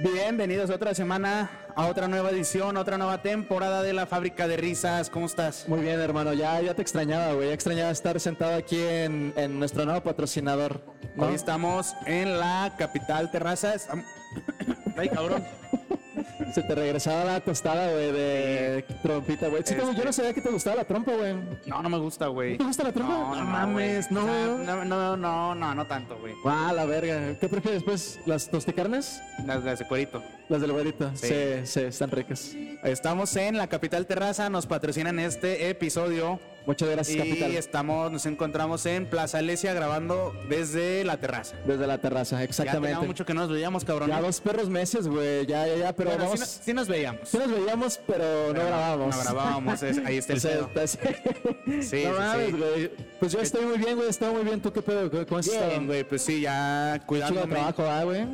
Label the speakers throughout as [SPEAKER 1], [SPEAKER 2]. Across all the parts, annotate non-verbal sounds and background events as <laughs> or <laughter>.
[SPEAKER 1] Bienvenidos otra semana a otra nueva edición, a otra nueva temporada de la Fábrica de Risas. ¿Cómo estás?
[SPEAKER 2] Muy bien, hermano. Ya, ya te extrañaba, güey. Ya extrañaba estar sentado aquí en, en nuestro nuevo patrocinador. ¿no?
[SPEAKER 1] Hoy estamos en la capital Terraza. Estam- <coughs> Ay, cabrón.
[SPEAKER 2] Se te regresaba la tostada, güey, de trompita, güey. Sí, te-
[SPEAKER 1] Este-
[SPEAKER 2] Yo no sabía que te gustaba la trompa, güey.
[SPEAKER 1] No, no me gusta, güey.
[SPEAKER 2] ¿No te gusta la trompa?
[SPEAKER 1] No, no,
[SPEAKER 2] No
[SPEAKER 1] no, güey.
[SPEAKER 2] mames, no.
[SPEAKER 1] O sea, no, no, no, no, no tanto, güey.
[SPEAKER 2] Ah, la verga. ¿Qué prefieres, pues? ¿Las tosticarnes?
[SPEAKER 1] Las las de cuerito.
[SPEAKER 2] Las del güerito.
[SPEAKER 1] Sí.
[SPEAKER 2] Sí. sí, están ricas.
[SPEAKER 1] Estamos en la capital Terraza, nos patrocinan este episodio.
[SPEAKER 2] Muchas gracias,
[SPEAKER 1] Y
[SPEAKER 2] Capital.
[SPEAKER 1] estamos, nos encontramos en Plaza Alesia grabando desde la terraza.
[SPEAKER 2] Desde la terraza,
[SPEAKER 1] Ya
[SPEAKER 2] exactamente.
[SPEAKER 1] tenía mucho que no nos veíamos, cabrón.
[SPEAKER 2] Ya dos perros meses, güey. Ya, ya, ya, pero
[SPEAKER 1] Bueno, sí,
[SPEAKER 2] vamos.
[SPEAKER 1] no- sí nos veíamos.
[SPEAKER 2] Sí nos veíamos, pero, no
[SPEAKER 1] Pero
[SPEAKER 2] grabábamos.
[SPEAKER 1] No grabábamos, es- ahí está el
[SPEAKER 2] O sea,
[SPEAKER 1] pedo.
[SPEAKER 2] estás-
[SPEAKER 1] Sí,
[SPEAKER 2] No
[SPEAKER 1] sí,
[SPEAKER 2] mames,
[SPEAKER 1] sí.
[SPEAKER 2] güey. Pues yo estoy muy bien, güey. Estoy muy bien. ¿Tú qué pedo? ¿Cómo- ¿Cómo has
[SPEAKER 1] Bien,
[SPEAKER 2] estado?
[SPEAKER 1] güey, pues sí, ya
[SPEAKER 2] Chico de
[SPEAKER 1] cuidándome.
[SPEAKER 2] trabajo, ah, güey.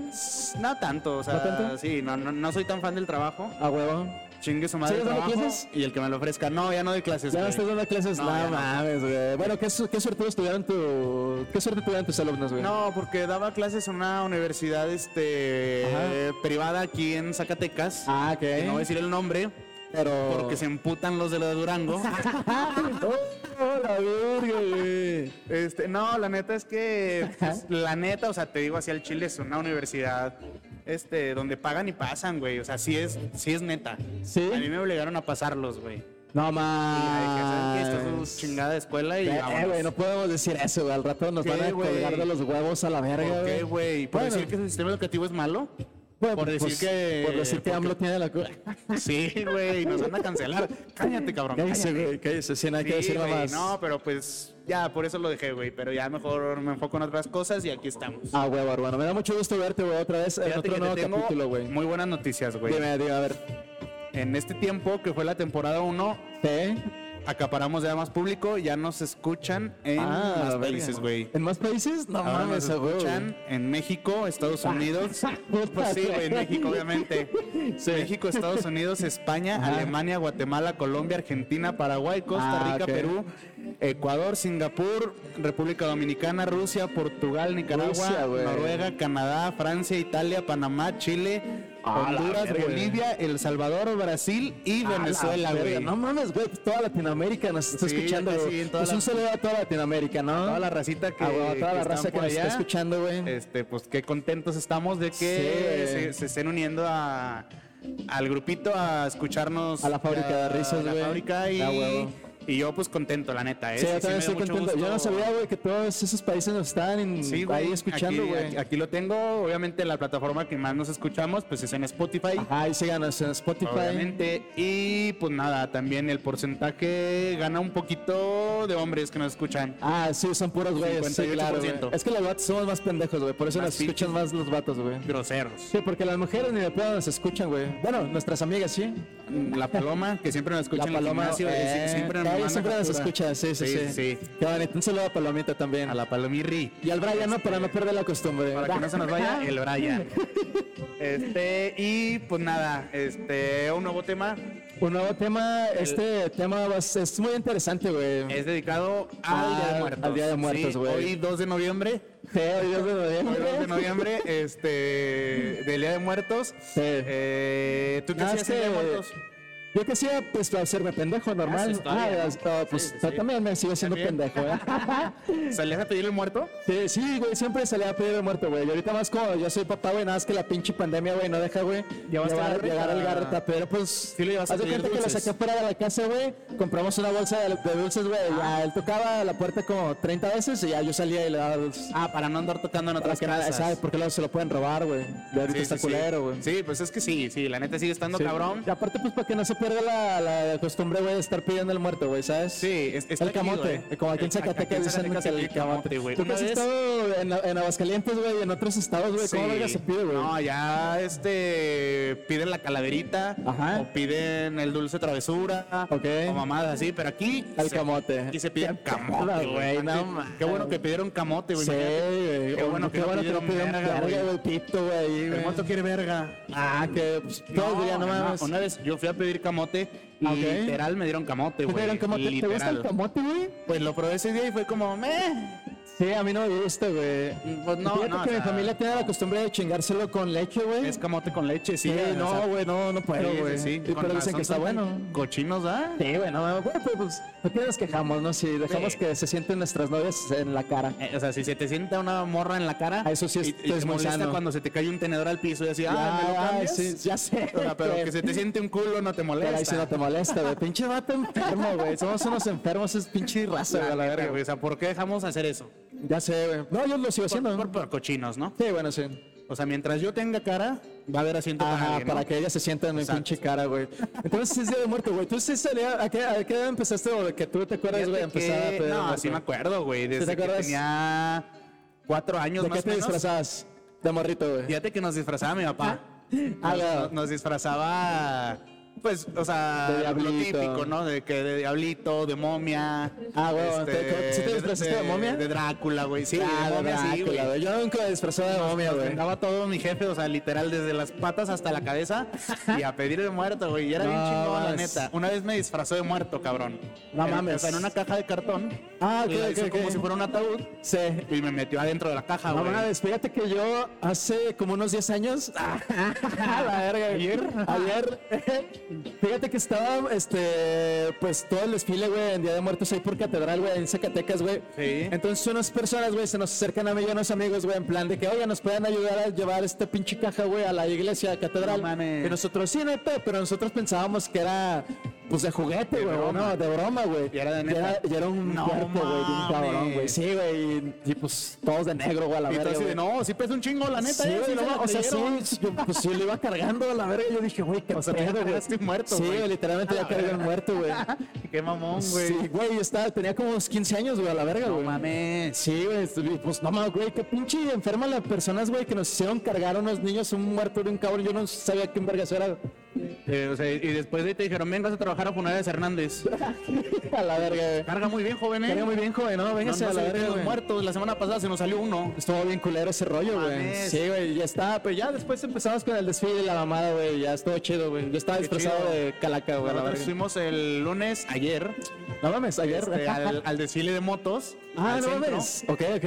[SPEAKER 1] No tanto, o sea,
[SPEAKER 2] ¿No tanto?
[SPEAKER 1] sí, no, no, no soy tan fan del trabajo.
[SPEAKER 2] A huevo.
[SPEAKER 1] Chingue su madre
[SPEAKER 2] ¿Sigues
[SPEAKER 1] el
[SPEAKER 2] dando
[SPEAKER 1] trabajo
[SPEAKER 2] clases?
[SPEAKER 1] y el que me lo ofrezca. No, ya no doy clases,
[SPEAKER 2] Ya no
[SPEAKER 1] güey.
[SPEAKER 2] estás dando clases.
[SPEAKER 1] No,
[SPEAKER 2] No,
[SPEAKER 1] ya no.
[SPEAKER 2] mames, güey. Bueno, ¿qué, su- qué suerte tuvieron tu... ¿Qué suerte tuvieron tus alumnos, güey?
[SPEAKER 1] No, porque daba clases en una universidad este
[SPEAKER 2] Ajá.
[SPEAKER 1] eh, privada aquí en Zacatecas.
[SPEAKER 2] Ah, ok.
[SPEAKER 1] Que No voy a decir el nombre
[SPEAKER 2] pero...
[SPEAKER 1] porque
[SPEAKER 2] <laughs>
[SPEAKER 1] se emputan los de la de Durango.
[SPEAKER 2] ¡Oh, la verga, güey!
[SPEAKER 1] Este, no, la neta es que,
[SPEAKER 2] Ajá.
[SPEAKER 1] pues, la neta, o sea, te digo así al Chile, es una universidad este, donde pagan y pasan, güey. O sea, sí es, sí es neta.
[SPEAKER 2] ¿Sí?
[SPEAKER 1] A mí me obligaron a pasarlos, güey.
[SPEAKER 2] No
[SPEAKER 1] Y ya dije,
[SPEAKER 2] mames.
[SPEAKER 1] "¿Sabes qué? Esto es su chingada escuela y vámonos".
[SPEAKER 2] Eh, güey, no podemos decir eso, güey. Al rato nos
[SPEAKER 1] ¿Qué,
[SPEAKER 2] van a
[SPEAKER 1] güey?
[SPEAKER 2] colgar de los huevos a la verga,
[SPEAKER 1] ¿Por qué, güey? ¿Por
[SPEAKER 2] Bueno.
[SPEAKER 1] decir que el sistema educativo es malo?
[SPEAKER 2] Bueno,
[SPEAKER 1] por decir
[SPEAKER 2] pues,
[SPEAKER 1] que-
[SPEAKER 2] Por decir que
[SPEAKER 1] porque-
[SPEAKER 2] AMLO tiene la <laughs> culpa.
[SPEAKER 1] Sí, güey, nos van a cancelar. Cállate, cabrón.
[SPEAKER 2] Cállese,
[SPEAKER 1] cállate.
[SPEAKER 2] güey. Cállese, sí, no hay que
[SPEAKER 1] Sí,
[SPEAKER 2] decir nada
[SPEAKER 1] güey,
[SPEAKER 2] más.
[SPEAKER 1] No, pero pues ya, por eso lo dejé, güey. Pero ya mejor me enfoco en otras cosas y aquí estamos.
[SPEAKER 2] Ah, huevo, hermano. Me da mucho gusto verte, güey, otra vez en
[SPEAKER 1] Fíjate
[SPEAKER 2] otro
[SPEAKER 1] que te
[SPEAKER 2] nuevo
[SPEAKER 1] tengo
[SPEAKER 2] capítulo, güey.
[SPEAKER 1] Muy buenas noticias, güey.
[SPEAKER 2] Dime, dime, a ver.
[SPEAKER 1] En este tiempo que fue la temporada 1,
[SPEAKER 2] ¿Eh?
[SPEAKER 1] acaparamos ya más público, ya nos escuchan en
[SPEAKER 2] Ah,
[SPEAKER 1] más
[SPEAKER 2] verga.
[SPEAKER 1] países, güey.
[SPEAKER 2] ¿En más países? No
[SPEAKER 1] Ahora
[SPEAKER 2] mames, Ah.
[SPEAKER 1] nos
[SPEAKER 2] a huevo.
[SPEAKER 1] escuchan en México, Estados
[SPEAKER 2] <laughs>
[SPEAKER 1] Unidos. pues sí, güey, en México, obviamente.
[SPEAKER 2] Sí.
[SPEAKER 1] México, Estados Unidos, España,
[SPEAKER 2] Ajá.
[SPEAKER 1] Alemania, Guatemala, Colombia, Argentina, Paraguay, Costa
[SPEAKER 2] Ah,
[SPEAKER 1] Rica,
[SPEAKER 2] ok.
[SPEAKER 1] Perú, Ecuador, Singapur, República Dominicana, Rusia, Portugal, Nicaragua,
[SPEAKER 2] Rusia, güey.
[SPEAKER 1] Noruega, Canadá, Francia, Italia, Panamá, Chile,
[SPEAKER 2] Ah, la
[SPEAKER 1] Honduras,
[SPEAKER 2] verga.
[SPEAKER 1] Bolivia, El Salvador, Brasil y
[SPEAKER 2] Ah, la
[SPEAKER 1] Venezuela,
[SPEAKER 2] verga.
[SPEAKER 1] güey.
[SPEAKER 2] No mames, güey. Toda Latinoamérica nos está
[SPEAKER 1] Sí,
[SPEAKER 2] escuchando,
[SPEAKER 1] ya que
[SPEAKER 2] güey.
[SPEAKER 1] sí, en toda
[SPEAKER 2] pues
[SPEAKER 1] la-
[SPEAKER 2] un saludo a toda Latinoamérica, ¿no?
[SPEAKER 1] Toda la racita que,
[SPEAKER 2] Ah, huevo, toda
[SPEAKER 1] que
[SPEAKER 2] la
[SPEAKER 1] están
[SPEAKER 2] raza que
[SPEAKER 1] por
[SPEAKER 2] nos está
[SPEAKER 1] allá,
[SPEAKER 2] escuchando, güey.
[SPEAKER 1] Este, pues qué contentos estamos de que
[SPEAKER 2] Sí.
[SPEAKER 1] se, se estén uniendo a, al grupito a escucharnos.
[SPEAKER 2] A la fábrica de risas,
[SPEAKER 1] a la
[SPEAKER 2] güey.
[SPEAKER 1] fábrica y,
[SPEAKER 2] A huevo.
[SPEAKER 1] y yo pues contento, la neta. ¿eh?
[SPEAKER 2] Sí, yo
[SPEAKER 1] me dio
[SPEAKER 2] también estoy
[SPEAKER 1] mucho
[SPEAKER 2] contento. Yo no
[SPEAKER 1] gusto.
[SPEAKER 2] sabía, güey, que todos esos países nos estaban en-
[SPEAKER 1] Sí, güey,
[SPEAKER 2] ahí escuchando,
[SPEAKER 1] aquí-
[SPEAKER 2] güey.
[SPEAKER 1] Aquí, aquí lo tengo, obviamente la plataforma que más nos escuchamos pues es en Spotify.
[SPEAKER 2] Ajá, Ahí se ganas en Spotify.
[SPEAKER 1] Obviamente, y pues nada, también el porcentaje gana un poquito de hombres que nos escuchan.
[SPEAKER 2] Ah, sí, son puros güeyes. Sí, claro. güey.
[SPEAKER 1] 58%.
[SPEAKER 2] Es que los vatos somos más pendejos, güey. Por eso
[SPEAKER 1] Más
[SPEAKER 2] nos escuchan más los vatos, güey.
[SPEAKER 1] Groseros.
[SPEAKER 2] Sí, porque las mujeres ni de pedo nos escuchan, güey. Bueno, nuestras amigas sí.
[SPEAKER 1] Mm, La paloma, que siempre nos escucha
[SPEAKER 2] La
[SPEAKER 1] en el
[SPEAKER 2] paloma.
[SPEAKER 1] gimnasio, eh,
[SPEAKER 2] eh,
[SPEAKER 1] sí, siempre nos,
[SPEAKER 2] ella
[SPEAKER 1] manda
[SPEAKER 2] siempre nos
[SPEAKER 1] captura.
[SPEAKER 2] escucha, sí, sí, sí. Qué bonito. Un saludo a Palomita también.
[SPEAKER 1] A la palomirri.
[SPEAKER 2] Y al Brian, ¿no? Para no perder la costumbre.
[SPEAKER 1] Para que no se nos vaya, el Brian. <laughs> Este, y pues nada, este, un nuevo tema
[SPEAKER 2] Un nuevo tema. Este tema va a ser- es muy interesante, güey.
[SPEAKER 1] es dedicado al
[SPEAKER 2] Ah,
[SPEAKER 1] Día de Muertos.
[SPEAKER 2] al Día de Muertos,
[SPEAKER 1] Sí,
[SPEAKER 2] güey.
[SPEAKER 1] Hoy 2 de <laughs> noviembre,
[SPEAKER 2] Sí, hoy Dios
[SPEAKER 1] <laughs>
[SPEAKER 2] de
[SPEAKER 1] hoy 2 de
[SPEAKER 2] noviembre.
[SPEAKER 1] noviembre, este, del Día de Muertos.
[SPEAKER 2] Sí.
[SPEAKER 1] Eh, ¿Tú qué
[SPEAKER 2] No,
[SPEAKER 1] hacías
[SPEAKER 2] es
[SPEAKER 1] el Día de
[SPEAKER 2] que-
[SPEAKER 1] Muertos?
[SPEAKER 2] Yo que hacía, pues, para hacerme pendejo, normal.
[SPEAKER 1] Haces todavía,
[SPEAKER 2] ah,
[SPEAKER 1] ¿no?
[SPEAKER 2] es- ah, pues,
[SPEAKER 1] Sí, sí, sí.
[SPEAKER 2] también me sigo siendo
[SPEAKER 1] También.
[SPEAKER 2] pendejo,
[SPEAKER 1] <laughs>
[SPEAKER 2] ¿eh?
[SPEAKER 1] ¿Salías a pedir el muerto?
[SPEAKER 2] Sí, sí, güey, siempre salía a pedir el muerto, güey. Y ahorita más como yo soy papá, güey, nada más que la pinche pandemia, güey, no deja, güey,
[SPEAKER 1] ¿Llevaste la
[SPEAKER 2] llevar,
[SPEAKER 1] reta?
[SPEAKER 2] llegar al garreta. Pero pues, sí
[SPEAKER 1] lo llevaste a
[SPEAKER 2] haz de
[SPEAKER 1] pedir
[SPEAKER 2] cuenta que lo
[SPEAKER 1] dulces.
[SPEAKER 2] saqué fuera de la casa, güey. Compramos una bolsa de, de dulces, güey.
[SPEAKER 1] Ah.
[SPEAKER 2] Ya él tocaba la puerta como 30 veces y ya yo salía y le daba dulces.
[SPEAKER 1] Ah, para no andar tocando en
[SPEAKER 2] Para
[SPEAKER 1] otras
[SPEAKER 2] que nada,
[SPEAKER 1] casas.
[SPEAKER 2] ¿sabes? Porque luego se lo pueden robar, güey. Y ahorita está culero, güey.
[SPEAKER 1] Sí, pues es que sí, sí, la neta sigue estando
[SPEAKER 2] Sí.
[SPEAKER 1] cabrón.
[SPEAKER 2] Y aparte, pues, para que no se pierda la, la costumbre, güey, de estar pidiendo el muerto, güey, ¿sabes?
[SPEAKER 1] Sí, es, está
[SPEAKER 2] el camote,
[SPEAKER 1] chido, eh.
[SPEAKER 2] como aquí en
[SPEAKER 1] El- aquí en
[SPEAKER 2] Zacatecas dicen
[SPEAKER 1] Zacatecas
[SPEAKER 2] que el
[SPEAKER 1] aquí
[SPEAKER 2] camote, güey. ¿Tú
[SPEAKER 1] Una
[SPEAKER 2] que has
[SPEAKER 1] vez-
[SPEAKER 2] estado en, en Aguascalientes, güey, y en otros estados, güey? ¿Cómo
[SPEAKER 1] Sí.
[SPEAKER 2] verga se pide, güey?
[SPEAKER 1] No, ya este piden la calaverita
[SPEAKER 2] Ajá.
[SPEAKER 1] o piden el dulce travesura
[SPEAKER 2] Ok.
[SPEAKER 1] o mamadas así, pero aquí
[SPEAKER 2] El
[SPEAKER 1] se-
[SPEAKER 2] camote.
[SPEAKER 1] Aquí se pide
[SPEAKER 2] Qué
[SPEAKER 1] camote,
[SPEAKER 2] pedo,
[SPEAKER 1] güey.
[SPEAKER 2] güey, no
[SPEAKER 1] Antes-
[SPEAKER 2] mames.
[SPEAKER 1] qué bueno que pidieron camote, güey.
[SPEAKER 2] Sí,
[SPEAKER 1] imagínate.
[SPEAKER 2] güey.
[SPEAKER 1] Qué bueno
[SPEAKER 2] Qué
[SPEAKER 1] que no
[SPEAKER 2] bueno que no
[SPEAKER 1] pidieron
[SPEAKER 2] pidieron
[SPEAKER 1] verga,
[SPEAKER 2] verga,
[SPEAKER 1] güey.
[SPEAKER 2] güey, pito, güey.
[SPEAKER 1] El
[SPEAKER 2] güey.
[SPEAKER 1] moto quiere verga.
[SPEAKER 2] Ah, que pues, todos dirían, no mames.
[SPEAKER 1] Una vez yo fui a pedir camote y
[SPEAKER 2] Ok.
[SPEAKER 1] literal me dieron camote,
[SPEAKER 2] ¿Te
[SPEAKER 1] güey.
[SPEAKER 2] dieron camote? ¿Te gusta el
[SPEAKER 1] literal.
[SPEAKER 2] camote, güey?
[SPEAKER 1] Pues lo probé ese día y fue como, meh.
[SPEAKER 2] Sí, a mí no me gusta, güey.
[SPEAKER 1] Pues no,
[SPEAKER 2] Fíjate
[SPEAKER 1] no,
[SPEAKER 2] que
[SPEAKER 1] o
[SPEAKER 2] mi
[SPEAKER 1] sea-
[SPEAKER 2] familia tiene la costumbre de chingárselo con leche, güey.
[SPEAKER 1] Es camote con leche, sí.
[SPEAKER 2] Sí,
[SPEAKER 1] o
[SPEAKER 2] no,
[SPEAKER 1] sea,
[SPEAKER 2] güey, no, no puedo,
[SPEAKER 1] sí, sí,
[SPEAKER 2] güey.
[SPEAKER 1] sí,
[SPEAKER 2] Y-
[SPEAKER 1] con
[SPEAKER 2] Pero dicen
[SPEAKER 1] razón
[SPEAKER 2] que está
[SPEAKER 1] son tan
[SPEAKER 2] bueno.
[SPEAKER 1] Cochinos, ¿ah?
[SPEAKER 2] Sí, güey, no, güey, pues, pues, ¿por qué nos quejamos, no? Si dejamos
[SPEAKER 1] Sí.
[SPEAKER 2] que se sienten nuestras novias en la cara.
[SPEAKER 1] Eh, O sea, si se te sienta una morra en la cara,
[SPEAKER 2] Ah, eso sí es-
[SPEAKER 1] y, y
[SPEAKER 2] es
[SPEAKER 1] te
[SPEAKER 2] muy
[SPEAKER 1] molesta
[SPEAKER 2] sano.
[SPEAKER 1] cuando se te cae un tenedor al piso y así, ah, ¿me lo
[SPEAKER 2] Ya, ay,
[SPEAKER 1] cambias?"
[SPEAKER 2] sí, ya sé.
[SPEAKER 1] O sea, pero
[SPEAKER 2] güey.
[SPEAKER 1] que se te siente un culo no te
[SPEAKER 2] Pero ahí
[SPEAKER 1] molesta.
[SPEAKER 2] sí no te molesta, güey. Pinche vato enfermo, güey. Somos unos enfermos, es pinche raza,
[SPEAKER 1] La
[SPEAKER 2] güey, a la
[SPEAKER 1] neta,
[SPEAKER 2] verga.
[SPEAKER 1] güey, O sea, ¿por qué dejamos hacer eso?
[SPEAKER 2] Ya sé, güey. No, yo lo
[SPEAKER 1] Por,
[SPEAKER 2] sigo haciendo.
[SPEAKER 1] por- por cochinos, ¿no?
[SPEAKER 2] Sí, bueno, sí.
[SPEAKER 1] O sea, mientras yo tenga cara, va a haber asiento para
[SPEAKER 2] Ajá,
[SPEAKER 1] alguien, ¿no?
[SPEAKER 2] para que ella se sienta en mi
[SPEAKER 1] Exacto.
[SPEAKER 2] pinche cara, güey. Entonces es día de muerte, güey. ¿Tú sí salía, a qué, a qué edad empezaste o de que tú te acuerdas,
[SPEAKER 1] Fíjate
[SPEAKER 2] güey, empezar a
[SPEAKER 1] que-
[SPEAKER 2] pedir de
[SPEAKER 1] No,
[SPEAKER 2] muerte?
[SPEAKER 1] sí me acuerdo, güey. Desde que
[SPEAKER 2] acuerdas?
[SPEAKER 1] tenía cuatro años
[SPEAKER 2] ¿De
[SPEAKER 1] más
[SPEAKER 2] qué
[SPEAKER 1] o
[SPEAKER 2] te
[SPEAKER 1] menos.
[SPEAKER 2] disfrazabas? De morrito, güey.
[SPEAKER 1] Fíjate que nos disfrazaba mi papá.
[SPEAKER 2] Ah,
[SPEAKER 1] Nos,
[SPEAKER 2] ya.
[SPEAKER 1] nos- nos disfrazaba, pues, o
[SPEAKER 2] De
[SPEAKER 1] sea, lo
[SPEAKER 2] diablito.
[SPEAKER 1] típico, ¿no? De que de diablito, de momia. Este,
[SPEAKER 2] Ah, güey, ¿te- te- sí te disfrazaste de momia?
[SPEAKER 1] De Drácula, güey. Sí,
[SPEAKER 2] Ah,
[SPEAKER 1] de momia, sí,
[SPEAKER 2] Drácula,
[SPEAKER 1] güey.
[SPEAKER 2] güey. Yo nunca me disfrazaba de momia, güey.
[SPEAKER 1] Andaba todo mi jefe, o sea, literal, desde las patas hasta la cabeza y a pedir de muerto, güey. Y era bien
[SPEAKER 2] No,
[SPEAKER 1] chingón, la
[SPEAKER 2] es-
[SPEAKER 1] neta. Una vez me disfrazó de muerto, cabrón.
[SPEAKER 2] No
[SPEAKER 1] En-
[SPEAKER 2] mames.
[SPEAKER 1] O sea, en una caja de cartón.
[SPEAKER 2] Ah,
[SPEAKER 1] y la
[SPEAKER 2] ok,
[SPEAKER 1] hizo
[SPEAKER 2] ok,
[SPEAKER 1] como
[SPEAKER 2] ok.
[SPEAKER 1] si fuera Ah, un ataúd
[SPEAKER 2] Sí.
[SPEAKER 1] y me metió adentro de la caja,
[SPEAKER 2] No
[SPEAKER 1] güey.
[SPEAKER 2] mames, fíjate que yo hace como unos 10 años. <laughs> la verga.
[SPEAKER 1] Ayer.
[SPEAKER 2] Ayer. <laughs> fíjate que estaba, este, pues todo el desfile, güey, en Día de Muertos ahí por Catedral, güey, en Zacatecas, güey.
[SPEAKER 1] Sí.
[SPEAKER 2] Entonces unas personas, güey, se nos acercan a mí y a unos amigos, güey, en plan de que, oye, nos pueden ayudar a llevar esta pinche caja, güey, a la iglesia, a Catedral.
[SPEAKER 1] No mames.
[SPEAKER 2] Y nosotros, sí, neta, pero nosotros pensábamos que era, pues, de juguete,
[SPEAKER 1] De
[SPEAKER 2] güey, o
[SPEAKER 1] broma.
[SPEAKER 2] no, de broma, güey.
[SPEAKER 1] Y era de neta.
[SPEAKER 2] Y era un
[SPEAKER 1] No
[SPEAKER 2] muerto, güey, de un cabrón, güey.
[SPEAKER 1] mames.
[SPEAKER 2] Sí, güey, y, y, pues todos de negro, güey, a la
[SPEAKER 1] Y tú
[SPEAKER 2] verga,
[SPEAKER 1] así de,
[SPEAKER 2] güey.
[SPEAKER 1] no, sí pesa un chingo, la neta.
[SPEAKER 2] Sí,
[SPEAKER 1] eh, sí
[SPEAKER 2] güey,
[SPEAKER 1] se la
[SPEAKER 2] no, o sea, sí,
[SPEAKER 1] creyeron".
[SPEAKER 2] yo, pues sí, lo iba cargando a la verga. Yo dije, güey, qué
[SPEAKER 1] O sea, tú ya
[SPEAKER 2] pedo, güey.
[SPEAKER 1] cargaste un muerto,
[SPEAKER 2] Sí,
[SPEAKER 1] güey.
[SPEAKER 2] güey, literalmente ya cargué el muerto, güey.
[SPEAKER 1] Qué mamón, <laughs> güey.
[SPEAKER 2] Sí, güey, yo estaba, tenía como unos 15 años, güey, a la verga,
[SPEAKER 1] no
[SPEAKER 2] güey.
[SPEAKER 1] mames.
[SPEAKER 2] Sí, güey, estuve- pues no mames, güey, qué pinche enferma las personas, güey, que nos hicieron cargar a unos niños un muerto de un cabrón. Yo no sabía qué vergas era. <laughs>
[SPEAKER 1] Eh, o sea, y después de ahí te dijeron, vengas a trabajar a funerarias Hernández.
[SPEAKER 2] A la verga, güey.
[SPEAKER 1] Carga muy bien, joven, eh.
[SPEAKER 2] Carga muy bien, joven, no,
[SPEAKER 1] No,
[SPEAKER 2] véngase
[SPEAKER 1] no
[SPEAKER 2] a la
[SPEAKER 1] se viste
[SPEAKER 2] verga,
[SPEAKER 1] los
[SPEAKER 2] güey.
[SPEAKER 1] muertos. La semana pasada se nos salió uno.
[SPEAKER 2] Estuvo bien culero ese rollo,
[SPEAKER 1] No
[SPEAKER 2] güey.
[SPEAKER 1] mames.
[SPEAKER 2] Sí, güey, ya estaba, pero ya después empezamos con el desfile y la mamada, güey, ya estuvo chido, güey. Yo estaba
[SPEAKER 1] Qué
[SPEAKER 2] disfrazado
[SPEAKER 1] chido.
[SPEAKER 2] de calaca, güey, a la
[SPEAKER 1] Nosotros
[SPEAKER 2] verga.
[SPEAKER 1] fuimos el lunes, ayer,
[SPEAKER 2] No mames, ayer. <laughs>
[SPEAKER 1] este, al, al desfile de motos.
[SPEAKER 2] ah,
[SPEAKER 1] al
[SPEAKER 2] no
[SPEAKER 1] centro.
[SPEAKER 2] mames. Ok, ok.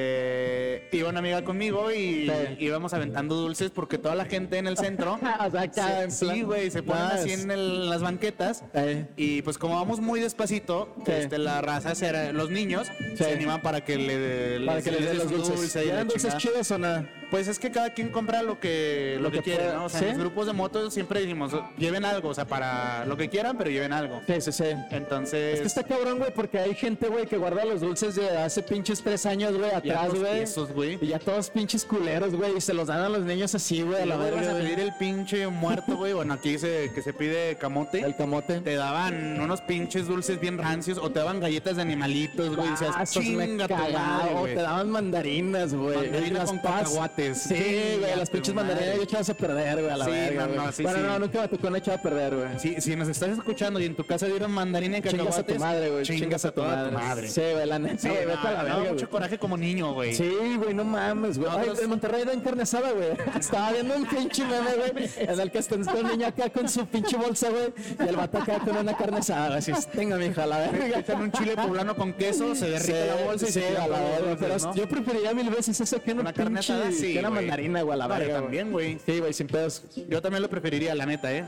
[SPEAKER 1] Este, iba una amiga conmigo y
[SPEAKER 2] Sí. Ah,
[SPEAKER 1] íbamos aventando dulces porque toda la gente en el
[SPEAKER 2] <laughs>
[SPEAKER 1] centro.
[SPEAKER 2] <laughs> o sea, acá en
[SPEAKER 1] Sí,
[SPEAKER 2] plan-
[SPEAKER 1] güey, se ponen
[SPEAKER 2] Ah,
[SPEAKER 1] así
[SPEAKER 2] es-
[SPEAKER 1] en, el- en las banquetas.
[SPEAKER 2] Eh.
[SPEAKER 1] Y pues como vamos muy despacito,
[SPEAKER 2] Sí.
[SPEAKER 1] este, la raza, se era- los niños
[SPEAKER 2] Sí.
[SPEAKER 1] se animan para que le
[SPEAKER 2] Para que les den los
[SPEAKER 1] un
[SPEAKER 2] dulces.
[SPEAKER 1] dulce y la
[SPEAKER 2] ¿Eran dulces
[SPEAKER 1] chingada.
[SPEAKER 2] chidos o nada?
[SPEAKER 1] Pues es que cada quien compra lo que, lo
[SPEAKER 2] Lo
[SPEAKER 1] que,
[SPEAKER 2] que
[SPEAKER 1] quiere,
[SPEAKER 2] pueda.
[SPEAKER 1] ¿no? O sea,
[SPEAKER 2] ¿Sí?
[SPEAKER 1] en los grupos de motos siempre dijimos, lleven algo, o sea, para lo que quieran, pero lleven algo.
[SPEAKER 2] Sí, sí, sí.
[SPEAKER 1] Entonces,
[SPEAKER 2] Es que está cabrón, güey, porque hay gente, güey, que guarda los dulces de hace pinches tres años, güey, atrás,
[SPEAKER 1] todos
[SPEAKER 2] güey.
[SPEAKER 1] tiesos, güey.
[SPEAKER 2] Y ya todos pinches culeros, güey, y se los dan a los niños así, güey, a
[SPEAKER 1] y
[SPEAKER 2] la
[SPEAKER 1] luego ibas
[SPEAKER 2] verga,
[SPEAKER 1] a
[SPEAKER 2] güey.
[SPEAKER 1] pedir el pinche muerto, güey. Bueno, aquí dice que se pide camote.
[SPEAKER 2] El camote.
[SPEAKER 1] te daban unos pinches dulces bien rancios o te daban galletas de animalitos, güey. y decías,
[SPEAKER 2] Ah, esos me
[SPEAKER 1] chinga tu
[SPEAKER 2] cagaba,
[SPEAKER 1] madre,
[SPEAKER 2] o
[SPEAKER 1] güey.
[SPEAKER 2] te daban mandarinas, güey.
[SPEAKER 1] Mandarina
[SPEAKER 2] Y las
[SPEAKER 1] con
[SPEAKER 2] pas-
[SPEAKER 1] cacahuates.
[SPEAKER 2] Sí, güey,
[SPEAKER 1] Chinga
[SPEAKER 2] las
[SPEAKER 1] tu
[SPEAKER 2] pinches
[SPEAKER 1] madre.
[SPEAKER 2] mandarinas yo echabas a perder, güey, a la
[SPEAKER 1] Sí,
[SPEAKER 2] verga.
[SPEAKER 1] no,
[SPEAKER 2] güey.
[SPEAKER 1] no, sí,
[SPEAKER 2] bueno,
[SPEAKER 1] sí.
[SPEAKER 2] no, nunca me tocó una echada a perder, güey.
[SPEAKER 1] Si, si nos estás escuchando y en tu casa dieron mandarina y
[SPEAKER 2] Chingas
[SPEAKER 1] cacahuates,
[SPEAKER 2] a tu madre, güey.
[SPEAKER 1] Chingas, a toda tu madre.
[SPEAKER 2] Sí, güey, la neta,
[SPEAKER 1] Sí,
[SPEAKER 2] güey,
[SPEAKER 1] no,
[SPEAKER 2] vete a la
[SPEAKER 1] me daba
[SPEAKER 2] verga,
[SPEAKER 1] mucho
[SPEAKER 2] güey.
[SPEAKER 1] coraje como niño, güey.
[SPEAKER 2] Sí, güey, no mames, güey. Ay,
[SPEAKER 1] Nosotros-
[SPEAKER 2] en Monterrey dan carne asada, güey. <laughs> Estaba viendo un pinche meme, güey. En el que está un niño acá con su pinche bolsa, güey. Y el vato acá con una carne asada, güey. Así, tenga, mija, a la
[SPEAKER 1] Te
[SPEAKER 2] verga.
[SPEAKER 1] echan un
[SPEAKER 2] <laughs>
[SPEAKER 1] chile poblano con queso, se derrite
[SPEAKER 2] Sí,
[SPEAKER 1] la bolsa y
[SPEAKER 2] sí,
[SPEAKER 1] se tira
[SPEAKER 2] a la
[SPEAKER 1] todos los
[SPEAKER 2] verga.
[SPEAKER 1] dulces,
[SPEAKER 2] Pero
[SPEAKER 1] ¿no?
[SPEAKER 2] yo preferiría mil veces eso que una,
[SPEAKER 1] Una carne
[SPEAKER 2] pinche-
[SPEAKER 1] asada, sí,
[SPEAKER 2] que una
[SPEAKER 1] güey.
[SPEAKER 2] mandarina, güey, a la
[SPEAKER 1] No, yo
[SPEAKER 2] verga. güey.
[SPEAKER 1] también, güey.
[SPEAKER 2] Sí, güey, sin pedos.
[SPEAKER 1] Yo también lo preferiría, la neta, ¿eh?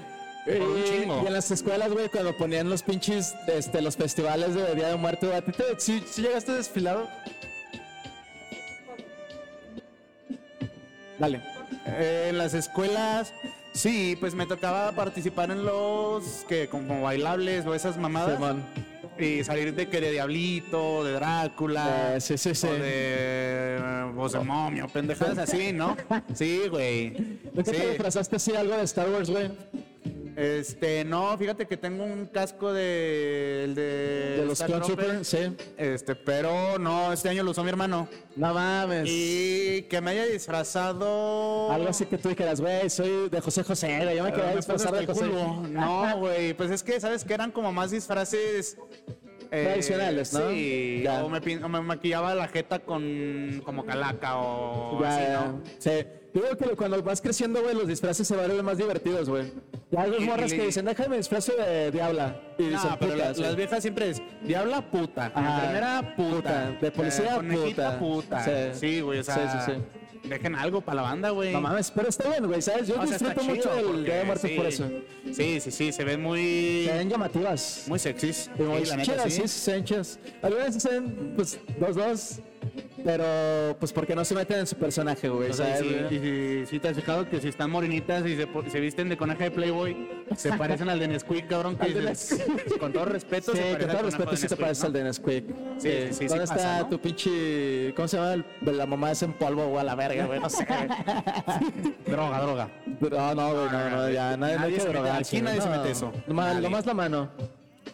[SPEAKER 2] Y,
[SPEAKER 1] Por un chingo.
[SPEAKER 2] y en las escuelas, güey, cuando ponían los pinches, este, los festivales de Día de Muerto, ¿a ti te, si, llegaste desfilado? Dale.
[SPEAKER 1] Eh, en las escuelas, sí, pues me tocaba participar en los que como bailables o esas mamadas.
[SPEAKER 2] Simón.
[SPEAKER 1] Y salir de que de Diablito, de Drácula.
[SPEAKER 2] Eh, sí, sí, sí.
[SPEAKER 1] Ah. O de. O de momio, pendejadas así, ¿no?
[SPEAKER 2] <laughs>
[SPEAKER 1] Sí, güey.
[SPEAKER 2] ¿De qué te
[SPEAKER 1] Sí.
[SPEAKER 2] disfrazaste así algo de Star Wars, güey?
[SPEAKER 1] Este, no, fíjate que tengo un casco de. el de.
[SPEAKER 2] De los
[SPEAKER 1] Star
[SPEAKER 2] Clone
[SPEAKER 1] Trooper.
[SPEAKER 2] Troopers, sí.
[SPEAKER 1] Este, pero no, este año lo usó mi hermano.
[SPEAKER 2] No mames.
[SPEAKER 1] Y que me haya disfrazado.
[SPEAKER 2] Algo así que tú dijeras, güey, soy de José José, güey, yo me
[SPEAKER 1] Pero me
[SPEAKER 2] quería
[SPEAKER 1] puse
[SPEAKER 2] disfrazar de
[SPEAKER 1] hasta
[SPEAKER 2] José.
[SPEAKER 1] el culo. No, güey, pues es que, ¿sabes que Eran como más disfraces eh,
[SPEAKER 2] Tradicionales, ¿no?
[SPEAKER 1] Sí,
[SPEAKER 2] Ya.
[SPEAKER 1] o me, pin- o me maquillaba la jeta con como calaca o
[SPEAKER 2] Ya,
[SPEAKER 1] así,
[SPEAKER 2] ya,
[SPEAKER 1] ¿no?
[SPEAKER 2] Sí. Yo Digo que cuando vas creciendo, güey, los disfraces se vuelven más divertidos, güey. Ya hay dos
[SPEAKER 1] Y-
[SPEAKER 2] morras
[SPEAKER 1] y-
[SPEAKER 2] que dicen, déjame disfrazo de diabla. Y
[SPEAKER 1] No,
[SPEAKER 2] dicen,
[SPEAKER 1] pero
[SPEAKER 2] puta,
[SPEAKER 1] la-
[SPEAKER 2] sí.
[SPEAKER 1] las viejas siempre es diabla puta,
[SPEAKER 2] Ajá.
[SPEAKER 1] enfermera puta,
[SPEAKER 2] Puta, de policía,
[SPEAKER 1] conejita
[SPEAKER 2] puta. Sí.
[SPEAKER 1] Sí, güey, o sea,
[SPEAKER 2] Sí, sí,
[SPEAKER 1] dejen algo para la banda, güey.
[SPEAKER 2] No mames, pero está bien, güey, ¿sabes? Yo
[SPEAKER 1] O sea, está
[SPEAKER 2] disfruto mucho
[SPEAKER 1] chido,
[SPEAKER 2] del
[SPEAKER 1] porque
[SPEAKER 2] Día de Muertos
[SPEAKER 1] sí.
[SPEAKER 2] por eso.
[SPEAKER 1] Sí, sí, sí, se ven muy,
[SPEAKER 2] Se ven llamativas.
[SPEAKER 1] muy sexys.
[SPEAKER 2] Y muy
[SPEAKER 1] Sí, la neta,
[SPEAKER 2] chidas,
[SPEAKER 1] sí.
[SPEAKER 2] sí, sí, se ven chidas. Algunas se ven, pues, dos, dos. Pero, pues, porque no se meten en su personaje, güey,
[SPEAKER 1] O sea,
[SPEAKER 2] ¿sabes?
[SPEAKER 1] sí,
[SPEAKER 2] güey?
[SPEAKER 1] y si, si te has fijado que si están morenitas y se, po- se visten de coneja de Playboy, se parecen al de Nesquik, cabrón. Que
[SPEAKER 2] Al de
[SPEAKER 1] dices, con todo respeto,
[SPEAKER 2] Sí,
[SPEAKER 1] se
[SPEAKER 2] con
[SPEAKER 1] parece
[SPEAKER 2] todo
[SPEAKER 1] al conejo
[SPEAKER 2] respeto,
[SPEAKER 1] de
[SPEAKER 2] sí te
[SPEAKER 1] Nesquik,
[SPEAKER 2] parece
[SPEAKER 1] ¿no?
[SPEAKER 2] al de Nesquik.
[SPEAKER 1] Sí, sí, sí, sí
[SPEAKER 2] ¿Dónde
[SPEAKER 1] pasa,
[SPEAKER 2] está
[SPEAKER 1] ¿no?
[SPEAKER 2] tu pinche. ¿Cómo se llama? el- La mamá es en polvo, güey, a la verga, güey. No
[SPEAKER 1] <laughs>
[SPEAKER 2] sé, güey.
[SPEAKER 1] Droga, droga.
[SPEAKER 2] No, ah, no, güey, no, no, ya. Nadie, no hay
[SPEAKER 1] Ah, Nadie
[SPEAKER 2] que
[SPEAKER 1] se mete-
[SPEAKER 2] drogarse,
[SPEAKER 1] aquí
[SPEAKER 2] güey,
[SPEAKER 1] nadie se
[SPEAKER 2] no.
[SPEAKER 1] mete eso.
[SPEAKER 2] Nomás,
[SPEAKER 1] Nadie.
[SPEAKER 2] nomás la mano.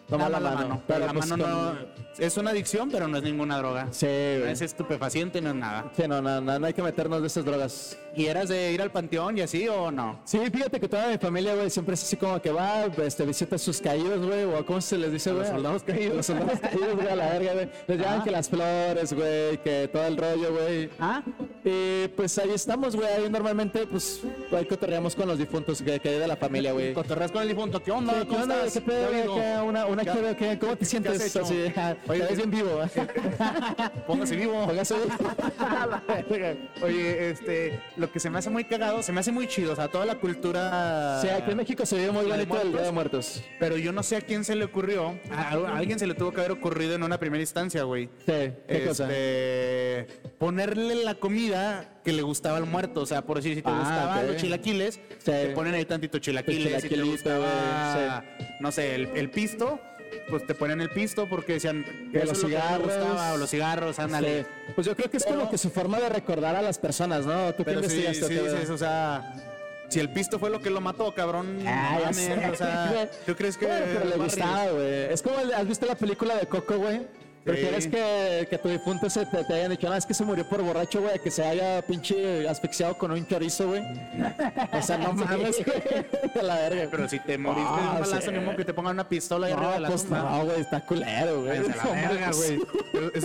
[SPEAKER 2] Nomás
[SPEAKER 1] Nada
[SPEAKER 2] la
[SPEAKER 1] más
[SPEAKER 2] mano. Pero
[SPEAKER 1] la
[SPEAKER 2] pues
[SPEAKER 1] mano
[SPEAKER 2] con-
[SPEAKER 1] no. Es una adicción, pero no es ninguna droga.
[SPEAKER 2] Sí,
[SPEAKER 1] No
[SPEAKER 2] güey.
[SPEAKER 1] es estupefaciente, no es nada.
[SPEAKER 2] Sí, no, no, no, no hay que meternos de esas drogas.
[SPEAKER 1] ¿Y eras de ir al panteón y así o no?
[SPEAKER 2] Sí, fíjate que toda mi familia, güey, siempre es así como que va, este, visita a sus caídos, güey, o cómo se les dice, güey.
[SPEAKER 1] soldados caídos.
[SPEAKER 2] Los soldados caídos, güey, a la verga, güey. Les llevan que las flores, güey, que todo el rollo, güey.
[SPEAKER 1] Ah,
[SPEAKER 2] Y pues ahí estamos, güey. Ahí normalmente, pues, ahí cotorreamos con los difuntos que, que hay de la familia, güey.
[SPEAKER 1] cotorreas con el difunto. ¿Qué onda?
[SPEAKER 2] ¿Qué,
[SPEAKER 1] ¿Cómo
[SPEAKER 2] onda?
[SPEAKER 1] estás?
[SPEAKER 2] ¿Qué pedo,
[SPEAKER 1] Ya
[SPEAKER 2] güey?
[SPEAKER 1] digo,
[SPEAKER 2] ¿Qué? Una, una
[SPEAKER 1] ¿Qué-
[SPEAKER 2] que veo, ¿qué? ¿Cómo te
[SPEAKER 1] qué has
[SPEAKER 2] sientes?
[SPEAKER 1] hecho?
[SPEAKER 2] Así,
[SPEAKER 1] Oye,
[SPEAKER 2] te ves bien vivo, ¿eh?
[SPEAKER 1] Póngase vivo.
[SPEAKER 2] Póngase <laughs> bien.
[SPEAKER 1] Oye, este, lo que se me hace muy cagado, se me hace muy chido, o sea, toda la cultura.
[SPEAKER 2] O sea, aquí en México se vive muy
[SPEAKER 1] ¿La de
[SPEAKER 2] bonito el Día de
[SPEAKER 1] muertos?
[SPEAKER 2] Muertos.
[SPEAKER 1] Pero yo no sé a quién se le ocurrió, a, a alguien se le tuvo que haber ocurrido en una primera instancia, güey.
[SPEAKER 2] Sí, ¿qué cosa?
[SPEAKER 1] este, ponerle la comida que le gustaba al muerto. O sea, por decir, si te
[SPEAKER 2] Ah,
[SPEAKER 1] gustaban
[SPEAKER 2] ok.
[SPEAKER 1] los chilaquiles,
[SPEAKER 2] Sí.
[SPEAKER 1] te ponen ahí tantito chilaquiles. Si te
[SPEAKER 2] chilaquilito,
[SPEAKER 1] gustaba, no sé, el, el pisto, pues te ponen el pisto porque decían
[SPEAKER 2] Que
[SPEAKER 1] eso
[SPEAKER 2] los
[SPEAKER 1] es lo que me
[SPEAKER 2] cigarros.
[SPEAKER 1] gustaba, o los cigarros, ándale.
[SPEAKER 2] Sí. Pues yo creo que es como
[SPEAKER 1] Pero-
[SPEAKER 2] que su forma de recordar a las personas, ¿no? ¿Tú qué
[SPEAKER 1] Pero sí,
[SPEAKER 2] investigaste?
[SPEAKER 1] sí
[SPEAKER 2] o qué, güey?
[SPEAKER 1] dices, o sea, si el pisto fue lo que lo mató, cabrón,
[SPEAKER 2] Ah, ya
[SPEAKER 1] mames,
[SPEAKER 2] sé,
[SPEAKER 1] o sea,
[SPEAKER 2] <laughs> güey.
[SPEAKER 1] ¿tú crees que
[SPEAKER 2] Bueno, pero le
[SPEAKER 1] Barry-
[SPEAKER 2] gustaba, güey. Es como, el- ¿has visto la película de Coco, güey? ¿Prefieres que, que tu difunto se te, te hayan dicho, no, es que se murió por borracho, güey, que se haya pinche asfixiado con un
[SPEAKER 1] <laughs>
[SPEAKER 2] chorizo, güey? O sea, no mames, güey. <laughs> A la verga.
[SPEAKER 1] Pero si te moriste de
[SPEAKER 2] Ah,
[SPEAKER 1] un balazo,
[SPEAKER 2] sí.
[SPEAKER 1] ni modo que te pongan una pistola ahí
[SPEAKER 2] no,
[SPEAKER 1] arriba de la
[SPEAKER 2] pues
[SPEAKER 1] tumba.
[SPEAKER 2] no, güey, está culero, güey.
[SPEAKER 1] Váyanse a la
[SPEAKER 2] <laughs> No
[SPEAKER 1] verga,
[SPEAKER 2] mames.
[SPEAKER 1] güey. Es- es-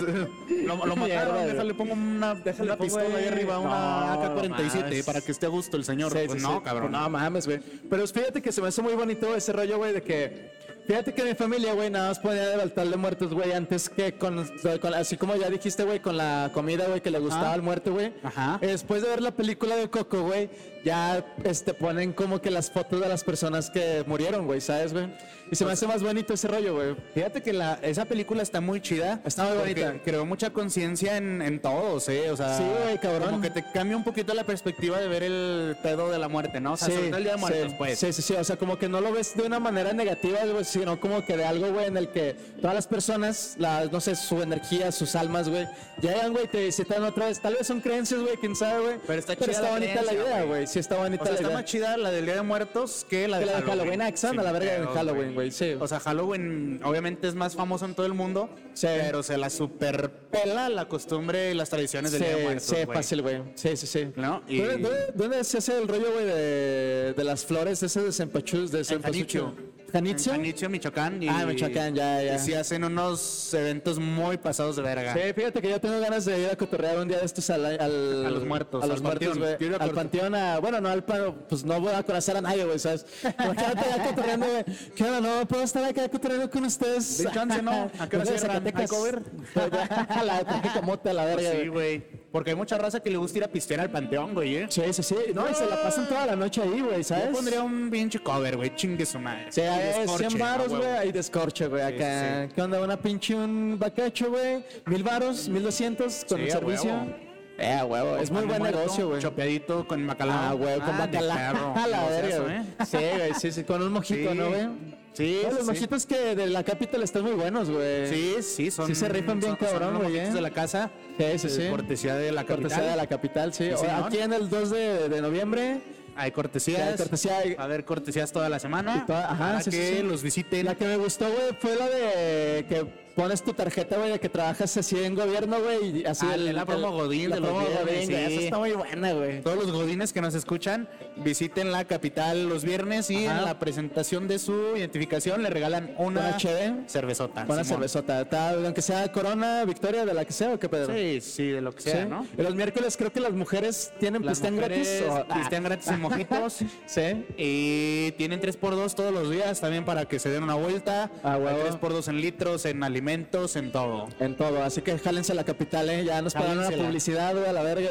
[SPEAKER 1] Lo, lo
[SPEAKER 2] Mierda,
[SPEAKER 1] mataron,
[SPEAKER 2] güey.
[SPEAKER 1] déjale, pongo una, déjale,
[SPEAKER 2] Una
[SPEAKER 1] pongo
[SPEAKER 2] pistola
[SPEAKER 1] ahí
[SPEAKER 2] ahí.
[SPEAKER 1] arriba, una
[SPEAKER 2] No,
[SPEAKER 1] AK-47,
[SPEAKER 2] mames.
[SPEAKER 1] para que esté a gusto el señor.
[SPEAKER 2] Sí,
[SPEAKER 1] pues
[SPEAKER 2] sí,
[SPEAKER 1] no,
[SPEAKER 2] sí.
[SPEAKER 1] cabrón.
[SPEAKER 2] No mames, güey. Pero fíjate que se me hace muy bonito ese rollo, güey, de que. Fíjate que mi familia, güey, nada más ponía el altar de muertos, güey, antes que con, con- Así como ya dijiste, güey, con la comida, güey, que le gustaba
[SPEAKER 1] Ajá.
[SPEAKER 2] al muerto, güey.
[SPEAKER 1] Ajá.
[SPEAKER 2] Después de ver la película de Coco, güey, ya este, ponen como que las fotos de las personas que murieron, güey, ¿sabes, güey? Y se me
[SPEAKER 1] Pues
[SPEAKER 2] hace más bonito ese rollo, güey.
[SPEAKER 1] Fíjate que la, esa película está muy chida.
[SPEAKER 2] Está muy
[SPEAKER 1] porque
[SPEAKER 2] bonita.
[SPEAKER 1] Creó mucha conciencia en, en todos, ¿eh? O sea,
[SPEAKER 2] Sí, güey, cabrón.
[SPEAKER 1] Como que te cambia un poquito la perspectiva de ver el pedo de la muerte, ¿no? O sea, sobre todo el día de muertos,
[SPEAKER 2] sí,
[SPEAKER 1] pues.
[SPEAKER 2] Sí, sí, sí. O sea, como que no lo ves de una manera negativa, güey, sino como que de algo, güey, en el que todas las personas, las, no sé, su energía, sus almas, güey, llegan, güey, te visitan otra vez. Tal vez son creencias, güey, quién sabe, güey.
[SPEAKER 1] Pero está chida la
[SPEAKER 2] bonita
[SPEAKER 1] creencia,
[SPEAKER 2] la idea,
[SPEAKER 1] güey.
[SPEAKER 2] güey. Sí, está bonita
[SPEAKER 1] O sea,
[SPEAKER 2] la
[SPEAKER 1] está
[SPEAKER 2] idea.
[SPEAKER 1] más chida la del Día de Muertos que la de
[SPEAKER 2] Que la de
[SPEAKER 1] Halloween.
[SPEAKER 2] Halloween, ah, que son a
[SPEAKER 1] Sin
[SPEAKER 2] la verga del
[SPEAKER 1] pedos,
[SPEAKER 2] Halloween, güey, sí.
[SPEAKER 1] O sea, Halloween obviamente es más famoso en todo el mundo,
[SPEAKER 2] Sí.
[SPEAKER 1] pero se la superpela la costumbre y las tradiciones del Día de
[SPEAKER 2] Sí,
[SPEAKER 1] Muertos,
[SPEAKER 2] sí,
[SPEAKER 1] güey.
[SPEAKER 2] fácil, güey. Sí, sí, sí.
[SPEAKER 1] ¿No? Y-
[SPEAKER 2] ¿Dónde, dónde- dónde se hace el rollo, güey, de, de las flores de ese de Sempachús? De Sempachús?
[SPEAKER 1] Janitzio.
[SPEAKER 2] ¿Janitzio?
[SPEAKER 1] En Janitzio, Michoacán. Y,
[SPEAKER 2] Ah, Michoacán, ya, ya.
[SPEAKER 1] Y sí hacen unos eventos muy pasados de verga.
[SPEAKER 2] Sí, fíjate que yo tengo ganas de ir a cotorrear un día de estos al, al-
[SPEAKER 1] A los muertos,
[SPEAKER 2] a los
[SPEAKER 1] al
[SPEAKER 2] muertos,
[SPEAKER 1] panteón.
[SPEAKER 2] güey.
[SPEAKER 1] Yo iría a
[SPEAKER 2] Al
[SPEAKER 1] cort-
[SPEAKER 2] panteón, a- bueno, no al pan, pues no voy a corazar a nadie, güey, ¿sabes? Imagínate ya cotorreando, güey. ¿Qué onda? No, puedo estar acá cotorreando con ustedes.
[SPEAKER 1] De chance, ¿no? ¿A qué hora
[SPEAKER 2] Vengo de
[SPEAKER 1] cierran? ¿Hay
[SPEAKER 2] Zacatecas.
[SPEAKER 1] cover?
[SPEAKER 2] A <laughs> la traje mote a la
[SPEAKER 1] Pues
[SPEAKER 2] verga,
[SPEAKER 1] sí,
[SPEAKER 2] güey.
[SPEAKER 1] güey. Porque hay mucha raza que le gusta ir a pistear al panteón, güey, ¿eh?
[SPEAKER 2] Sí, sí, sí. No, y se la pasan toda la noche ahí, güey, ¿sabes?
[SPEAKER 1] Yo pondría un pinche cover, güey. Chingue su madre.
[SPEAKER 2] Sí,
[SPEAKER 1] Y
[SPEAKER 2] ahí es
[SPEAKER 1] descorche,
[SPEAKER 2] 100 varos,
[SPEAKER 1] a huevo.
[SPEAKER 2] güey, ahí descorche, güey, acá. ¿Qué onda? Una pinche un bacacho, güey. Mil varos, mil doscientos con
[SPEAKER 1] Sí,
[SPEAKER 2] el
[SPEAKER 1] a huevo.
[SPEAKER 2] servicio. Eh, a huevo, es
[SPEAKER 1] Pan
[SPEAKER 2] muy
[SPEAKER 1] de
[SPEAKER 2] buen
[SPEAKER 1] muerto,
[SPEAKER 2] negocio, güey.
[SPEAKER 1] Chopeadito con macalán.
[SPEAKER 2] Ah, güey, con
[SPEAKER 1] Ah, de perro.
[SPEAKER 2] bacalao. <laughs> A la verga,
[SPEAKER 1] Negociazo,
[SPEAKER 2] güey.
[SPEAKER 1] ¿eh?
[SPEAKER 2] Sí, güey, sí, sí, con un mojito,
[SPEAKER 1] Sí.
[SPEAKER 2] ¿no, güey?
[SPEAKER 1] Sí,
[SPEAKER 2] Eh, Los
[SPEAKER 1] sí.
[SPEAKER 2] mojitos que de la capital están muy buenos, güey.
[SPEAKER 1] Sí, sí, son.
[SPEAKER 2] Sí se rifan bien
[SPEAKER 1] son- son
[SPEAKER 2] cabrón,
[SPEAKER 1] los
[SPEAKER 2] güey,
[SPEAKER 1] mojitos
[SPEAKER 2] ¿eh?
[SPEAKER 1] de la casa.
[SPEAKER 2] Sí, sí, sí.
[SPEAKER 1] Eh, Cortesía de la capital.
[SPEAKER 2] Cortesía de la capital, sí.
[SPEAKER 1] Sí,
[SPEAKER 2] O-
[SPEAKER 1] señor.
[SPEAKER 2] Aquí en el 2 de, de noviembre.
[SPEAKER 1] Hay
[SPEAKER 2] Ya
[SPEAKER 1] cortesías.
[SPEAKER 2] hay cortesía, hay-
[SPEAKER 1] A ver, cortesías toda la semana.
[SPEAKER 2] y toda- ajá,
[SPEAKER 1] para
[SPEAKER 2] sí, sí,
[SPEAKER 1] que
[SPEAKER 2] sí.
[SPEAKER 1] los visiten.
[SPEAKER 2] La que me gustó, güey, fue la de que pones tu tarjeta, güey, de que trabajas así en gobierno, güey, y así
[SPEAKER 1] Ah,
[SPEAKER 2] el-
[SPEAKER 1] es la promo
[SPEAKER 2] el-
[SPEAKER 1] Godín
[SPEAKER 2] la
[SPEAKER 1] de los
[SPEAKER 2] promo
[SPEAKER 1] viernes,
[SPEAKER 2] Godín, güey,
[SPEAKER 1] sí.
[SPEAKER 2] esa está muy buena, güey.
[SPEAKER 1] Todos los godines que nos escuchan, visiten la capital los viernes y
[SPEAKER 2] Ajá.
[SPEAKER 1] en la presentación de su identificación le regalan una,
[SPEAKER 2] Una chévere.
[SPEAKER 1] cervezota.
[SPEAKER 2] Buena
[SPEAKER 1] Ah, Simón.
[SPEAKER 2] cervezota, tal, aunque sea Corona, Victoria, de la que sea, ¿o qué pedo?
[SPEAKER 1] Sí, sí, de lo que
[SPEAKER 2] Sí.
[SPEAKER 1] sea, ¿no?
[SPEAKER 2] Y los miércoles creo que las mujeres tienen
[SPEAKER 1] Las
[SPEAKER 2] pistean gratis.
[SPEAKER 1] mujeres
[SPEAKER 2] o- Ah,
[SPEAKER 1] pistean gratis en
[SPEAKER 2] <laughs>
[SPEAKER 1] mojitos.
[SPEAKER 2] Sí.
[SPEAKER 1] Y tienen 3x2 todos los días también para que se den una vuelta.
[SPEAKER 2] Ah, huevo.
[SPEAKER 1] Hay 3x2 en litros, en alimentos, en todo.
[SPEAKER 2] En todo, así que jálense a la capital, ¿eh? Ya nos pagaron la
[SPEAKER 1] Jálensela.
[SPEAKER 2] publicidad, güey, a la verga,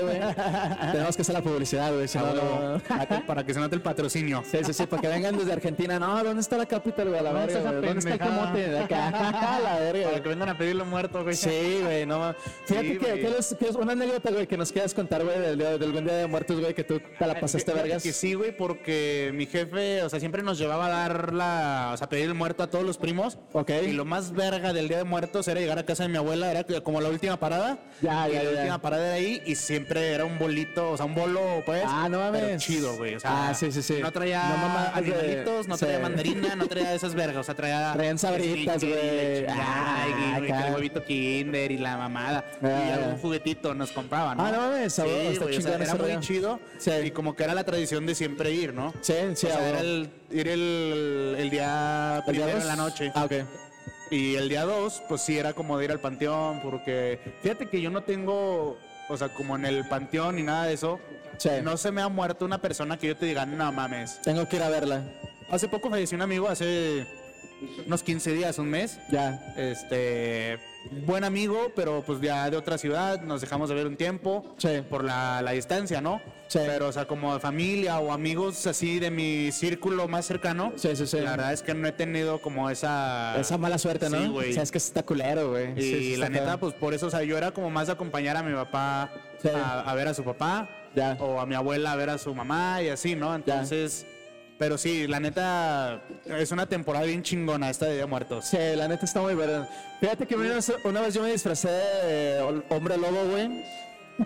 [SPEAKER 1] <laughs>
[SPEAKER 2] güey. Tenemos que hacer la publicidad, güey. si
[SPEAKER 1] Ah,
[SPEAKER 2] no,
[SPEAKER 1] huevo.
[SPEAKER 2] no-
[SPEAKER 1] Para que- Para que se note el patrocinio.
[SPEAKER 2] Sí, sí, sí, para que vengan desde Argentina. No, ¿dónde está la capital, güey? A la
[SPEAKER 1] ¿Dónde
[SPEAKER 2] verga,
[SPEAKER 1] está esa
[SPEAKER 2] güey. ¿Dónde está el
[SPEAKER 1] pendejada?
[SPEAKER 2] camote?
[SPEAKER 1] <laughs>
[SPEAKER 2] De acá, a la verga,
[SPEAKER 1] Para
[SPEAKER 2] güey.
[SPEAKER 1] que vengan a pedirlo muerto, güey.
[SPEAKER 2] Sí, güey, no mames. Fíjate
[SPEAKER 1] Sí,
[SPEAKER 2] que,
[SPEAKER 1] güey.
[SPEAKER 2] que les- que es una anécdota, güey, que nos quieras contar, güey, del, día- del buen día de muertos, güey, que tú te la
[SPEAKER 1] Ah,
[SPEAKER 2] pasaste
[SPEAKER 1] Fíjate
[SPEAKER 2] vergas.
[SPEAKER 1] Que sí, güey, porque mi jefe, o sea, siempre nos llevaba a dar la, o sea, pedir el muerto a todos los primos.
[SPEAKER 2] Ok.
[SPEAKER 1] Y lo más verga del Día de Muertos era llegar a casa de mi abuela, era que- como la última parada.
[SPEAKER 2] Ya,
[SPEAKER 1] y
[SPEAKER 2] ya,
[SPEAKER 1] la
[SPEAKER 2] ya.
[SPEAKER 1] última parada era ahí y siempre era un bolito, o sea, un bolo, pues.
[SPEAKER 2] Ah, no mames.
[SPEAKER 1] pero chido, güey. O sea,
[SPEAKER 2] Ah, sí, sí, sí.
[SPEAKER 1] No traía
[SPEAKER 2] No mamadas de-
[SPEAKER 1] animalitos, no traía
[SPEAKER 2] sí.
[SPEAKER 1] mandarina, no traía esas vergas, o sea, traía.
[SPEAKER 2] Traían sabritas,
[SPEAKER 1] Snickers y la
[SPEAKER 2] güey.
[SPEAKER 1] chingada, y-
[SPEAKER 2] Ah,
[SPEAKER 1] y que
[SPEAKER 2] acá.
[SPEAKER 1] el huevito Kinder y la mamada. y
[SPEAKER 2] Ah.
[SPEAKER 1] algún juguetito nos compraban.
[SPEAKER 2] Ah, no mames,
[SPEAKER 1] Sí,
[SPEAKER 2] sabroso, está
[SPEAKER 1] güey, o sea,
[SPEAKER 2] chingón
[SPEAKER 1] Era
[SPEAKER 2] ese
[SPEAKER 1] muy
[SPEAKER 2] rollo.
[SPEAKER 1] chido.
[SPEAKER 2] Sí.
[SPEAKER 1] Y como que era la tradición de siempre ir, ¿no?
[SPEAKER 2] Sí, sí,
[SPEAKER 1] o
[SPEAKER 2] a
[SPEAKER 1] sea,
[SPEAKER 2] huevo.
[SPEAKER 1] era el, ir el, el día
[SPEAKER 2] ¿El día
[SPEAKER 1] primero
[SPEAKER 2] dos?
[SPEAKER 1] en la noche.
[SPEAKER 2] Ah, ok.
[SPEAKER 1] Y el día 2, pues sí, era como de ir al panteón, porque fíjate que yo no tengo, o sea, como en el panteón ni nada de eso,
[SPEAKER 2] Sí.
[SPEAKER 1] no se me ha muerto una persona que yo te diga, no mames.
[SPEAKER 2] Tengo que ir a verla.
[SPEAKER 1] Hace poco falleció un amigo, hace unos 15 días, un mes.
[SPEAKER 2] Ya.
[SPEAKER 1] Este, buen amigo, pero pues ya de otra ciudad, nos dejamos de ver un tiempo
[SPEAKER 2] Sí.
[SPEAKER 1] por la, la distancia, ¿no?
[SPEAKER 2] Sí.
[SPEAKER 1] Pero, o sea, como de familia o amigos así de mi círculo más cercano,
[SPEAKER 2] Sí, sí, sí.
[SPEAKER 1] la verdad es que no he tenido como esa...
[SPEAKER 2] Esa mala suerte, ¿no?
[SPEAKER 1] Sí, güey.
[SPEAKER 2] O sea, es que está culero, güey.
[SPEAKER 1] Y
[SPEAKER 2] Sí, sí,
[SPEAKER 1] la
[SPEAKER 2] está
[SPEAKER 1] neta,
[SPEAKER 2] cabrón.
[SPEAKER 1] pues por eso, o sea, yo era como más de acompañar a mi papá
[SPEAKER 2] Sí.
[SPEAKER 1] a, a ver a su papá,
[SPEAKER 2] Ya.
[SPEAKER 1] o a mi abuela a ver a su mamá y así, ¿no? Entonces, pero sí, la neta, es una temporada bien chingona esta de Día de Muertos.
[SPEAKER 2] Sí, la neta está muy verga. Fíjate que una vez, una vez yo me disfracé de hol- hombre lobo, güey.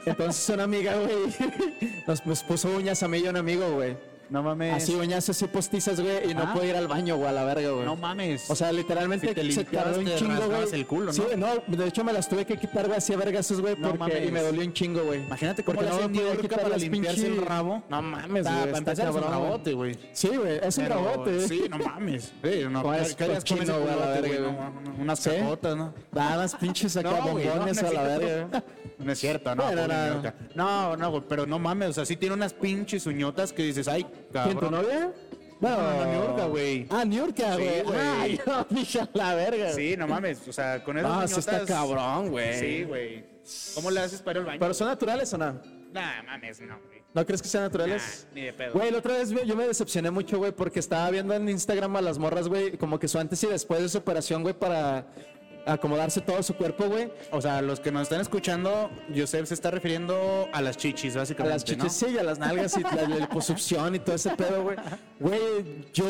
[SPEAKER 2] Entonces una amiga, güey, <laughs> nos, nos puso uñas a mí y a un amigo, güey.
[SPEAKER 1] No mames.
[SPEAKER 2] Así uñas así postizas, güey, y no
[SPEAKER 1] Ah.
[SPEAKER 2] pude ir al baño, güey, a la verga, güey.
[SPEAKER 1] no mames.
[SPEAKER 2] O sea, literalmente
[SPEAKER 1] Si te
[SPEAKER 2] se
[SPEAKER 1] limpiabas,
[SPEAKER 2] tardó un
[SPEAKER 1] te
[SPEAKER 2] chingo,
[SPEAKER 1] rasgabas
[SPEAKER 2] güey.
[SPEAKER 1] el culo, ¿no?
[SPEAKER 2] Sí, no, de hecho me las tuve que quitar, güey, así a vergazos, güey,
[SPEAKER 1] No
[SPEAKER 2] porque y
[SPEAKER 1] mames.
[SPEAKER 2] me dolió un chingo, güey.
[SPEAKER 1] imagínate cómo
[SPEAKER 2] Porque
[SPEAKER 1] le hacen
[SPEAKER 2] me pude
[SPEAKER 1] diorca
[SPEAKER 2] quitar
[SPEAKER 1] para
[SPEAKER 2] las
[SPEAKER 1] limpiarse el
[SPEAKER 2] pinches-
[SPEAKER 1] rabo.
[SPEAKER 2] No mames,
[SPEAKER 1] Ah,
[SPEAKER 2] güey.
[SPEAKER 1] para
[SPEAKER 2] está
[SPEAKER 1] empezar es un
[SPEAKER 2] cabrón, güey.
[SPEAKER 1] rabote, güey.
[SPEAKER 2] Sí, güey, es un
[SPEAKER 1] Pero,
[SPEAKER 2] rabote. güey.
[SPEAKER 1] Sí, no mames. Sí, no,
[SPEAKER 2] Como es
[SPEAKER 1] ¿qué harías con
[SPEAKER 2] cochino,
[SPEAKER 1] ese
[SPEAKER 2] güey, a pues la
[SPEAKER 1] culote,
[SPEAKER 2] verga,
[SPEAKER 1] güey?
[SPEAKER 2] güey.
[SPEAKER 1] No, no, Unas
[SPEAKER 2] ¿Sí?
[SPEAKER 1] cajotas, ¿no?
[SPEAKER 2] Nada más pinches acá
[SPEAKER 1] güey,
[SPEAKER 2] bombones
[SPEAKER 1] no,
[SPEAKER 2] a
[SPEAKER 1] no
[SPEAKER 2] la
[SPEAKER 1] es
[SPEAKER 2] verga.
[SPEAKER 1] cierto.
[SPEAKER 2] güey.
[SPEAKER 1] No es cierto, no.
[SPEAKER 2] Bueno,
[SPEAKER 1] pobre
[SPEAKER 2] no.
[SPEAKER 1] idiota. No, no, güey, pero no mames, o sea, sí tiene unas pinches uñotas que dices, ay,
[SPEAKER 2] ¿Quién, tu
[SPEAKER 1] cabrón.
[SPEAKER 2] novia?
[SPEAKER 1] No, no, no, New York, güey.
[SPEAKER 2] Ah, New York, güey.
[SPEAKER 1] güey.
[SPEAKER 2] Ay, <laughs> no, pija la verga. güey.
[SPEAKER 1] Sí, no mames, o sea, con esas
[SPEAKER 2] No,
[SPEAKER 1] uñotas.
[SPEAKER 2] sí está cabrón, güey.
[SPEAKER 1] Sí, güey. ¿Cómo le haces para ir al baño?
[SPEAKER 2] ¿Pero son naturales o no?
[SPEAKER 1] Nah, mames, no, güey.
[SPEAKER 2] ¿No crees que sean
[SPEAKER 1] Nah,
[SPEAKER 2] naturales?
[SPEAKER 1] ni de pedo.
[SPEAKER 2] Güey, la otra vez güey, yo me decepcioné mucho, güey, porque estaba viendo en Instagram a las morras, güey, como que su antes y después de su operación, güey, para acomodarse todo su cuerpo, güey.
[SPEAKER 1] O sea, los que nos están escuchando, Joseph se está refiriendo a las chichis,
[SPEAKER 2] A
[SPEAKER 1] básicamente.
[SPEAKER 2] las
[SPEAKER 1] ¿no?
[SPEAKER 2] chichis y a las nalgas y la, la liposucción y todo ese pedo, güey. Güey, yo,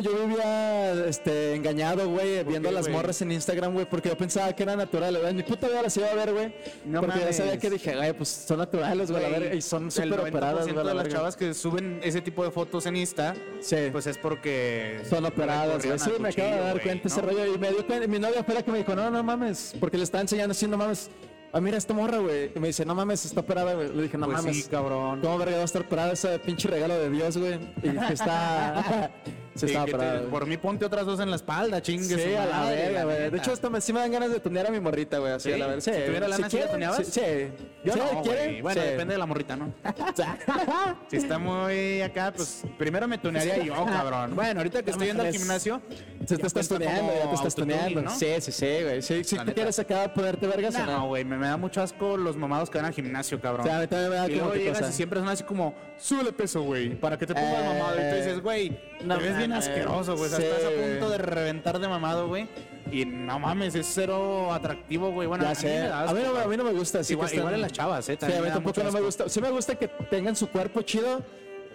[SPEAKER 2] yo vivía este, engañado, güey, viendo a
[SPEAKER 1] qué,
[SPEAKER 2] las
[SPEAKER 1] güey?
[SPEAKER 2] morras en Instagram, güey, porque yo pensaba que era natural, güey. Mi puta vida las iba a ver, güey.
[SPEAKER 1] No
[SPEAKER 2] porque
[SPEAKER 1] mames.
[SPEAKER 2] ya sabía que dije, güey, pues son naturales, güey, la
[SPEAKER 1] Güey,
[SPEAKER 2] verga, Y son
[SPEAKER 1] el
[SPEAKER 2] súper
[SPEAKER 1] 90%
[SPEAKER 2] operadas, güey. la
[SPEAKER 1] de las
[SPEAKER 2] verga.
[SPEAKER 1] chavas que suben ese tipo de fotos en Insta,
[SPEAKER 2] Sí.
[SPEAKER 1] pues es porque.
[SPEAKER 2] Son operadas, güey.
[SPEAKER 1] recurrieron
[SPEAKER 2] Sí,
[SPEAKER 1] al
[SPEAKER 2] me acabo de
[SPEAKER 1] cuchillo,
[SPEAKER 2] dar
[SPEAKER 1] güey,
[SPEAKER 2] cuenta ese
[SPEAKER 1] ¿no?
[SPEAKER 2] rollo. Y me dio cuenta. Mi novia fuera que me dijo, no, no mames. Porque le estaba enseñando así, no mames. Ah, mira esta morra, güey. Y me dice, no mames, está operada, güey. Le dije, no
[SPEAKER 1] Pues sí,
[SPEAKER 2] mames.
[SPEAKER 1] cabrón.
[SPEAKER 2] ¿Cómo verga va a estar operada ese pinche regalo de Dios, güey? Y
[SPEAKER 1] <laughs>
[SPEAKER 2] que está.
[SPEAKER 1] Sí,
[SPEAKER 2] se está
[SPEAKER 1] que te-
[SPEAKER 2] operada. güey.
[SPEAKER 1] por mí ponte otras dos en la espalda, chingue.
[SPEAKER 2] Sí,
[SPEAKER 1] su
[SPEAKER 2] a la
[SPEAKER 1] madre,
[SPEAKER 2] verga, güey. De
[SPEAKER 1] neta.
[SPEAKER 2] hecho, hasta me, sí me dan ganas de tunear a mi morrita, güey. Así,
[SPEAKER 1] ¿Sí?
[SPEAKER 2] a la verga.
[SPEAKER 1] Si tuviera lana, ¿sí la
[SPEAKER 2] quiere,
[SPEAKER 1] tuneabas?
[SPEAKER 2] Sí. sí.
[SPEAKER 1] Yo
[SPEAKER 2] Sí,
[SPEAKER 1] no,
[SPEAKER 2] ¿quiere?
[SPEAKER 1] güey. Bueno,
[SPEAKER 2] Sí.
[SPEAKER 1] depende
[SPEAKER 2] <laughs>
[SPEAKER 1] de la morrita, ¿no? Si está muy acá, pues primero me tunearía yo,
[SPEAKER 2] <laughs>
[SPEAKER 1] cabrón. Bueno, ahorita que estoy yendo al
[SPEAKER 2] mames.
[SPEAKER 1] gimnasio,
[SPEAKER 2] Se
[SPEAKER 1] ya
[SPEAKER 2] te estás
[SPEAKER 1] cuenta como
[SPEAKER 2] tuneando, ya te estás
[SPEAKER 1] autotuning,
[SPEAKER 2] tuneando.
[SPEAKER 1] ¿no?
[SPEAKER 2] Sí, sí, sí, güey. Sí, Si
[SPEAKER 1] La
[SPEAKER 2] tú
[SPEAKER 1] neta.
[SPEAKER 2] quieres acá ponerte vergas o
[SPEAKER 1] No,
[SPEAKER 2] no.
[SPEAKER 1] güey, me, me da mucho asco los mamados que van al gimnasio,
[SPEAKER 2] O
[SPEAKER 1] cabrón.
[SPEAKER 2] sea, a mí también me da
[SPEAKER 1] y
[SPEAKER 2] como
[SPEAKER 1] luego
[SPEAKER 2] que
[SPEAKER 1] llegas
[SPEAKER 2] cosa.
[SPEAKER 1] y siempre son así como, súbele peso, güey, para que te ponga
[SPEAKER 2] Eh,
[SPEAKER 1] el mamado. Y tú dices, güey,
[SPEAKER 2] no
[SPEAKER 1] te ves bien
[SPEAKER 2] mames.
[SPEAKER 1] asqueroso, güey. O sea,
[SPEAKER 2] Sí,
[SPEAKER 1] estás a
[SPEAKER 2] güey.
[SPEAKER 1] punto de reventar de mamado, güey. Y no mames, es cero atractivo, güey. Bueno,
[SPEAKER 2] Ya
[SPEAKER 1] a mí
[SPEAKER 2] sé.
[SPEAKER 1] me da
[SPEAKER 2] A
[SPEAKER 1] asco,
[SPEAKER 2] mí, no, a
[SPEAKER 1] cabrón.
[SPEAKER 2] mí no me gusta. así
[SPEAKER 1] igual,
[SPEAKER 2] que están-
[SPEAKER 1] igual en las chavas, ¿eh?
[SPEAKER 2] Sí, a
[SPEAKER 1] también
[SPEAKER 2] mí
[SPEAKER 1] me da
[SPEAKER 2] tampoco
[SPEAKER 1] mucho
[SPEAKER 2] no me
[SPEAKER 1] asco.
[SPEAKER 2] gusta. Sí me gusta que tengan su cuerpo chido,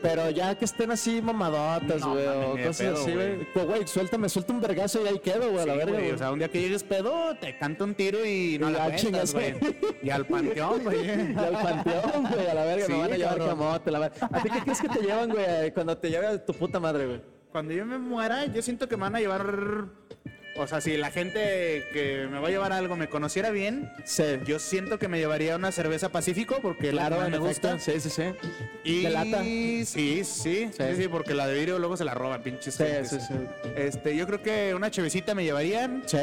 [SPEAKER 2] pero ya que estén así mamadotas,
[SPEAKER 1] No,
[SPEAKER 2] güey,
[SPEAKER 1] mames,
[SPEAKER 2] o
[SPEAKER 1] ni de
[SPEAKER 2] cosas
[SPEAKER 1] pedo,
[SPEAKER 2] así, güey.
[SPEAKER 1] güey.
[SPEAKER 2] Pues, güey, suéltame, suelta un vergazo y ahí quedo, güey, a la
[SPEAKER 1] Sí,
[SPEAKER 2] verga,
[SPEAKER 1] güey,
[SPEAKER 2] güey.
[SPEAKER 1] O sea, un día que llegues pedo, te canta un tiro y no
[SPEAKER 2] Y
[SPEAKER 1] la
[SPEAKER 2] ya
[SPEAKER 1] cuentas,
[SPEAKER 2] chingas,
[SPEAKER 1] güey.
[SPEAKER 2] güey.
[SPEAKER 1] <laughs> Y al panteón, güey.
[SPEAKER 2] Y al panteón, güey, a la verga,
[SPEAKER 1] Sí,
[SPEAKER 2] me van a llevar
[SPEAKER 1] cabrón.
[SPEAKER 2] camote, la verga. ¿A ti qué crees que te llevan, güey, cuando te lleve tu puta madre, güey?
[SPEAKER 1] Cuando yo me muera, yo siento que me van a llevar O sea, si la gente que me va a llevar algo me conociera bien,
[SPEAKER 2] Sí.
[SPEAKER 1] yo siento que me llevaría una cerveza Pacífico porque es la que
[SPEAKER 2] Claro,
[SPEAKER 1] más
[SPEAKER 2] en
[SPEAKER 1] me gusta.
[SPEAKER 2] efecto. Sí, sí, sí.
[SPEAKER 1] Y
[SPEAKER 2] De lata.
[SPEAKER 1] Sí, sí, sí, sí, porque la de vidrio luego se la roban, pinches.
[SPEAKER 2] Sí,
[SPEAKER 1] gentes.
[SPEAKER 2] sí, sí.
[SPEAKER 1] Este, yo creo que una chevecita me llevarían,
[SPEAKER 2] Sí.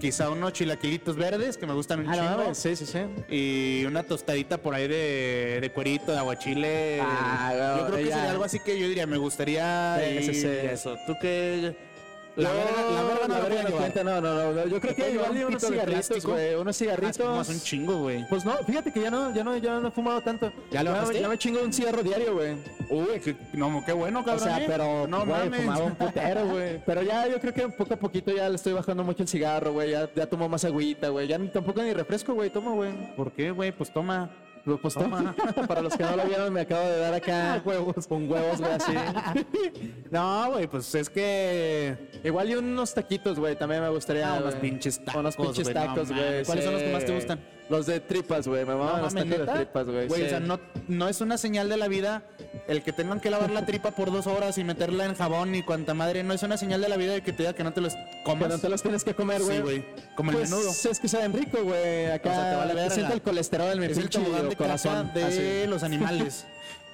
[SPEAKER 1] quizá unos chilaquilitos verdes que me gustan un
[SPEAKER 2] Ah, no
[SPEAKER 1] chingo.
[SPEAKER 2] mames, Sí, sí, sí.
[SPEAKER 1] Y una tostadita por ahí de, de cuerito, de aguachile.
[SPEAKER 2] Ah, no,
[SPEAKER 1] yo creo que
[SPEAKER 2] ya.
[SPEAKER 1] sería algo así que yo diría, me gustaría
[SPEAKER 2] Sí,
[SPEAKER 1] y-
[SPEAKER 2] sí, sí.
[SPEAKER 1] y eso. ¿Tú qué? La
[SPEAKER 2] No,
[SPEAKER 1] verga, la verga no la pueden
[SPEAKER 2] no
[SPEAKER 1] llevar.
[SPEAKER 2] cuenta, no, no, no. Yo creo
[SPEAKER 1] pueden
[SPEAKER 2] que
[SPEAKER 1] llevar
[SPEAKER 2] igual
[SPEAKER 1] un
[SPEAKER 2] y unos
[SPEAKER 1] pito de
[SPEAKER 2] cigarritos,
[SPEAKER 1] plástico?
[SPEAKER 2] güey. Unos
[SPEAKER 1] Ah, sí, fumas
[SPEAKER 2] cigarritos.
[SPEAKER 1] un chingo, güey.
[SPEAKER 2] Pues no, fíjate que ya no, ya no, ya no he fumado tanto.
[SPEAKER 1] ¿Ya lo
[SPEAKER 2] me-
[SPEAKER 1] bajaste?
[SPEAKER 2] Ya me chingo un cigarro diario, güey.
[SPEAKER 1] Uy, qué, no, qué bueno,
[SPEAKER 2] O
[SPEAKER 1] cabrón.
[SPEAKER 2] sea,
[SPEAKER 1] ¿eh?
[SPEAKER 2] pero
[SPEAKER 1] no
[SPEAKER 2] güey,
[SPEAKER 1] mames.
[SPEAKER 2] fumaba un putero, güey. <laughs> Pero ya yo creo que poco a poquito ya le estoy bajando mucho el cigarro, güey. Ya, ya tomo más agüita, güey. Ya ni- tampoco ni refresco, güey. Tomo, güey.
[SPEAKER 1] <laughs> ¿Por qué, güey? Pues toma.
[SPEAKER 2] Lo pues,
[SPEAKER 1] Toma.
[SPEAKER 2] toma. Para los que no lo vieron, me acabo de dar acá huevos con huevos, güey, así.
[SPEAKER 1] <laughs> No, güey, pues es que.
[SPEAKER 2] Igual y unos taquitos, güey. También me gustaría.
[SPEAKER 1] Ah, unos
[SPEAKER 2] güey.
[SPEAKER 1] pinches tacos,
[SPEAKER 2] Unos pinches
[SPEAKER 1] güey, no
[SPEAKER 2] tacos,
[SPEAKER 1] mames.
[SPEAKER 2] güey.
[SPEAKER 1] ¿Cuáles son los que más te gustan?
[SPEAKER 2] Los de tripas, güey. Me maman los
[SPEAKER 1] mames,
[SPEAKER 2] tacos de
[SPEAKER 1] ¿neta?
[SPEAKER 2] tripas, güey.
[SPEAKER 1] Güey,
[SPEAKER 2] sí.
[SPEAKER 1] o sea, no, no es una señal de la vida el que tengan que lavar la tripa por dos horas y meterla en jabón y cuanta madre. No es una señal de la vida el que te diga que no te los
[SPEAKER 2] Que
[SPEAKER 1] comas.
[SPEAKER 2] no te los tienes que comer, güey.
[SPEAKER 1] Sí, güey. Como el
[SPEAKER 2] Pues,
[SPEAKER 1] menudo.
[SPEAKER 2] Es que saben rico, güey. Acá
[SPEAKER 1] O sea, te vale verga.
[SPEAKER 2] siento el colesterol en mi
[SPEAKER 1] Es el
[SPEAKER 2] pinche
[SPEAKER 1] tobogán de
[SPEAKER 2] corazón.
[SPEAKER 1] corazón Ah, de
[SPEAKER 2] Así.
[SPEAKER 1] los animales.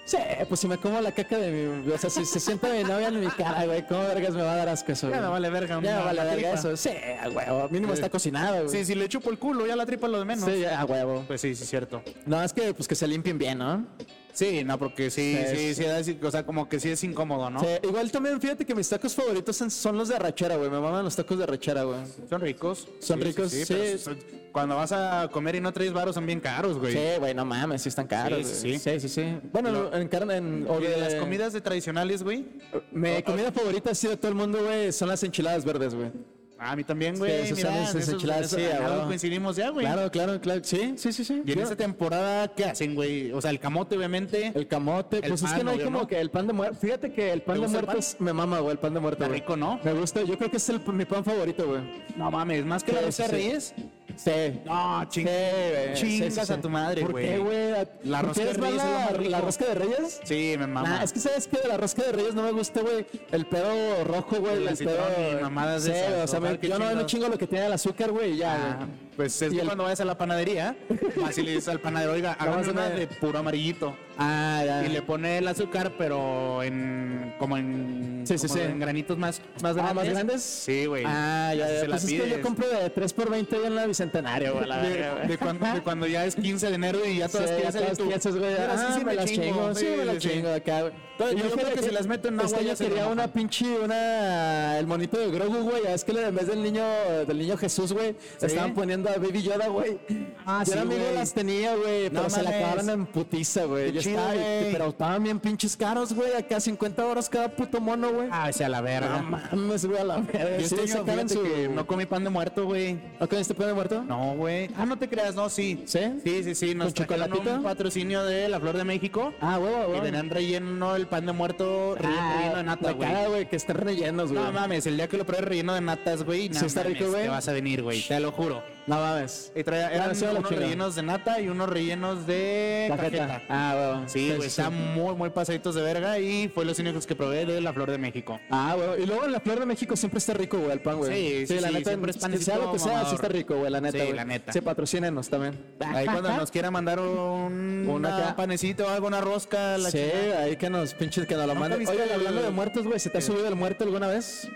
[SPEAKER 2] Sí, pues si me como la caca de mi. O sea, si se sienta mi novia en mi cara, güey, ¿cómo vergas me va a dar asco
[SPEAKER 1] <laughs>
[SPEAKER 2] eso?
[SPEAKER 1] Ya
[SPEAKER 2] güey?
[SPEAKER 1] me vale verga
[SPEAKER 2] Ya
[SPEAKER 1] una-
[SPEAKER 2] me vale
[SPEAKER 1] una
[SPEAKER 2] verga
[SPEAKER 1] tripa.
[SPEAKER 2] eso. Sí, a huevo. Mínimo
[SPEAKER 1] Sí.
[SPEAKER 2] está cocinado, güey.
[SPEAKER 1] sí, si le chupo el culo, ya la tripa es lo de menos.
[SPEAKER 2] sí, a huevo.
[SPEAKER 1] Pues sí, sí, cierto.
[SPEAKER 2] No, es que pues que se limpien bien, ¿no?
[SPEAKER 1] Sí, no, porque sí,
[SPEAKER 2] Sí,
[SPEAKER 1] sí,
[SPEAKER 2] sí.
[SPEAKER 1] sí, da- sí, o sea, como que sí es incómodo, ¿no?
[SPEAKER 2] Sí, igual también fíjate que mis tacos favoritos son- son los de arrachera, güey. Me maman los tacos de arrachera, güey.
[SPEAKER 1] Son ricos.
[SPEAKER 2] Son ricos, sí.
[SPEAKER 1] pero son- cuando vas a comer y no traes varos son bien caros, güey.
[SPEAKER 2] Sí, güey, no mames, sí están caros.
[SPEAKER 1] Sí,
[SPEAKER 2] güey.
[SPEAKER 1] sí, sí.
[SPEAKER 2] sí, sí, sí. Bueno,
[SPEAKER 1] Lo-
[SPEAKER 2] en carne, en. o
[SPEAKER 1] Y de
[SPEAKER 2] de-
[SPEAKER 1] las comidas de tradicionales, güey.
[SPEAKER 2] Mi comida favorita así de todo el mundo, güey, son las enchiladas verdes, güey.
[SPEAKER 1] Ah, A mí también, güey.
[SPEAKER 2] esas
[SPEAKER 1] mira,
[SPEAKER 2] son
[SPEAKER 1] en
[SPEAKER 2] esas
[SPEAKER 1] esos- en
[SPEAKER 2] enchiladas,
[SPEAKER 1] eso-
[SPEAKER 2] sí,
[SPEAKER 1] en
[SPEAKER 2] a
[SPEAKER 1] algo
[SPEAKER 2] huevo.
[SPEAKER 1] coincidimos ya, güey.
[SPEAKER 2] Claro, claro, claro. Sí, sí, sí, sí.
[SPEAKER 1] Y en
[SPEAKER 2] Yo-
[SPEAKER 1] esta temporada, ¿qué hacen, güey? O sea, el camote, obviamente.
[SPEAKER 2] El camote,
[SPEAKER 1] El
[SPEAKER 2] pues es
[SPEAKER 1] pan,
[SPEAKER 2] que no hay
[SPEAKER 1] obvio,
[SPEAKER 2] como
[SPEAKER 1] ¿no?
[SPEAKER 2] que el pan de muerto. Fíjate que el pan
[SPEAKER 1] ¿Te
[SPEAKER 2] de
[SPEAKER 1] gusta el
[SPEAKER 2] muertos me mama, güey, el pan de muerto.
[SPEAKER 1] Está
[SPEAKER 2] güey.
[SPEAKER 1] rico, ¿no?
[SPEAKER 2] Me gusta, yo creo que es el- mi pan favorito, güey.
[SPEAKER 1] No mames, más que la
[SPEAKER 2] Sí,
[SPEAKER 1] rosa de
[SPEAKER 2] sí, sí.
[SPEAKER 1] reyes.
[SPEAKER 2] Sí.
[SPEAKER 1] No, ching...
[SPEAKER 2] güey.
[SPEAKER 1] chingas
[SPEAKER 2] Sí, sí, sí.
[SPEAKER 1] a tu madre,
[SPEAKER 2] ¿Por qué,
[SPEAKER 1] güey.
[SPEAKER 2] güey?
[SPEAKER 1] La rosca de
[SPEAKER 2] ¿Prefieres
[SPEAKER 1] Reyes es
[SPEAKER 2] más
[SPEAKER 1] lo más
[SPEAKER 2] la, la
[SPEAKER 1] rico.
[SPEAKER 2] rosca de Reyes?
[SPEAKER 1] Sí, me mama.
[SPEAKER 2] Nah, es que sabes que de la rosca de Reyes no me gusta, güey. El pedo rojo, güey.
[SPEAKER 1] El
[SPEAKER 2] El
[SPEAKER 1] acitrón
[SPEAKER 2] pedo.
[SPEAKER 1] y mamadas de
[SPEAKER 2] Sí,
[SPEAKER 1] esas,
[SPEAKER 2] güey, O sea,
[SPEAKER 1] total,
[SPEAKER 2] me-
[SPEAKER 1] qué
[SPEAKER 2] yo no me
[SPEAKER 1] chingados.
[SPEAKER 2] chingo lo que tiene el azúcar, güey, y ya,
[SPEAKER 1] Ah,
[SPEAKER 2] güey.
[SPEAKER 1] pues es
[SPEAKER 2] Y
[SPEAKER 1] que
[SPEAKER 2] el-
[SPEAKER 1] cuando vayas a la
[SPEAKER 2] <laughs>
[SPEAKER 1] panadería, vas y le dices al panadero, oiga, hágame
[SPEAKER 2] Vamos a
[SPEAKER 1] una
[SPEAKER 2] ver.
[SPEAKER 1] de puro amarillito.
[SPEAKER 2] Ah, ya.
[SPEAKER 1] Y le pone el azúcar, pero en como en,
[SPEAKER 2] Sí, sí,
[SPEAKER 1] como
[SPEAKER 2] sí.
[SPEAKER 1] en granitos más, más grandes.
[SPEAKER 2] Ah, ¿más grandes?
[SPEAKER 1] Sí, güey.
[SPEAKER 2] Ah, ya,
[SPEAKER 1] Así
[SPEAKER 2] ya.
[SPEAKER 1] se la
[SPEAKER 2] Pues es que yo
[SPEAKER 1] pides.
[SPEAKER 2] compro de 3x20 ahí en la Bicentenario, güey.
[SPEAKER 1] <laughs>
[SPEAKER 2] la verga,
[SPEAKER 1] de,
[SPEAKER 2] güey.
[SPEAKER 1] de cuando, de cuando ya es 15 de enero y ya todas
[SPEAKER 2] Sí,
[SPEAKER 1] piensas
[SPEAKER 2] todas
[SPEAKER 1] tú,
[SPEAKER 2] piensas, güey,
[SPEAKER 1] "Mira, sí,
[SPEAKER 2] ah,
[SPEAKER 1] sí
[SPEAKER 2] me las chingo, sí, me las
[SPEAKER 1] sí".
[SPEAKER 2] chingo acá, güey.
[SPEAKER 1] Entonces, yo
[SPEAKER 2] dije
[SPEAKER 1] creo que si las meto en agua
[SPEAKER 2] Este
[SPEAKER 1] ya
[SPEAKER 2] yo
[SPEAKER 1] se
[SPEAKER 2] quería
[SPEAKER 1] enojan.
[SPEAKER 2] una pinche, una, el monito de Grogu, güey, ya es que en vez del niño, del niño Jesús, güey,
[SPEAKER 1] Sí.
[SPEAKER 2] estaban poniendo a Baby Yoda, güey.
[SPEAKER 1] Ah,
[SPEAKER 2] Yo
[SPEAKER 1] sí,
[SPEAKER 2] era amigo
[SPEAKER 1] güey.
[SPEAKER 2] las tenía, güey,
[SPEAKER 1] No
[SPEAKER 2] pero se la
[SPEAKER 1] mames.
[SPEAKER 2] acabaron en putiza, güey.
[SPEAKER 1] Qué
[SPEAKER 2] Yo
[SPEAKER 1] chido,
[SPEAKER 2] estaba,
[SPEAKER 1] güey.
[SPEAKER 2] pero estaban bien pinches caros, güey, acá 50 horas cada puto mono, güey.
[SPEAKER 1] Ah, sea la verga.
[SPEAKER 2] No mames, güey, a la verga.
[SPEAKER 1] yo
[SPEAKER 2] Sí,
[SPEAKER 1] este año,
[SPEAKER 2] sacaron
[SPEAKER 1] fíjate
[SPEAKER 2] su-
[SPEAKER 1] que no comí pan de muerto, güey.
[SPEAKER 2] ¿No comiste pan de muerto?
[SPEAKER 1] No, güey. Ah, no te creas, no, sí.
[SPEAKER 2] ¿Sí?
[SPEAKER 1] Sí, sí, sí. Nos
[SPEAKER 2] ¿Con
[SPEAKER 1] trajeron
[SPEAKER 2] chocolatito?
[SPEAKER 1] un patrocinio de La Flor de México.
[SPEAKER 2] Ah, huevo,
[SPEAKER 1] y
[SPEAKER 2] huevo.
[SPEAKER 1] tenían relleno el pan de muerto, re- relleno Ah, de nata,
[SPEAKER 2] me
[SPEAKER 1] güey.
[SPEAKER 2] caga, güey, que estén rellenos, güey.
[SPEAKER 1] No mames, el día que lo pruebes relleno de natas, güey, no
[SPEAKER 2] Sí está
[SPEAKER 1] mames,
[SPEAKER 2] rico, güey.
[SPEAKER 1] te vas a venir, güey, te lo juro.
[SPEAKER 2] No mames.
[SPEAKER 1] Y traía-
[SPEAKER 2] Ah,
[SPEAKER 1] eran
[SPEAKER 2] sí, a la
[SPEAKER 1] unos
[SPEAKER 2] chingada.
[SPEAKER 1] rellenos de nata y unos rellenos de cajeta.
[SPEAKER 2] Ah, huevo.
[SPEAKER 1] Sí, güey, están muy, muy pasaditos de verga y fue los únicos que probé de la Flor de México.
[SPEAKER 2] Ah, huevo. Y luego en la flor de México siempre está rico, güey, el pan, güey.
[SPEAKER 1] Sí, sí,
[SPEAKER 2] la
[SPEAKER 1] sí,
[SPEAKER 2] neta.
[SPEAKER 1] siempre es
[SPEAKER 2] sea lo que
[SPEAKER 1] pancito
[SPEAKER 2] sea, sí
[SPEAKER 1] mamador.
[SPEAKER 2] está rico, güey, la neta.
[SPEAKER 1] Sí,
[SPEAKER 2] güey.
[SPEAKER 1] la neta.
[SPEAKER 2] Sí, patrocínenos también.
[SPEAKER 1] Ahí cuando nos quiera mandar un
[SPEAKER 2] Una acá.
[SPEAKER 1] un panecito, algo, una rosca, la
[SPEAKER 2] sí,
[SPEAKER 1] chingada.
[SPEAKER 2] ahí que nos pinches, que nos lo
[SPEAKER 1] ¿Nunca
[SPEAKER 2] manden.
[SPEAKER 1] viste
[SPEAKER 2] Oigan, hablando de
[SPEAKER 1] el-
[SPEAKER 2] muertos, güey, ¿se te ha
[SPEAKER 1] ¿Qué?
[SPEAKER 2] subido el muerto alguna vez?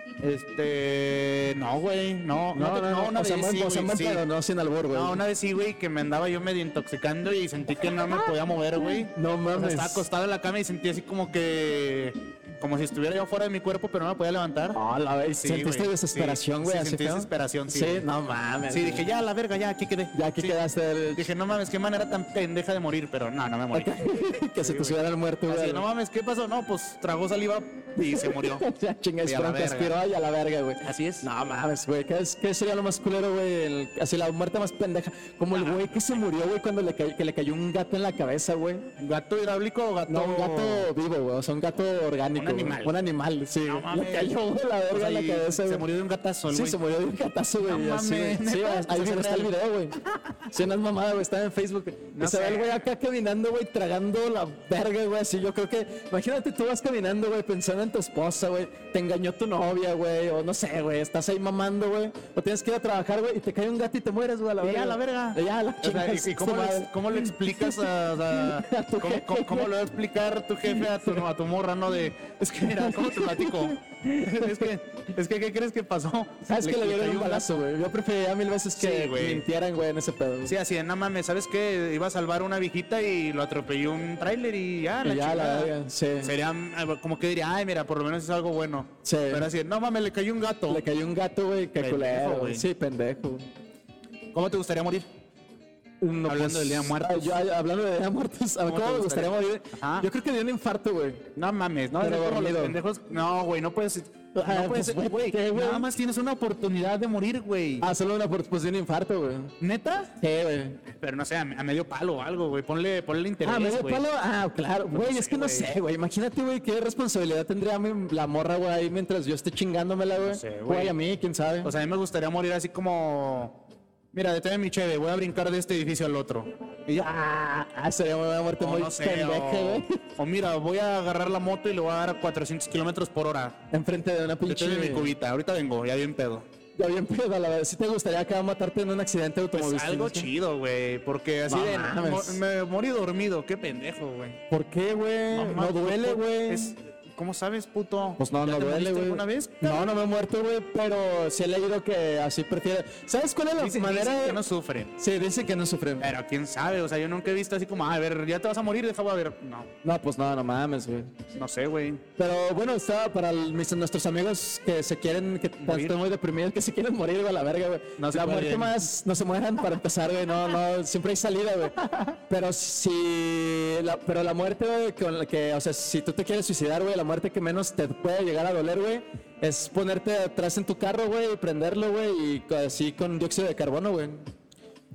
[SPEAKER 1] Este, no, güey, no, no, te- no, una
[SPEAKER 2] o sea,
[SPEAKER 1] vez
[SPEAKER 2] buen-
[SPEAKER 1] sí,
[SPEAKER 2] o sea,
[SPEAKER 1] güey,
[SPEAKER 2] buen
[SPEAKER 1] sí.
[SPEAKER 2] pedo, no sin albor, güey.
[SPEAKER 1] No, una vez sí, güey, que me andaba yo medio intoxicando y sentí que no me podía mover, güey. O
[SPEAKER 2] No
[SPEAKER 1] sea,
[SPEAKER 2] mames.
[SPEAKER 1] estaba acostado en la cama y sentí así como que. Como si estuviera yo fuera de mi cuerpo, pero no me podía levantar.
[SPEAKER 2] Ah, la vez.
[SPEAKER 1] Sí,
[SPEAKER 2] ¿Sentiste
[SPEAKER 1] güey,
[SPEAKER 2] desesperación,
[SPEAKER 1] sí,
[SPEAKER 2] güey?
[SPEAKER 1] sí,
[SPEAKER 2] así
[SPEAKER 1] sentí
[SPEAKER 2] feo?
[SPEAKER 1] desesperación, sí, güey.
[SPEAKER 2] no mames.
[SPEAKER 1] Sí,
[SPEAKER 2] güey.
[SPEAKER 1] dije, ya, la verga, ya, aquí quedé.
[SPEAKER 2] Ya aquí
[SPEAKER 1] Sí. <laughs>
[SPEAKER 2] quedaste <laughs> del-
[SPEAKER 1] Dije, no mames, qué manera tan pendeja de morir, pero no, no me morí.
[SPEAKER 2] que se te subiera el muerto, güey.
[SPEAKER 1] Así de, no mames, ¿qué pasó? No, pues tragó saliva y se
[SPEAKER 2] <laughs>
[SPEAKER 1] murió.
[SPEAKER 2] Ya chingas,
[SPEAKER 1] Y a la
[SPEAKER 2] pronto
[SPEAKER 1] verga.
[SPEAKER 2] aspiró y a la verga, güey.
[SPEAKER 1] Así es.
[SPEAKER 2] No mames, güey. ¿Qué, es- qué sería lo más culero, güey? El- Así la muerte más pendeja. Como el güey que se murió, güey, cuando le, ca- que le cayó un gato en la cabeza, güey.
[SPEAKER 1] ¿Gato hidráulico o gato?
[SPEAKER 2] No, un gato vivo, güey. O sea, un gato orgánico.
[SPEAKER 1] Un
[SPEAKER 2] güey.
[SPEAKER 1] animal.
[SPEAKER 2] Un animal, sí.
[SPEAKER 1] No
[SPEAKER 2] le
[SPEAKER 1] mames.
[SPEAKER 2] cayó, güey, la verga
[SPEAKER 1] O sea,
[SPEAKER 2] en
[SPEAKER 1] y
[SPEAKER 2] la cabeza,
[SPEAKER 1] Se
[SPEAKER 2] güey.
[SPEAKER 1] murió de un gatazo, el
[SPEAKER 2] Sí,
[SPEAKER 1] güey.
[SPEAKER 2] se murió de un gatazo, güey.
[SPEAKER 1] No
[SPEAKER 2] así, güey.
[SPEAKER 1] mames,
[SPEAKER 2] Sí,
[SPEAKER 1] ¿neta? <laughs>
[SPEAKER 2] ahí
[SPEAKER 1] O sea,
[SPEAKER 2] está el
[SPEAKER 1] real.
[SPEAKER 2] video, güey. Sí, no es mamada, güey. Está en Facebook.
[SPEAKER 1] No
[SPEAKER 2] y se ve
[SPEAKER 1] sé.
[SPEAKER 2] el güey acá caminando, güey, tragando la verga, güey. Así yo creo que. Imagínate tú vas caminando, güey, pensando en engañaron tu esposa, güey. Te engañó tu novia, güey. O no sé, güey. Estás ahí mamando, güey. O tienes que ir a trabajar, güey. Y te cae un gato y te mueres, güey. a la
[SPEAKER 1] Y
[SPEAKER 2] verga.
[SPEAKER 1] ya, la verga.
[SPEAKER 2] Ya, a la
[SPEAKER 1] O sea,
[SPEAKER 2] chingada.
[SPEAKER 1] ¿Y, y cómo,
[SPEAKER 2] su
[SPEAKER 1] lo,
[SPEAKER 2] este madre.
[SPEAKER 1] ex- cómo lo explicas a, a-
[SPEAKER 2] <laughs> A tu
[SPEAKER 1] cómo,
[SPEAKER 2] jefe,
[SPEAKER 1] cómo- cómo
[SPEAKER 2] güey.
[SPEAKER 1] lo va a explicar tu jefe a tu, a tu morra, no? De, es que mira, ¿cómo te platico? es, que, es que, ¿qué crees que
[SPEAKER 2] <laughs>
[SPEAKER 1] pasó?
[SPEAKER 2] Sabes Ah, que le dieron
[SPEAKER 1] cayó
[SPEAKER 2] un balazo, güey. Yo preferiría mil veces que
[SPEAKER 1] Sí, güey.
[SPEAKER 2] mintieran, güey, en ese pedo. güey.
[SPEAKER 1] Sí, así de, no mames, ¿sabes qué? Iba a salvar una viejita y lo atropelló un tráiler y ya, la
[SPEAKER 2] Y ya, la
[SPEAKER 1] chingada.
[SPEAKER 2] verga, sí.
[SPEAKER 1] Sería eh, como que diría, ay, mira, por lo menos es algo bueno.
[SPEAKER 2] Sí.
[SPEAKER 1] Pero así, de, no mames, le cayó un gato.
[SPEAKER 2] Le cayó un gato, güey, que
[SPEAKER 1] Pendejo,
[SPEAKER 2] culero.
[SPEAKER 1] güey.
[SPEAKER 2] güey. Sí, pendejo.
[SPEAKER 1] ¿Cómo te gustaría morir?
[SPEAKER 2] No,
[SPEAKER 1] Hablando del Día de Muertos.
[SPEAKER 2] ah, yo- ah, hablando del Día de Muertos, a ver,
[SPEAKER 1] ¿Cómo
[SPEAKER 2] ¿cómo,
[SPEAKER 1] te
[SPEAKER 2] me gustaría morir?
[SPEAKER 1] Ajá.
[SPEAKER 2] Yo creo que de un infarto, güey.
[SPEAKER 1] No mames, no,
[SPEAKER 2] Pero
[SPEAKER 1] Es como los
[SPEAKER 2] dormido.
[SPEAKER 1] pendejos. No, güey, no puedes. No
[SPEAKER 2] Ah,
[SPEAKER 1] puedes,
[SPEAKER 2] pues, vete,
[SPEAKER 1] güey.
[SPEAKER 2] güey.
[SPEAKER 1] Nada más tienes una oportunidad de morir, güey.
[SPEAKER 2] Ah, solo una por pues, de un infarto, güey.
[SPEAKER 1] ¿Neta?
[SPEAKER 2] Sí, güey.
[SPEAKER 1] Pero no sé, a, a medio palo o algo, güey. Ponle, ponle interés,
[SPEAKER 2] Ah, medio
[SPEAKER 1] güey.
[SPEAKER 2] palo. Ah, claro. Güey, es
[SPEAKER 1] sé,
[SPEAKER 2] que no
[SPEAKER 1] güey.
[SPEAKER 2] sé, güey. Imagínate, güey, qué responsabilidad tendría mi- la morra, güey, ahí mientras yo esté chingándomela, güey.
[SPEAKER 1] sé, güey.
[SPEAKER 2] Güey, a mí, quién sabe.
[SPEAKER 1] O sea, a mí me gustaría morir así como... Mira, detén mi cheve, voy a brincar de este edificio al otro.
[SPEAKER 2] Y yo, ah, ah, sería una muerte
[SPEAKER 1] O
[SPEAKER 2] muy
[SPEAKER 1] no sé,
[SPEAKER 2] pendeja,
[SPEAKER 1] o,
[SPEAKER 2] güey. <laughs>
[SPEAKER 1] o mira, voy a agarrar la moto y le voy a dar a 400 kilómetros por hora.
[SPEAKER 2] Enfrente de una pinche.
[SPEAKER 1] Detén mi cubita, ahorita vengo, ya bien pedo.
[SPEAKER 2] Ya bien pedo, la verdad. Si te gustaría acá matarte en un accidente
[SPEAKER 1] Pues
[SPEAKER 2] automovilístico.
[SPEAKER 1] algo chido, güey, porque así
[SPEAKER 2] No
[SPEAKER 1] de...
[SPEAKER 2] mames.
[SPEAKER 1] mo- me morí dormido, qué pendejo, güey.
[SPEAKER 2] ¿Por qué, güey? No,
[SPEAKER 1] mames,
[SPEAKER 2] duele,
[SPEAKER 1] puto.
[SPEAKER 2] güey.
[SPEAKER 1] Es- ¿Cómo sabes, puto?
[SPEAKER 2] Pues no,
[SPEAKER 1] ¿Ya
[SPEAKER 2] no
[SPEAKER 1] te
[SPEAKER 2] duele,
[SPEAKER 1] moriste
[SPEAKER 2] güey.
[SPEAKER 1] alguna vez?
[SPEAKER 2] No, no me he muerto, güey, pero sí he leído que así prefiere. ¿Sabes cuál es la
[SPEAKER 1] Dicen-
[SPEAKER 2] manera
[SPEAKER 1] dicen
[SPEAKER 2] de.?
[SPEAKER 1] que no sufren.
[SPEAKER 2] Sí, dice que no sufren.
[SPEAKER 1] Pero quién sabe, o sea, yo nunca he visto así como, "Ah, a ver, ya te vas a morir, déjame ver. No,
[SPEAKER 2] No, pues no, no mames, güey.
[SPEAKER 1] no sé, güey.
[SPEAKER 2] Pero bueno, está para el- mis- nuestros amigos que se quieren, que pues,
[SPEAKER 1] Morir.
[SPEAKER 2] están muy deprimidos, que se quieren morir, güey, a la verga, güey.
[SPEAKER 1] No se
[SPEAKER 2] la muerte
[SPEAKER 1] pueden.
[SPEAKER 2] más, no se mueran para empezar, güey, no, no, siempre hay salida, güey. Pero si, la, pero la muerte, güey, con la que, o sea, si tú te quieres suicidar, güey, la muerte que menos te puede llegar a doler, güey, es ponerte atrás en tu carro, güey, y prenderlo, güey, y co- así con dióxido de carbono, güey.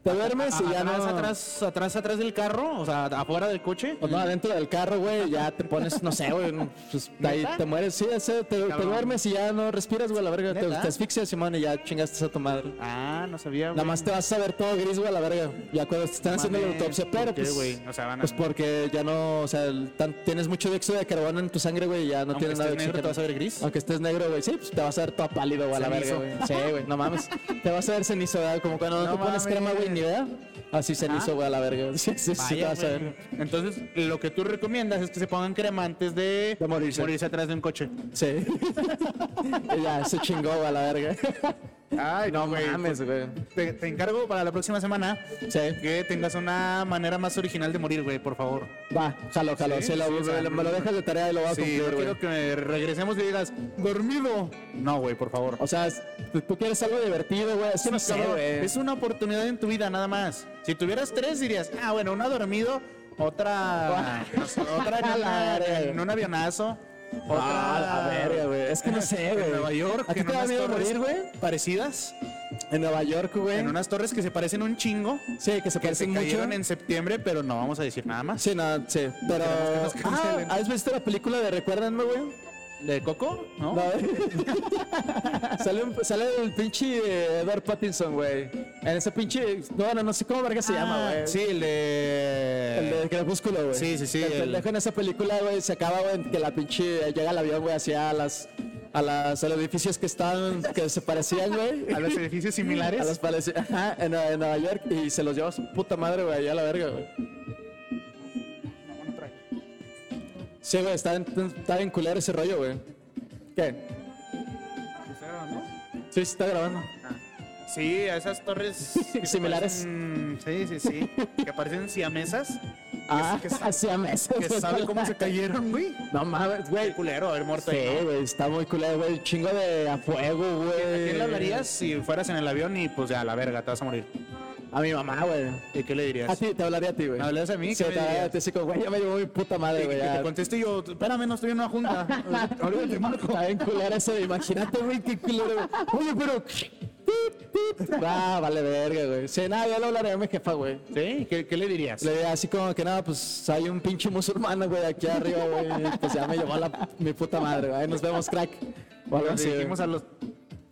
[SPEAKER 2] Te
[SPEAKER 1] Ah,
[SPEAKER 2] duermes y Ah, ya
[SPEAKER 1] atrás,
[SPEAKER 2] no...
[SPEAKER 1] atrás, atrás, atrás del carro, o sea, afuera del coche.
[SPEAKER 2] O Pues no, adentro del carro, güey, ya te pones, no sé, güey, no, pues,
[SPEAKER 1] <laughs>
[SPEAKER 2] ahí
[SPEAKER 1] ¿Neta?
[SPEAKER 2] te mueres, sí, ese, te, te
[SPEAKER 1] Cabrón.
[SPEAKER 2] duermes y ya no respiras, güey, a la verga, te,
[SPEAKER 1] ¿Neta?
[SPEAKER 2] te asfixias, Simón, y ya chingaste a tu madre.
[SPEAKER 1] Ah, no sabía, güey.
[SPEAKER 2] Nada más te vas a ver todo gris, güey, a la verga, ya cuando te están haciendo la
[SPEAKER 1] Mames,
[SPEAKER 2] autopsia,
[SPEAKER 1] ¿por
[SPEAKER 2] pero
[SPEAKER 1] qué,
[SPEAKER 2] pues,
[SPEAKER 1] güey? O sea, van a-
[SPEAKER 2] pues porque ya no, o sea, el tan- tienes mucho dióxido de carbono en tu sangre, güey, y ya no
[SPEAKER 1] Aunque
[SPEAKER 2] tienes nada de
[SPEAKER 1] estés negro,
[SPEAKER 2] oxígeno.
[SPEAKER 1] te vas a ver gris.
[SPEAKER 2] Aunque estés negro, güey, sí, pues te vas a ver todo pálido, güey, a la verga,
[SPEAKER 1] Cenizo.
[SPEAKER 2] güey. Sí, güey,
[SPEAKER 1] <laughs>
[SPEAKER 2] no mames, te vas a ver cenizo, güey, como cuando no,
[SPEAKER 1] No
[SPEAKER 2] te pones crema, güey,
[SPEAKER 1] mames.
[SPEAKER 2] ni idea, así cenizo, güey, a la verga, sí, sí, sí, te
[SPEAKER 1] Vaya,
[SPEAKER 2] vas a
[SPEAKER 1] güey.
[SPEAKER 2] ver.
[SPEAKER 1] Entonces, lo que tú recomiendas es que se pongan crema antes de,
[SPEAKER 2] De morirse.
[SPEAKER 1] atrás de un coche. <laughs>
[SPEAKER 2] Sí. Y ya, se chingó a la verga.
[SPEAKER 1] Ay,
[SPEAKER 2] No mames, güey.
[SPEAKER 1] Te, te encargo para la próxima semana
[SPEAKER 2] Sí.
[SPEAKER 1] que tengas una manera más original de morir, güey, por favor.
[SPEAKER 2] Va, jalo, jalo.
[SPEAKER 1] Sí,
[SPEAKER 2] Sí, lo-
[SPEAKER 1] sí, o sea,
[SPEAKER 2] me lo dejas de tarea y lo voy a
[SPEAKER 1] Sí,
[SPEAKER 2] cumplir,
[SPEAKER 1] no
[SPEAKER 2] güey.
[SPEAKER 1] quiero que regresemos y digas, dormido. No, güey, por favor.
[SPEAKER 2] O sea, es- tú- tú quieres algo divertido, güey. Es que no sé,
[SPEAKER 1] Cabrón,
[SPEAKER 2] güey.
[SPEAKER 1] es una oportunidad en tu vida nada más. Si tuvieras tres dirías, ah, bueno, una dormido,
[SPEAKER 2] <laughs>
[SPEAKER 1] otra, no sé, otra en,
[SPEAKER 2] A la
[SPEAKER 1] una-
[SPEAKER 2] verga.
[SPEAKER 1] en un avionazo, otra
[SPEAKER 2] Ah, la verga, güey. Es que no sé, güey.
[SPEAKER 1] En Nueva York,
[SPEAKER 2] ¿A ti
[SPEAKER 1] en
[SPEAKER 2] te da
[SPEAKER 1] unas
[SPEAKER 2] miedo
[SPEAKER 1] torres
[SPEAKER 2] morir, güey?
[SPEAKER 1] Parecidas,
[SPEAKER 2] En Nueva York, güey.
[SPEAKER 1] en unas torres que se parecen un chingo,
[SPEAKER 2] Sí, que se
[SPEAKER 1] que se
[SPEAKER 2] parecen mucho.
[SPEAKER 1] cayeron en septiembre, pero no vamos a decir nada más.
[SPEAKER 2] Sí, no, sí. Pero.
[SPEAKER 1] Queremos que nos
[SPEAKER 2] Ah,
[SPEAKER 1] cancelen.
[SPEAKER 2] ¿has visto la película de Recuérdenme, güey?
[SPEAKER 1] ¿De Coco? ¿No?
[SPEAKER 2] No. <laughs> sale, un- sale el pinche eh, Edward Pattinson, güey. En ese pinche. No, no, no sé cómo verga se llama,
[SPEAKER 1] Ah,
[SPEAKER 2] güey.
[SPEAKER 1] Sí, el de...
[SPEAKER 2] El de Crepúsculo, güey.
[SPEAKER 1] Sí, sí, sí,
[SPEAKER 2] El
[SPEAKER 1] el-
[SPEAKER 2] pendejo en esa película, güey, se acaba, güey, en que la pinche. Llega el avión, güey, hacia las. A, las, a los edificios que estaban, que se parecían,
[SPEAKER 1] <laughs>
[SPEAKER 2] güey.
[SPEAKER 1] A
[SPEAKER 2] <laughs>
[SPEAKER 1] los edificios
[SPEAKER 2] A
[SPEAKER 1] similares.
[SPEAKER 2] los pareci- ajá, en, en Nueva York. Y se los lleva a su puta madre, güey, allá a la verga, güey. Sí, güey, está, en- está bien culero ese rollo, güey. ¿Qué? Sí, se está grabando.
[SPEAKER 1] Sí, a esas torres
[SPEAKER 2] <laughs>
[SPEAKER 1] que
[SPEAKER 2] Similares.
[SPEAKER 1] parecen- sí, sí, sí. Que parecen siamesas.
[SPEAKER 2] Ah,
[SPEAKER 1] que
[SPEAKER 2] <laughs>
[SPEAKER 1] sa-
[SPEAKER 2] hacía meses.
[SPEAKER 1] Que
[SPEAKER 2] güey.
[SPEAKER 1] sabe cómo se cayeron, güey.
[SPEAKER 2] No mames,
[SPEAKER 1] Qué
[SPEAKER 2] güey.
[SPEAKER 1] culero haber muerto
[SPEAKER 2] Sí,
[SPEAKER 1] ahí. ¿no?
[SPEAKER 2] güey, está muy culero, güey. Chingo de a fuego, güey.
[SPEAKER 1] ¿A quién le hablarías si fueras en el avión y pues ya, a la verga, te vas a morir?
[SPEAKER 2] A mi mamá, güey.
[SPEAKER 1] ¿Y qué le
[SPEAKER 2] A
[SPEAKER 1] dirías?
[SPEAKER 2] ti, te hablaría a ti, güey.
[SPEAKER 1] ¿Me hablarías a mí?
[SPEAKER 2] Sí,
[SPEAKER 1] ¿Qué
[SPEAKER 2] te
[SPEAKER 1] me
[SPEAKER 2] hablaría a ti,
[SPEAKER 1] dirías?
[SPEAKER 2] sí, como, güey, ya me llevó mi puta madre,
[SPEAKER 1] Y que
[SPEAKER 2] güey.
[SPEAKER 1] te
[SPEAKER 2] ya.
[SPEAKER 1] conteste yo, espérame, no estoy en una
[SPEAKER 2] <laughs>
[SPEAKER 1] junta. Ahorita te marco.
[SPEAKER 2] Está bien culero eso, güey. imagínate, güey, qué culero. güey. Oye, pero... Tit, tit. Ah, vale verga, güey. Sí, nada, yo le hablaría a mi jefa, güey.
[SPEAKER 1] ¿Sí? ¿Qué, qué le dirías?
[SPEAKER 2] Le diría así como que nada, pues hay un pinche musulmano, güey, aquí arriba, güey. Pues ya me llevó a la, mi puta madre, güey. Ahí nos vemos, crack. O algo
[SPEAKER 1] Nos
[SPEAKER 2] así, güey.
[SPEAKER 1] dirigimos a los... A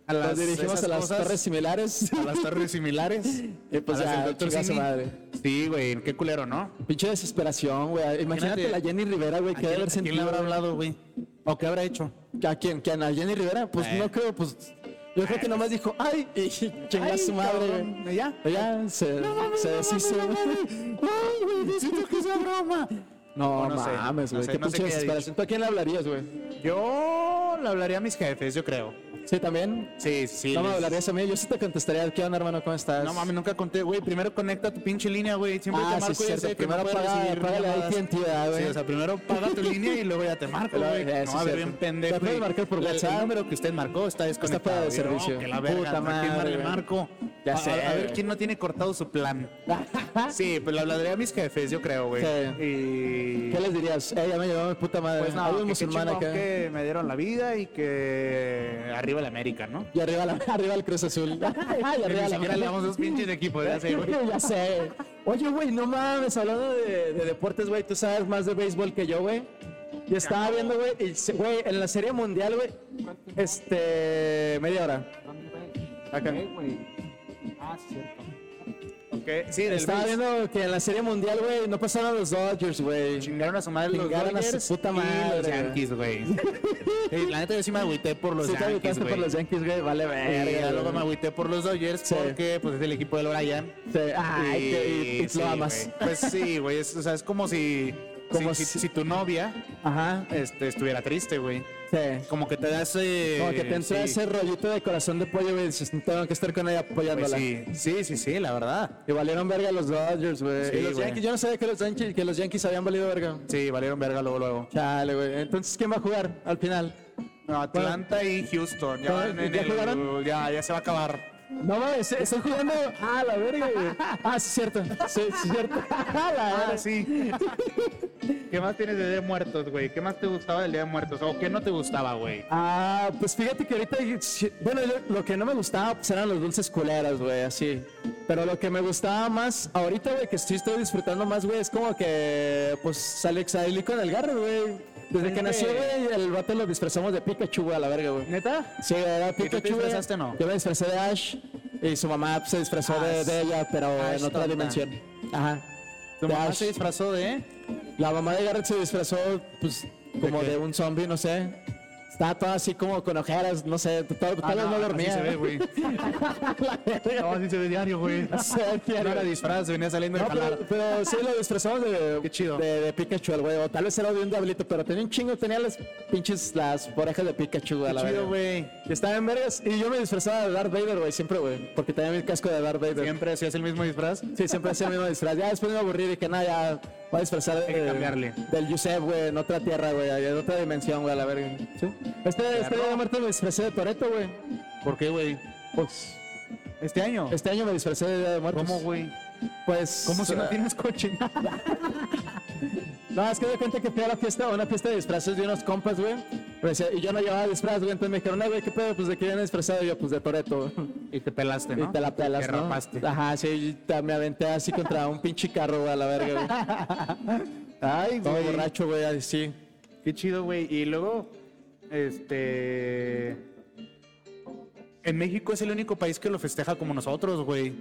[SPEAKER 1] a las,
[SPEAKER 2] Nos dirigimos
[SPEAKER 1] esas
[SPEAKER 2] a las
[SPEAKER 1] cosas,
[SPEAKER 2] torres similares.
[SPEAKER 1] a las torres similares.
[SPEAKER 2] Y <laughs> pues
[SPEAKER 1] a las
[SPEAKER 2] ya,
[SPEAKER 1] del Dr.
[SPEAKER 2] chinga su
[SPEAKER 1] Simi.
[SPEAKER 2] madre.
[SPEAKER 1] Sí, güey, qué culero, ¿no?
[SPEAKER 2] Pinche desesperación, güey. Imagínate
[SPEAKER 1] Imagínate.
[SPEAKER 2] la Jenny Rivera, güey,
[SPEAKER 1] ¿A
[SPEAKER 2] que debe
[SPEAKER 1] quién,
[SPEAKER 2] haber
[SPEAKER 1] a quién
[SPEAKER 2] sentido.
[SPEAKER 1] le habrá
[SPEAKER 2] güey.
[SPEAKER 1] hablado, güey? ¿O qué habrá hecho?
[SPEAKER 2] ¿A quién? ¿Quién? ¿A Jenny Rivera? Pues
[SPEAKER 1] Eh.
[SPEAKER 2] no creo, pues. Yo creo que nomás dijo, ¡ay! Y <laughs> chinga
[SPEAKER 1] Ay,
[SPEAKER 2] su madre,
[SPEAKER 1] cabrón,
[SPEAKER 2] güey.
[SPEAKER 1] ¿ya?
[SPEAKER 2] Ella se, se deshizo.
[SPEAKER 1] no mames,
[SPEAKER 2] ¡Ay, güey! Necesito que sea broma. No,
[SPEAKER 1] O no sé,
[SPEAKER 2] mames,
[SPEAKER 1] no
[SPEAKER 2] güey.
[SPEAKER 1] sé,
[SPEAKER 2] qué
[SPEAKER 1] no sé
[SPEAKER 2] pinche
[SPEAKER 1] qué haya
[SPEAKER 2] desesperación. ¿Tú a quién le hablarías, güey?
[SPEAKER 1] Yo le hablaría a mis jefes, yo creo.
[SPEAKER 2] Sí, también.
[SPEAKER 1] Sí, sí.
[SPEAKER 2] No me
[SPEAKER 1] les-
[SPEAKER 2] hablarías a mí, yo sí te contestaría. ¿Qué onda, hermano? ¿Cómo estás?
[SPEAKER 1] No mames, nunca conté, güey. Primero conecta tu pinche línea, güey. Siempre
[SPEAKER 2] Ah,
[SPEAKER 1] te
[SPEAKER 2] sí,
[SPEAKER 1] marco y ya
[SPEAKER 2] cierto.
[SPEAKER 1] sé que
[SPEAKER 2] Primero
[SPEAKER 1] no puedes
[SPEAKER 2] paga-
[SPEAKER 1] recibir
[SPEAKER 2] págale a
[SPEAKER 1] llamadas.
[SPEAKER 2] AT&T, ¿verdad, güey?
[SPEAKER 1] Sí, o sea, primero paga tu línea y luego ya te marco,
[SPEAKER 2] Pero,
[SPEAKER 1] güey.
[SPEAKER 2] eh, sí,
[SPEAKER 1] No, a ver,
[SPEAKER 2] cierto.
[SPEAKER 1] bien pendejo.
[SPEAKER 2] Ya puedes
[SPEAKER 1] güey.
[SPEAKER 2] marcar por
[SPEAKER 1] El-
[SPEAKER 2] WhatsApp.
[SPEAKER 1] El número que usted marcó está desconectado.
[SPEAKER 2] fuera de
[SPEAKER 1] Y yo, no,
[SPEAKER 2] servicio.
[SPEAKER 1] que la verga,
[SPEAKER 2] Puta
[SPEAKER 1] ¿no? ¿A quién
[SPEAKER 2] madre,
[SPEAKER 1] le
[SPEAKER 2] güey.
[SPEAKER 1] marco?
[SPEAKER 2] Ya
[SPEAKER 1] A- a-
[SPEAKER 2] sé,
[SPEAKER 1] A ver
[SPEAKER 2] güey.
[SPEAKER 1] quién no tiene cortado su plan. Sí, pues le hablaré a mis jefes, yo creo, güey.
[SPEAKER 2] Sí.
[SPEAKER 1] Y...
[SPEAKER 2] <laughs> ¿Qué les dirías? Ella me llevó mi puta madre.
[SPEAKER 1] Pues no,
[SPEAKER 2] Hay un
[SPEAKER 1] que, qué
[SPEAKER 2] musulmán
[SPEAKER 1] chingón
[SPEAKER 2] acá.
[SPEAKER 1] que me dieron la vida y que arriba el América, ¿no?
[SPEAKER 2] Y arriba, la, <laughs> arriba el Cruz <laughs> Azul. Ay,
[SPEAKER 1] Que
[SPEAKER 2] arriba
[SPEAKER 1] Ni
[SPEAKER 2] la
[SPEAKER 1] siquiera le damos dos pinches de equipo de hace, güey.
[SPEAKER 2] <laughs> ya sé. Oye, güey, no mames, hablando de, de deportes, güey, tú sabes más de béisbol que yo, güey. Y estaba viendo, güey, y se- güey, en la Serie Mundial, güey, este, media hora.
[SPEAKER 1] Acá.
[SPEAKER 3] Ah, sí, cierto.
[SPEAKER 1] Ok, Sí, del
[SPEAKER 2] Estaba
[SPEAKER 1] Bills.
[SPEAKER 2] viendo que en la Serie Mundial, güey, no pasaron los Dodgers, güey.
[SPEAKER 1] Chingaron a su madre los
[SPEAKER 2] Chingaron a su
[SPEAKER 1] Dodgers
[SPEAKER 2] puta
[SPEAKER 1] y los
[SPEAKER 2] madre.
[SPEAKER 1] Yankees,
[SPEAKER 2] <laughs>
[SPEAKER 1] güey. Sí, la neta yo sí me agüité por los
[SPEAKER 2] Sí, te
[SPEAKER 1] Yankees,
[SPEAKER 2] agüitaste
[SPEAKER 1] güey.
[SPEAKER 2] por los Yankees, güey, vale verga.
[SPEAKER 1] Y ya
[SPEAKER 2] güey.
[SPEAKER 1] luego me agüité por los Dodgers
[SPEAKER 2] Sí.
[SPEAKER 1] porque pues es el equipo del Brian.
[SPEAKER 2] Sí, Ay, te- y, y
[SPEAKER 1] sí,
[SPEAKER 2] lo amas.
[SPEAKER 1] güey. Pues sí, güey, es, o sea, es como si
[SPEAKER 2] Como
[SPEAKER 1] si,
[SPEAKER 2] si-
[SPEAKER 1] si- si tu novia
[SPEAKER 2] Ajá,
[SPEAKER 1] este, estuviera triste, güey.
[SPEAKER 2] sí.
[SPEAKER 1] Como que te da ese
[SPEAKER 2] Como que te entra
[SPEAKER 1] sí.
[SPEAKER 2] ese rollito de corazón de pollo, güey, y dices, tengo que estar con ella
[SPEAKER 1] Pues
[SPEAKER 2] apoyándola.
[SPEAKER 1] sí, sí, sí, sí, la verdad.
[SPEAKER 2] Y valieron verga los Dodgers, güey.
[SPEAKER 1] Sí,
[SPEAKER 2] y los
[SPEAKER 1] güey.
[SPEAKER 2] Yankees, yo no sabía que los Yankees, que los Yankees habían valido verga.
[SPEAKER 1] Sí, valieron verga luego, luego.
[SPEAKER 2] Chale, güey. Entonces, ¿quién va a jugar al final?
[SPEAKER 1] No, Atlanta y Houston. Ya,
[SPEAKER 2] ¿Ya-
[SPEAKER 1] van en
[SPEAKER 2] ya
[SPEAKER 1] el-
[SPEAKER 2] jugaron?
[SPEAKER 1] ya, ya se va a acabar.
[SPEAKER 2] No mames, están <laughs> jugando. Ah, la verga, güey. Ah, sí, cierto. Sí, sí, <laughs> cierto. Ah, la verga.
[SPEAKER 1] Ah, sí. <laughs> ¿Qué más tienes de Día de Muertos, güey? ¿Qué más te gustaba del Día de Muertos? ¿O qué no te gustaba, güey?
[SPEAKER 2] Ah, pues fíjate que ahorita. Bueno, yo- lo que no me gustaba pues, eran los dulces culeras, güey, así. Pero lo que me gustaba más, ahorita, güey, que sí estoy disfrutando más, güey, es como que. Pues sale salí con el garro, güey. Desde que
[SPEAKER 1] Gente.
[SPEAKER 2] nació, güey, el vato lo disfrazamos de Pikachu, güey, a la verga, güey.
[SPEAKER 1] ¿Neta?
[SPEAKER 2] Sí, era
[SPEAKER 1] tú te
[SPEAKER 2] Pikachu. güey.
[SPEAKER 1] disfrazaste, no?
[SPEAKER 2] Yo me disfrazé de Ash y su mamá pues, se disfrazó de,
[SPEAKER 1] Ash.
[SPEAKER 2] de ella, pero
[SPEAKER 1] Ash
[SPEAKER 2] en otra
[SPEAKER 1] tonta.
[SPEAKER 2] dimensión. Ajá.
[SPEAKER 1] Tu
[SPEAKER 2] De
[SPEAKER 1] mamá
[SPEAKER 2] Ash.
[SPEAKER 1] se disfrazó de.
[SPEAKER 2] La mamá de Garrett se disfrazó, pues, como
[SPEAKER 1] qué?
[SPEAKER 2] de, un zombie, no sé. Estaba toda así como con ojeras, no sé, t- tal, tal vez no dormía.
[SPEAKER 1] Ah, Así se ve,
[SPEAKER 2] <laughs>
[SPEAKER 1] <laughs> güey. No, así se ve diario, güey. <laughs>
[SPEAKER 2] No sé,
[SPEAKER 1] No
[SPEAKER 2] quién
[SPEAKER 1] era
[SPEAKER 2] era.
[SPEAKER 1] disfraz, venía saliendo de
[SPEAKER 2] No, pero,
[SPEAKER 1] jalar.
[SPEAKER 2] pero sí lo disfrazamos de,
[SPEAKER 1] Qué chido.
[SPEAKER 2] de, de Pikachu, el güey. O tal vez era de un diablito, pero tenía un chingo, tenía las pinches, las orejas de Pikachu, güey.
[SPEAKER 1] Qué
[SPEAKER 2] a la
[SPEAKER 1] chido,
[SPEAKER 2] verga.
[SPEAKER 1] güey.
[SPEAKER 2] Y estaba en vergas y yo me disfrazaba de Darth Vader, güey, siempre, güey. Porque tenía mi casco de Darth Vader.
[SPEAKER 1] Siempre hacías el mismo disfraz.
[SPEAKER 2] Sí, siempre hacía el mismo disfraz. Ya después me aburrí y dije, nada, ya voy a disfrazar
[SPEAKER 1] Hay que
[SPEAKER 2] de-
[SPEAKER 1] cambiarle.
[SPEAKER 2] del Yusef, güey, en otra tierra, güey, en otra dimensión, güey, a la verga. ¿Sí? Este, este
[SPEAKER 1] Claro.
[SPEAKER 2] año muerto me disfrazé de Toreto, güey.
[SPEAKER 1] ¿Por qué, güey?
[SPEAKER 2] Pues,
[SPEAKER 1] ¿Este año?
[SPEAKER 2] este año me disfrazé de Día de Muertos.
[SPEAKER 1] ¿Cómo, güey?
[SPEAKER 2] Pues.
[SPEAKER 1] ¿Cómo si no <laughs>
[SPEAKER 2] eh,
[SPEAKER 1] tienes coche?
[SPEAKER 2] No, es que me di cuenta que fui a la fiesta, a una fiesta de disfraces de unos compas, güey. Me decía, Y yo no llevaba disfraz, güey. Entonces me dijeron, "Ay, güey, ¿qué pedo? Pues de qué viene disfrazado. Y yo, pues de Toreto. <laughs>
[SPEAKER 1] Y te pelaste, ¿no?
[SPEAKER 2] Y te la pelas,
[SPEAKER 1] Te
[SPEAKER 2] ¿no?
[SPEAKER 1] rapaste.
[SPEAKER 2] Ajá, sí, y te- me aventé así contra un pinche carro, güey, a la verga, güey.
[SPEAKER 1] <laughs> Ay,
[SPEAKER 2] Todo
[SPEAKER 1] güey.
[SPEAKER 2] borracho, güey, así.
[SPEAKER 1] Qué chido, güey. Y luego, este. En México es el único país que lo festeja como nosotros, güey.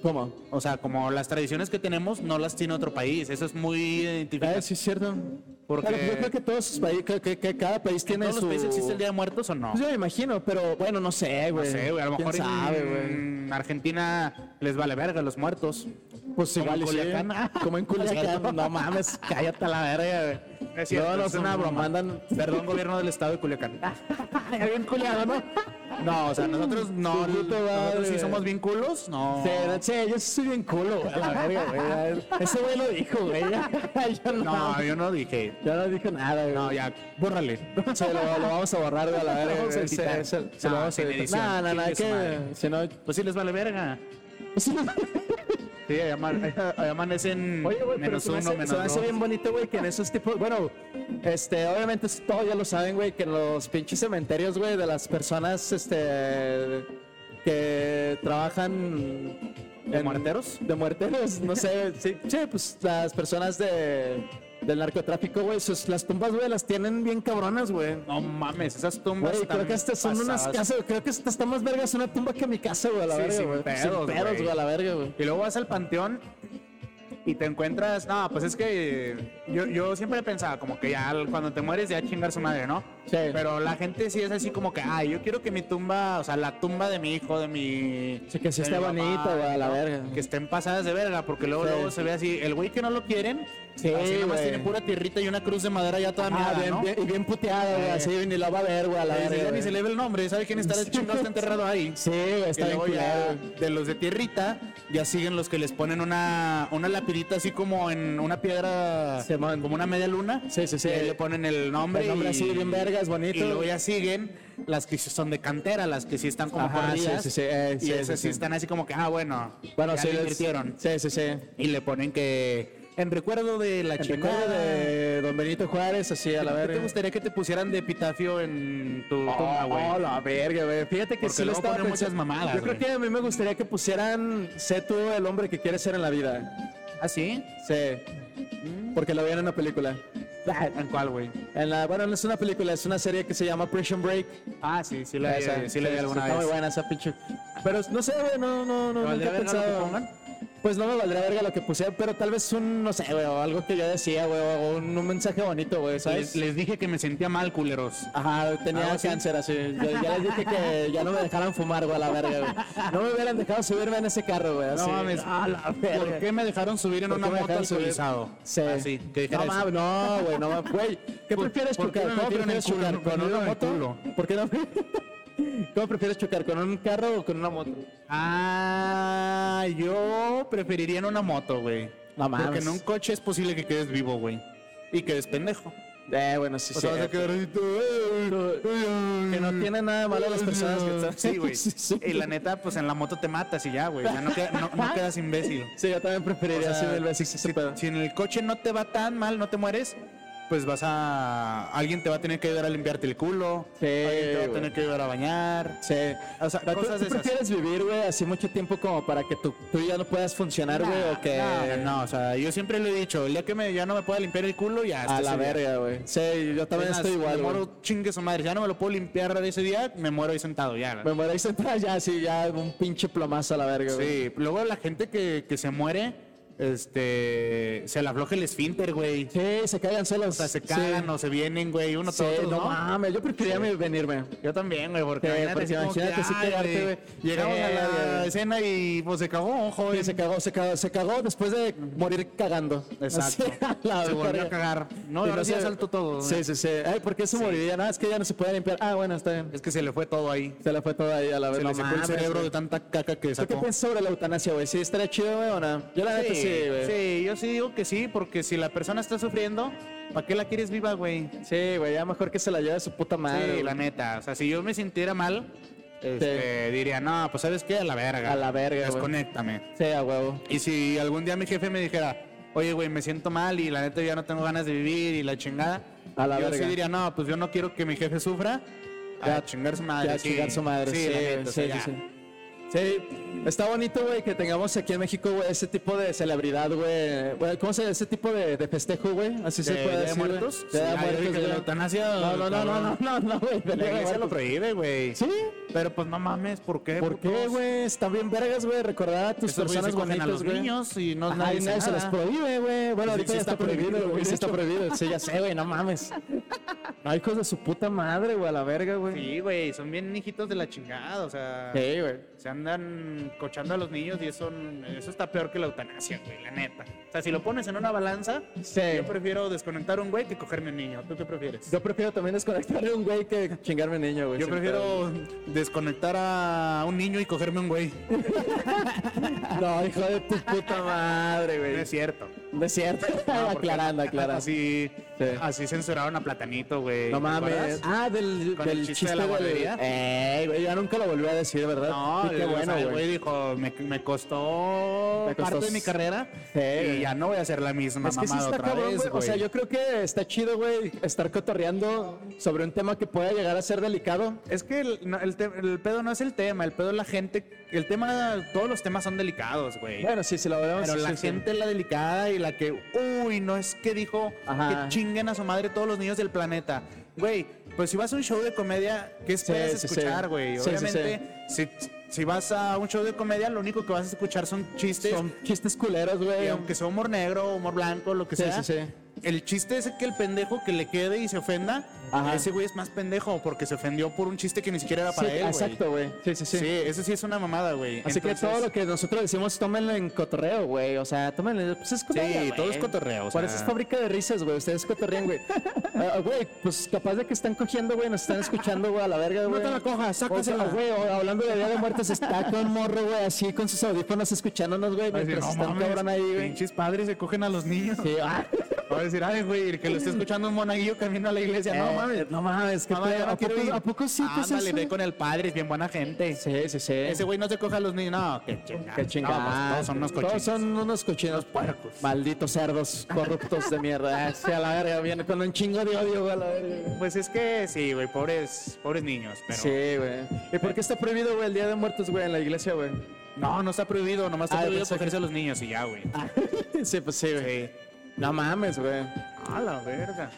[SPEAKER 2] ¿Cómo?
[SPEAKER 1] O sea, como las tradiciones que tenemos no las tiene otro país. Eso es muy
[SPEAKER 2] Ah,
[SPEAKER 1] identificado.
[SPEAKER 2] sí, es cierto.
[SPEAKER 1] Porque-
[SPEAKER 2] Pero yo creo que todos sus países, que, que- que cada país
[SPEAKER 1] ¿En
[SPEAKER 2] tiene
[SPEAKER 1] todos
[SPEAKER 2] su.
[SPEAKER 1] los países existe el Día de Muertos o no?
[SPEAKER 2] Pues yo me imagino, pero bueno, no sé,
[SPEAKER 1] No
[SPEAKER 2] güey.
[SPEAKER 1] sé, güey. A lo
[SPEAKER 2] ¿Quién
[SPEAKER 1] mejor en
[SPEAKER 2] sabe, güey.
[SPEAKER 1] Argentina les vale verga los muertos.
[SPEAKER 2] Pues
[SPEAKER 1] como en
[SPEAKER 2] igual y sí.
[SPEAKER 1] <laughs> Culiacán.
[SPEAKER 2] Como en Culiacán. no mames, cállate a la verga, güey.
[SPEAKER 1] Es cierto,
[SPEAKER 2] no, no,
[SPEAKER 1] es
[SPEAKER 2] es una
[SPEAKER 1] una
[SPEAKER 2] broma.
[SPEAKER 1] broma.
[SPEAKER 2] Andan.
[SPEAKER 1] Perdón, gobierno del estado de
[SPEAKER 2] <laughs>
[SPEAKER 1] Culiacán.
[SPEAKER 2] bien culiado, ¿no?
[SPEAKER 1] No, o sea, nosotros no.
[SPEAKER 2] Puta madre,
[SPEAKER 1] Nosotros sí
[SPEAKER 2] güey.
[SPEAKER 1] somos bien culos. No.
[SPEAKER 2] Sí, no, sí, yo sí soy bien culo, güey. a La verga, güey.
[SPEAKER 1] <laughs>
[SPEAKER 2] Ese güey lo dijo, güey. <laughs> Yo no.
[SPEAKER 1] No, yo no dije.
[SPEAKER 2] Yo no dije nada, güey.
[SPEAKER 1] No,
[SPEAKER 2] <laughs>
[SPEAKER 1] ya, bórrale.
[SPEAKER 2] Sí, lo, lo vamos a borrar, güey, a la verga.
[SPEAKER 1] <laughs> Lo vamos a
[SPEAKER 2] güey. Sí,
[SPEAKER 1] editar.
[SPEAKER 2] sí, sí, lo
[SPEAKER 1] Ah,
[SPEAKER 2] vamos a
[SPEAKER 1] sin edición.
[SPEAKER 2] editar. No, no, no,
[SPEAKER 1] Chingue
[SPEAKER 2] hay
[SPEAKER 1] su
[SPEAKER 2] que.
[SPEAKER 1] madre.
[SPEAKER 2] Si no.
[SPEAKER 1] Pues sí les vale verga.
[SPEAKER 2] <laughs>
[SPEAKER 1] <laughs> Sí, ahí aman- ahí amanecen
[SPEAKER 2] Oye, güey, pero
[SPEAKER 1] menos
[SPEAKER 2] se me
[SPEAKER 1] uno,
[SPEAKER 2] hace,
[SPEAKER 1] menos
[SPEAKER 2] se me hace
[SPEAKER 1] dos.
[SPEAKER 2] bien bonito, güey, que en esos tipos, bueno, este, obviamente es- todos ya lo saben, güey, que en los pinches cementerios, güey, de las personas, este, que trabajan...
[SPEAKER 1] ¿De muerteros?
[SPEAKER 2] De muerteros, no sé, sí, sí, pues las personas de... del narcotráfico, güey. sus- Las tumbas, güey, las tienen bien cabronas, güey.
[SPEAKER 1] No mames, esas tumbas.
[SPEAKER 2] Güey,
[SPEAKER 1] están
[SPEAKER 2] creo que estas son unas
[SPEAKER 1] pasadas.
[SPEAKER 2] casas, creo que esta está más vergas una tumba que mi casa, güey, a la
[SPEAKER 1] Sí,
[SPEAKER 2] verga,
[SPEAKER 1] sin
[SPEAKER 2] güey.
[SPEAKER 1] pedos, güey.
[SPEAKER 2] güey, a la verga, güey.
[SPEAKER 1] Y luego vas al panteón y te encuentras. No, pues es que yo, yo siempre pensaba como que ya al- cuando te mueres ya chingar su madre, ¿no?
[SPEAKER 2] Sí.
[SPEAKER 1] Pero la gente sí es así como que, ay, yo quiero que mi tumba, o sea, la tumba de mi hijo, de mi.
[SPEAKER 2] Sí, que sí
[SPEAKER 1] de
[SPEAKER 2] esté
[SPEAKER 1] mi
[SPEAKER 2] bonita, güey, a la
[SPEAKER 1] ¿no?
[SPEAKER 2] verga.
[SPEAKER 1] Que estén pasadas de verga, porque luego,
[SPEAKER 2] Sí.
[SPEAKER 1] luego se ve así. El güey que no lo quieren,
[SPEAKER 2] Sí,
[SPEAKER 1] así nomás
[SPEAKER 2] güey.
[SPEAKER 1] tiene pura tierrita y una cruz de madera ya toda
[SPEAKER 2] Ah,
[SPEAKER 1] miada,
[SPEAKER 2] bien,
[SPEAKER 1] ¿no?
[SPEAKER 2] bien- y bien puteada, güey,
[SPEAKER 1] Eh.
[SPEAKER 2] así ni la va a ver, güey, a la
[SPEAKER 1] Eh,
[SPEAKER 2] verga.
[SPEAKER 1] si ya ni
[SPEAKER 2] güey.
[SPEAKER 1] se le ve el nombre, ¿sabe quién está el chingado está enterrado ahí?
[SPEAKER 2] <laughs> Sí, güey,
[SPEAKER 1] Y
[SPEAKER 2] está bien
[SPEAKER 1] luego ya
[SPEAKER 2] culero, güey.
[SPEAKER 1] de los de tierrita, ya siguen los que les ponen una, una lapidita así como en una piedra,
[SPEAKER 2] Simón.
[SPEAKER 1] como una media luna.
[SPEAKER 2] Sí, sí, sí.
[SPEAKER 1] Y ahí le ponen el nombre.
[SPEAKER 2] El nombre
[SPEAKER 1] y-
[SPEAKER 2] así, bien vergas, bonito.
[SPEAKER 1] Y luego ya siguen las que sí son de cantera, las que sí están como
[SPEAKER 2] Ajá, sí,
[SPEAKER 1] corridas.
[SPEAKER 2] sí, sí, eh,
[SPEAKER 1] y
[SPEAKER 2] sí,
[SPEAKER 1] esas
[SPEAKER 2] sí,
[SPEAKER 1] sí
[SPEAKER 2] sí.
[SPEAKER 1] están así como que, ah, bueno,
[SPEAKER 2] Bueno,
[SPEAKER 1] ya
[SPEAKER 2] sí,
[SPEAKER 1] le
[SPEAKER 2] les-
[SPEAKER 1] invirtieron.
[SPEAKER 2] Sí, sí, sí.
[SPEAKER 1] Y le ponen que en recuerdo de la
[SPEAKER 2] En
[SPEAKER 1] chingada.
[SPEAKER 2] recuerdo de Don Benito Juárez, así a la
[SPEAKER 1] ¿Qué
[SPEAKER 2] verga.
[SPEAKER 1] te gustaría que te pusieran de epitafio en tu
[SPEAKER 2] Oh,
[SPEAKER 1] tumba, güey?
[SPEAKER 2] oh, la verga, güey. Fíjate que
[SPEAKER 1] Porque
[SPEAKER 2] sí lo
[SPEAKER 1] luego
[SPEAKER 2] estaba
[SPEAKER 1] ponen muchas
[SPEAKER 2] pensando.
[SPEAKER 1] mamadas,
[SPEAKER 2] Yo creo
[SPEAKER 1] güey.
[SPEAKER 2] que a mí me gustaría que pusieran, sé tú el hombre que quieres ser en la vida.
[SPEAKER 1] ¿Ah, sí?
[SPEAKER 2] Sí.
[SPEAKER 1] Mm.
[SPEAKER 2] Porque lo vi en
[SPEAKER 1] <laughs>
[SPEAKER 2] una película.
[SPEAKER 1] ¿En cuál, güey?
[SPEAKER 2] En la, bueno, no es una película, es una serie que se llama Prison Break.
[SPEAKER 1] Ah, sí, sí la,
[SPEAKER 2] Esa,
[SPEAKER 1] sí la vi
[SPEAKER 2] sí,
[SPEAKER 1] alguna
[SPEAKER 2] está
[SPEAKER 1] vez.
[SPEAKER 2] muy buena esa pinche. Pero no sé, güey, no, no, no.
[SPEAKER 1] ¿Te valdría
[SPEAKER 2] nunca he
[SPEAKER 1] verga lo que
[SPEAKER 2] pensado.
[SPEAKER 1] pongan?
[SPEAKER 2] Pues no me valdría verga lo que pusieran, pero tal vez un, no sé, güey, o algo que yo decía, güey, o un, un mensaje bonito, güey, ¿sabes?
[SPEAKER 1] Les, les dije que me sentía mal, culeros.
[SPEAKER 2] Ajá, tenía
[SPEAKER 1] Ah, sí.
[SPEAKER 2] cáncer así. Yo ya les dije que ya no me dejaran fumar, güey, a la verga, güey. No me hubieran dejado subirme en ese carro, güey. así.
[SPEAKER 1] mames.
[SPEAKER 2] A Ah, la verga.
[SPEAKER 1] ¿Por qué me Ah, dejaron subir en
[SPEAKER 2] ¿Por
[SPEAKER 1] una
[SPEAKER 2] qué me
[SPEAKER 1] moto
[SPEAKER 2] dejaron subir?
[SPEAKER 1] alcoholizado?
[SPEAKER 2] Sí.
[SPEAKER 1] Así, que dijera
[SPEAKER 2] no,
[SPEAKER 1] eso.
[SPEAKER 2] mames, no, güey, no mames. Güey, ¿qué
[SPEAKER 1] ¿Por-
[SPEAKER 2] prefieres
[SPEAKER 1] por qué
[SPEAKER 2] chocar?
[SPEAKER 1] me
[SPEAKER 2] ¿Cómo
[SPEAKER 1] metieron en el
[SPEAKER 2] prefieres chocar?
[SPEAKER 1] culo?
[SPEAKER 2] ¿Con
[SPEAKER 1] No,
[SPEAKER 2] una
[SPEAKER 1] no, en el
[SPEAKER 2] moto?
[SPEAKER 1] culo.
[SPEAKER 2] ¿Por qué no? <laughs> ¿Cómo prefieres chocar? ¿Con un carro o con una moto?
[SPEAKER 1] Ah, yo preferiría en una moto, güey.
[SPEAKER 2] No mames.
[SPEAKER 1] Porque en un coche es posible que quedes vivo, güey. Y quedes pendejo.
[SPEAKER 2] Eh, bueno, sí,
[SPEAKER 1] O
[SPEAKER 2] sí.
[SPEAKER 1] sea, vas a quedar así todo, "Ay, ay,
[SPEAKER 2] Que no
[SPEAKER 1] ay".
[SPEAKER 2] tiene nada de malo las personas que están-
[SPEAKER 1] Sí, güey.
[SPEAKER 2] <laughs> Sí, sí.
[SPEAKER 1] Y la neta, pues en la moto te matas y ya, güey. O sea, no, queda- no- no quedas imbécil.
[SPEAKER 2] Sí, yo también preferiría
[SPEAKER 1] O sea,
[SPEAKER 2] subirme el veces si se puede.
[SPEAKER 1] Si en el coche no te va tan mal, no te mueres, pues vas a. Alguien te va a tener que ayudar a limpiarte el culo.
[SPEAKER 2] Sí,
[SPEAKER 1] alguien te va a
[SPEAKER 2] güey.
[SPEAKER 1] tener que ayudar a bañar.
[SPEAKER 2] Sí.
[SPEAKER 1] O sea,
[SPEAKER 2] ¿Tú,
[SPEAKER 1] cosas
[SPEAKER 2] tú
[SPEAKER 1] de esas.
[SPEAKER 2] prefieres vivir, güey, así mucho tiempo como para que tú, tú ya no puedas funcionar, güey, o que...
[SPEAKER 1] No, no, o sea, yo siempre lo he dicho, el día que me, ya no me pueda limpiar el culo, ya
[SPEAKER 2] A
[SPEAKER 1] este
[SPEAKER 2] la
[SPEAKER 1] es el día.
[SPEAKER 2] verga, güey. Sí, yo también
[SPEAKER 1] Es más,
[SPEAKER 2] estoy igual,
[SPEAKER 1] Me
[SPEAKER 2] güey.
[SPEAKER 1] muero chingue su madre. Ya no me lo puedo limpiar de ese día, me muero ahí sentado ya. güey.
[SPEAKER 2] Me muero ahí sentado ya, sí, ya un pinche plomazo a la verga, güey.
[SPEAKER 1] Sí, luego la gente que, que se muere, este, se le afloja el esfínter, güey.
[SPEAKER 2] Sí. se cagan solos.
[SPEAKER 1] O sea, se cagan o se vienen, güey, uno
[SPEAKER 2] Sí,
[SPEAKER 1] todo otro,
[SPEAKER 2] no
[SPEAKER 1] ¿no?
[SPEAKER 2] mames, yo preferiría
[SPEAKER 1] Sí.
[SPEAKER 2] mi- venirme.
[SPEAKER 1] Yo también, güey, porque,
[SPEAKER 2] Sí,
[SPEAKER 1] imagínate
[SPEAKER 2] porque
[SPEAKER 1] así como
[SPEAKER 2] imagínate así
[SPEAKER 1] ay,
[SPEAKER 2] quedarte, güey.
[SPEAKER 1] Llegamos a
[SPEAKER 2] Verga,
[SPEAKER 1] la
[SPEAKER 2] güey.
[SPEAKER 1] escena y pues se cagó un
[SPEAKER 2] Sí,
[SPEAKER 1] joven.
[SPEAKER 2] se cagó, se cagó, se cagó después de morir cagando.
[SPEAKER 1] Exacto.
[SPEAKER 2] Así, <laughs> a la
[SPEAKER 1] se volvió a
[SPEAKER 2] verga.
[SPEAKER 1] cagar. No,
[SPEAKER 2] Y
[SPEAKER 1] ahora sí
[SPEAKER 2] se-
[SPEAKER 1] salto todo.
[SPEAKER 2] Sí,
[SPEAKER 1] güey.
[SPEAKER 2] sí, sí. Ay, ¿por qué se moriría? Nada, es que ya no se puede limpiar. Ah, bueno, está bien.
[SPEAKER 1] Es que se le fue todo ahí.
[SPEAKER 2] Se la fue toda ahí a la
[SPEAKER 1] Se
[SPEAKER 2] verga.
[SPEAKER 1] le secó el cerebro de
[SPEAKER 2] ¿Tú
[SPEAKER 1] tanta caca que
[SPEAKER 2] qué
[SPEAKER 1] sacó.
[SPEAKER 2] piensas sobre la eutanasia, güey? ¿Sí estaría chido, güey, o no? Yo la neta sí, güey.
[SPEAKER 1] sí, yo sí digo que sí, porque si la persona está sufriendo, ¿para qué la quieres viva, güey?
[SPEAKER 2] Sí, güey, ya mejor que se la lleve a su puta madre.
[SPEAKER 1] sí, la
[SPEAKER 2] güey.
[SPEAKER 1] neta. O sea, si yo me sintiera mal, este, diría, no, pues ¿sabes qué? A la verga.
[SPEAKER 2] A la verga, güey.
[SPEAKER 1] Desconéctame.
[SPEAKER 2] Sí, a huevo.
[SPEAKER 1] Y si algún día mi jefe me dijera, oye, güey, me siento mal y la neta ya no tengo ganas de vivir y la chingada,
[SPEAKER 2] A la
[SPEAKER 1] yo
[SPEAKER 2] verga.
[SPEAKER 1] sí diría, no, pues yo no quiero que mi jefe sufra.
[SPEAKER 2] Ya,
[SPEAKER 1] a chingar su madre.
[SPEAKER 2] Ya
[SPEAKER 1] sí.
[SPEAKER 2] chingar su madre. Sí,
[SPEAKER 1] Sí, la neta, o sea,
[SPEAKER 2] sí, sí,
[SPEAKER 1] ya.
[SPEAKER 2] sí. Sí, está bonito, güey, que tengamos aquí en México, güey, ese tipo de celebridad, güey. Güey, ¿Cómo se Ese tipo de, de festejo, güey. Así se
[SPEAKER 1] ¿De
[SPEAKER 2] puede
[SPEAKER 1] Día de
[SPEAKER 2] decir, güey.
[SPEAKER 1] Muertos? Sí,
[SPEAKER 2] De Día de
[SPEAKER 1] ah, yo dije
[SPEAKER 2] muertos,
[SPEAKER 1] de
[SPEAKER 2] güey.
[SPEAKER 1] la eutanasia,
[SPEAKER 2] No, no, no, no,
[SPEAKER 1] cabrón.
[SPEAKER 2] no, no, no, güey.
[SPEAKER 1] <laughs>
[SPEAKER 2] de
[SPEAKER 1] La
[SPEAKER 2] Día de
[SPEAKER 1] iglesia lo
[SPEAKER 2] Muertos.
[SPEAKER 1] prohíbe, güey.
[SPEAKER 2] Sí.
[SPEAKER 1] Pero pues no mames, ¿por qué?
[SPEAKER 2] ¿Por qué,
[SPEAKER 1] putos?
[SPEAKER 2] güey? Están bien vergas, güey, recordar a tus
[SPEAKER 1] Esos güeyes
[SPEAKER 2] personas
[SPEAKER 1] se cogen
[SPEAKER 2] bonitas,
[SPEAKER 1] a los
[SPEAKER 2] güey.
[SPEAKER 1] niños y no
[SPEAKER 2] Ajá,
[SPEAKER 1] nadie
[SPEAKER 2] y
[SPEAKER 1] dice
[SPEAKER 2] nadie se
[SPEAKER 1] nada.
[SPEAKER 2] les prohíbe, güey. Bueno,
[SPEAKER 1] Sí,
[SPEAKER 2] ahorita
[SPEAKER 1] sí
[SPEAKER 2] ya
[SPEAKER 1] está
[SPEAKER 2] está prohibido,
[SPEAKER 1] prohibido,
[SPEAKER 2] güey. Sí
[SPEAKER 1] de
[SPEAKER 2] está
[SPEAKER 1] hecho.
[SPEAKER 2] prohibido. <laughs> Sí, ya sé, güey,
[SPEAKER 1] <laughs>
[SPEAKER 2] no mames. No, hijos de su puta madre, güey, a la verga, güey.
[SPEAKER 1] Sí, güey, son bien hijitos de la chingada, o sea,
[SPEAKER 2] Sí, güey.
[SPEAKER 1] se andan cochando a los niños y eso, eso está peor que la eutanasia, güey, la neta. O sea, si lo pones en una balanza,
[SPEAKER 2] Sí.
[SPEAKER 1] yo prefiero desconectar a un güey que cogerme un niño. ¿Tú qué prefieres?
[SPEAKER 2] Yo prefiero también desconectarle a un güey que chingarme a un niño, güey.
[SPEAKER 1] Yo
[SPEAKER 2] sin Pues
[SPEAKER 1] <laughs>
[SPEAKER 2] pedo.
[SPEAKER 1] prefiero desconectar a un niño y cogerme un güey.
[SPEAKER 2] No, hijo de tu puta madre,
[SPEAKER 1] No
[SPEAKER 2] güey.
[SPEAKER 1] es
[SPEAKER 2] <laughs>
[SPEAKER 1] cierto.
[SPEAKER 2] No es cierto.
[SPEAKER 1] No, porque
[SPEAKER 2] <laughs> aclarando, aclarando.
[SPEAKER 1] Así,
[SPEAKER 2] Sí.
[SPEAKER 1] así censuraron a Platanito, güey.
[SPEAKER 2] No
[SPEAKER 1] ¿te
[SPEAKER 2] mames.
[SPEAKER 1] acuerdas?
[SPEAKER 2] Ah, del,
[SPEAKER 1] Con el
[SPEAKER 2] del
[SPEAKER 1] chiste de la guardería.
[SPEAKER 2] Eh, güey, ya nunca lo volví a decir, ¿verdad?
[SPEAKER 1] No,
[SPEAKER 2] Y Ah, qué
[SPEAKER 1] o sea,
[SPEAKER 2] bueno,
[SPEAKER 1] el
[SPEAKER 2] güey.
[SPEAKER 1] güey dijo, me, me costó
[SPEAKER 2] Me costó
[SPEAKER 1] parte de mi
[SPEAKER 2] s-
[SPEAKER 1] carrera
[SPEAKER 2] Sí, güey.
[SPEAKER 1] y ya no voy a hacer la misma
[SPEAKER 2] Es que sí
[SPEAKER 1] mamada
[SPEAKER 2] está
[SPEAKER 1] otra
[SPEAKER 2] cabrón,
[SPEAKER 1] vez,
[SPEAKER 2] güey. O sea, yo creo que está chido, güey, estar cotorreando sobre un tema que pueda llegar a ser delicado.
[SPEAKER 1] Es que el, no, el te- el pedo no es el tema, el pedo es la gente el tema, todos los temas son delicados, güey.
[SPEAKER 2] Bueno, sí, sí, la verdad.
[SPEAKER 1] Pero
[SPEAKER 2] sí,
[SPEAKER 1] la
[SPEAKER 2] sí, sí.
[SPEAKER 1] gente la delicada y la que, uy, no es que dijo
[SPEAKER 2] Ajá.
[SPEAKER 1] que chinguen a su madre todos los niños del planeta. Güey, pues si vas a un show de comedia, ¿qué esperas
[SPEAKER 2] sí, sí.
[SPEAKER 1] escuchar, güey?
[SPEAKER 2] Sí, sí,
[SPEAKER 1] Obviamente, Si, si vas a un show de comedia, lo único que vas a escuchar son chistes.
[SPEAKER 2] Son chistes culeros,
[SPEAKER 1] y
[SPEAKER 2] güey.
[SPEAKER 1] aunque sea humor negro, humor blanco, lo que
[SPEAKER 2] Sí,
[SPEAKER 1] sea,
[SPEAKER 2] sí, sí.
[SPEAKER 1] el chiste es que el pendejo que le quede y se ofenda,
[SPEAKER 2] Ajá.
[SPEAKER 1] ese güey es más pendejo porque se ofendió por un chiste que ni siquiera era para
[SPEAKER 2] Sí,
[SPEAKER 1] él, güey.
[SPEAKER 2] exacto, güey. Sí, sí, sí.
[SPEAKER 1] Sí, eso sí es una mamada, güey.
[SPEAKER 2] Así
[SPEAKER 1] Entonces-
[SPEAKER 2] que todo lo que nosotros decimos, tómenlo en cotorreo, güey. O sea, tómenlo. Pues es comedia,
[SPEAKER 1] Sí,
[SPEAKER 2] güey.
[SPEAKER 1] todo es cotorreo, o
[SPEAKER 2] Por
[SPEAKER 1] sea.
[SPEAKER 2] eso es fábrica de risas, güey. Ustedes cotorrean,
[SPEAKER 1] <laughs>
[SPEAKER 2] güey. Ah, Güey, pues capaz de que están cogiendo, güey. Nos están escuchando, güey, a la verga, güey.
[SPEAKER 1] te la cojas, sácasela.
[SPEAKER 2] O sea, Güey, o- hablando de Día de Muertos,
[SPEAKER 1] <laughs>
[SPEAKER 2] está con morro, güey, así con sus audífonos escuchándonos, güey.
[SPEAKER 1] Va a decir,
[SPEAKER 2] Mientras
[SPEAKER 1] "No
[SPEAKER 2] están
[SPEAKER 1] mames,
[SPEAKER 2] cabrón ahí, güey.
[SPEAKER 1] Pinches padres se cogen a los niños.
[SPEAKER 2] Sí, ah.
[SPEAKER 1] <laughs> Va a decir, ay, güey, el que lo está escuchando un monaguillo camino a la iglesia.
[SPEAKER 2] Eh,
[SPEAKER 1] no mames.
[SPEAKER 2] No mames, que
[SPEAKER 1] Mamá,
[SPEAKER 2] te-
[SPEAKER 1] yo no
[SPEAKER 2] ¿a,
[SPEAKER 1] quiero
[SPEAKER 2] poco,
[SPEAKER 1] ir.
[SPEAKER 2] ¿A poco sí? ¿Qué es
[SPEAKER 1] Ándale,
[SPEAKER 2] eso?
[SPEAKER 1] ve con el padre, es bien buena gente.
[SPEAKER 2] Sí, sí, sí.
[SPEAKER 1] Ese güey no se coge a los niños. No, qué chingada.
[SPEAKER 2] Qué chingada.
[SPEAKER 1] todos son unos
[SPEAKER 2] Todos
[SPEAKER 1] cochinos.
[SPEAKER 2] son unos cochinos puercos. Malditos cerdos corruptos de mierda. Ah, <laughs> sí, a la verga, viene con un chingo de odio, güey, a la verga.
[SPEAKER 1] Pues es que sí, güey, pobres, pobres niños. Pero...
[SPEAKER 2] Sí, güey. ¿Y por qué está prohibido, güey, el Día de Muertos, güey, en la iglesia, güey?
[SPEAKER 1] No, no está prohibido, nomás está
[SPEAKER 2] Ah,
[SPEAKER 1] prohibido
[SPEAKER 2] pensé que-
[SPEAKER 1] cogerse a los niños y ya, güey.
[SPEAKER 2] Ah, <laughs> sí, pues sí, güey.
[SPEAKER 1] Sí.
[SPEAKER 2] No mames, güey.
[SPEAKER 1] A la verga.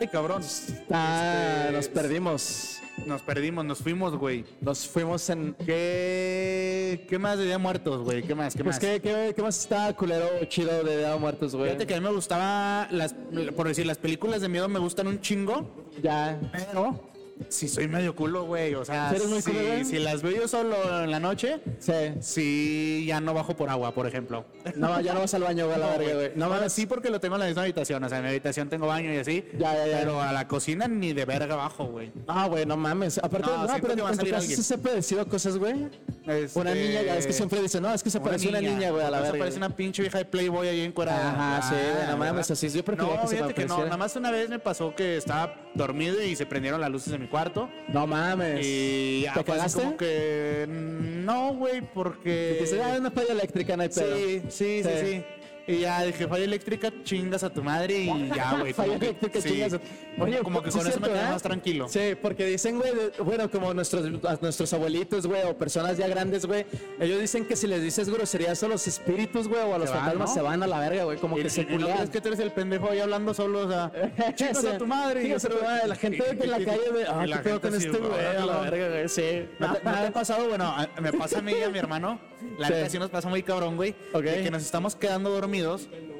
[SPEAKER 1] Ay, cabrón.
[SPEAKER 2] Ah,
[SPEAKER 1] Este,
[SPEAKER 2] nos perdimos.
[SPEAKER 1] Nos perdimos, nos fuimos, güey.
[SPEAKER 2] Nos fuimos en...
[SPEAKER 1] ¿Qué, ¿Qué más de Día de Muertos, güey? ¿Qué más? ¿Qué
[SPEAKER 2] Pues,
[SPEAKER 1] más?
[SPEAKER 2] ¿qué, qué, qué más está culero chido de Día de Muertos, güey?
[SPEAKER 1] Fíjate que a mí me gustaba, las, por decir, las películas de miedo me gustan un chingo,
[SPEAKER 2] Ya.
[SPEAKER 1] pero si soy medio culo, güey. O sea,
[SPEAKER 2] ¿Sí eres muy
[SPEAKER 1] si,
[SPEAKER 2] culo, güey?
[SPEAKER 1] si las veo yo solo en la noche,
[SPEAKER 2] Sí.
[SPEAKER 1] sí, ya no bajo por agua, por ejemplo.
[SPEAKER 2] No, ya no vas al baño, güey, a la verga, güey.
[SPEAKER 1] No,
[SPEAKER 2] No
[SPEAKER 1] bueno,
[SPEAKER 2] mames.
[SPEAKER 1] sí porque lo tengo en la misma habitación, o sea, en mi habitación tengo baño y así,
[SPEAKER 2] Ya, ya, ya.
[SPEAKER 1] pero a la cocina ni de verga bajo, güey.
[SPEAKER 2] Ah, güey, no mames. Aparte,
[SPEAKER 1] No,
[SPEAKER 2] no,
[SPEAKER 1] siempre
[SPEAKER 2] pero
[SPEAKER 1] te va a
[SPEAKER 2] en tu
[SPEAKER 1] salir
[SPEAKER 2] casa
[SPEAKER 1] alguien.
[SPEAKER 2] sí se ha parecido cosas, güey. Una
[SPEAKER 1] Este,
[SPEAKER 2] niña, ya ves que siempre dice, no, es que se pareció una niña, güey, a
[SPEAKER 1] Por
[SPEAKER 2] la
[SPEAKER 1] eso
[SPEAKER 2] verga.
[SPEAKER 1] parece una pinche vieja de Playboy ahí encuadrada.
[SPEAKER 2] Ajá, sí, güey, no
[SPEAKER 1] ¿verdad?
[SPEAKER 2] mames, así es, yo prefería
[SPEAKER 1] no,
[SPEAKER 2] que se
[SPEAKER 1] fíjate
[SPEAKER 2] me
[SPEAKER 1] que no, nada
[SPEAKER 2] apareciera.
[SPEAKER 1] más una vez me pasó que estaba dormido y se prendieron las luces de mi cuarto.
[SPEAKER 2] No mames.
[SPEAKER 1] Y ya
[SPEAKER 2] ¿Te
[SPEAKER 1] fue así
[SPEAKER 2] cagaste?
[SPEAKER 1] como que no, güey, porque...
[SPEAKER 2] Dice, ah, una falla eléctrica, no hay pedo.
[SPEAKER 1] sí, sí, sí,
[SPEAKER 2] Sí.
[SPEAKER 1] sí. Y ya dije, falla eléctrica, chingas a tu madre
[SPEAKER 2] <laughs>
[SPEAKER 1] y ya, güey.
[SPEAKER 2] Falla
[SPEAKER 1] como que-
[SPEAKER 2] eléctrica,
[SPEAKER 1] sí.
[SPEAKER 2] chingas.
[SPEAKER 1] Oye, como que
[SPEAKER 2] sí
[SPEAKER 1] con
[SPEAKER 2] es
[SPEAKER 1] eso me
[SPEAKER 2] cierto,
[SPEAKER 1] quedé
[SPEAKER 2] ¿eh?
[SPEAKER 1] más tranquilo.
[SPEAKER 2] Sí, porque dicen, güey, de- bueno, como nuestros, a nuestros abuelitos, güey, o personas ya grandes, güey, ellos dicen que si les dices groserías a los espíritus, güey, o a los
[SPEAKER 1] van,
[SPEAKER 2] fantasmas,
[SPEAKER 1] ¿no?
[SPEAKER 2] se van a la verga, güey, como
[SPEAKER 1] Y-
[SPEAKER 2] que
[SPEAKER 1] y
[SPEAKER 2] se
[SPEAKER 1] no
[SPEAKER 2] culean.
[SPEAKER 1] crees que tú eres el pendejo ahí hablando solo, o
[SPEAKER 2] <laughs>
[SPEAKER 1] sea, chingas a tu madre. y
[SPEAKER 2] Chingas a tu
[SPEAKER 1] otro-
[SPEAKER 2] madre. La gente que en la calle, güey, ah,
[SPEAKER 1] Y la
[SPEAKER 2] qué pedo
[SPEAKER 1] gente
[SPEAKER 2] con
[SPEAKER 1] así,
[SPEAKER 2] este, güey, a la verga, güey, sí.
[SPEAKER 1] ¿No te, no te ha pasado? Bueno, a- me pasa a mí y a mi hermano. La
[SPEAKER 2] Sí.
[SPEAKER 1] neta sí nos pasa muy cabrón, güey.
[SPEAKER 2] Ok.
[SPEAKER 1] de que nos estamos quedando dormidos.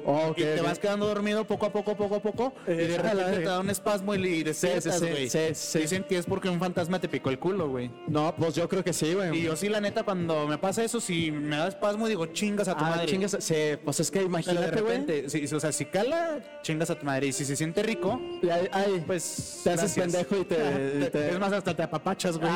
[SPEAKER 2] Oh, ok,
[SPEAKER 1] y te
[SPEAKER 2] ok.
[SPEAKER 1] vas quedando dormido poco a poco, poco a poco. Y
[SPEAKER 2] Eh,
[SPEAKER 1] de
[SPEAKER 2] <laughs> a la
[SPEAKER 1] repente te
[SPEAKER 2] verga.
[SPEAKER 1] da un espasmo y y despiertas,
[SPEAKER 2] sí,
[SPEAKER 1] güey.
[SPEAKER 2] sí, sí.
[SPEAKER 1] Dicen que es porque un fantasma te picó el culo, güey.
[SPEAKER 2] No, pues yo creo que sí, güey.
[SPEAKER 1] Y yo sí, la neta, cuando me pasa eso, si me da espasmo, digo, chingas a tu
[SPEAKER 2] Ah,
[SPEAKER 1] madre.
[SPEAKER 2] chingas, sí, pues es que
[SPEAKER 1] Pero de
[SPEAKER 2] imagínate, güey.
[SPEAKER 1] repente, sí, o sea, si cala, chingas a tu madre. Y si se siente rico,
[SPEAKER 2] Y ahí- ahí,
[SPEAKER 1] pues...
[SPEAKER 2] Te haces pendejo y te-
[SPEAKER 1] Ajá, <laughs>
[SPEAKER 2] y te- Ah.
[SPEAKER 1] Es más, hasta te apapachas, güey.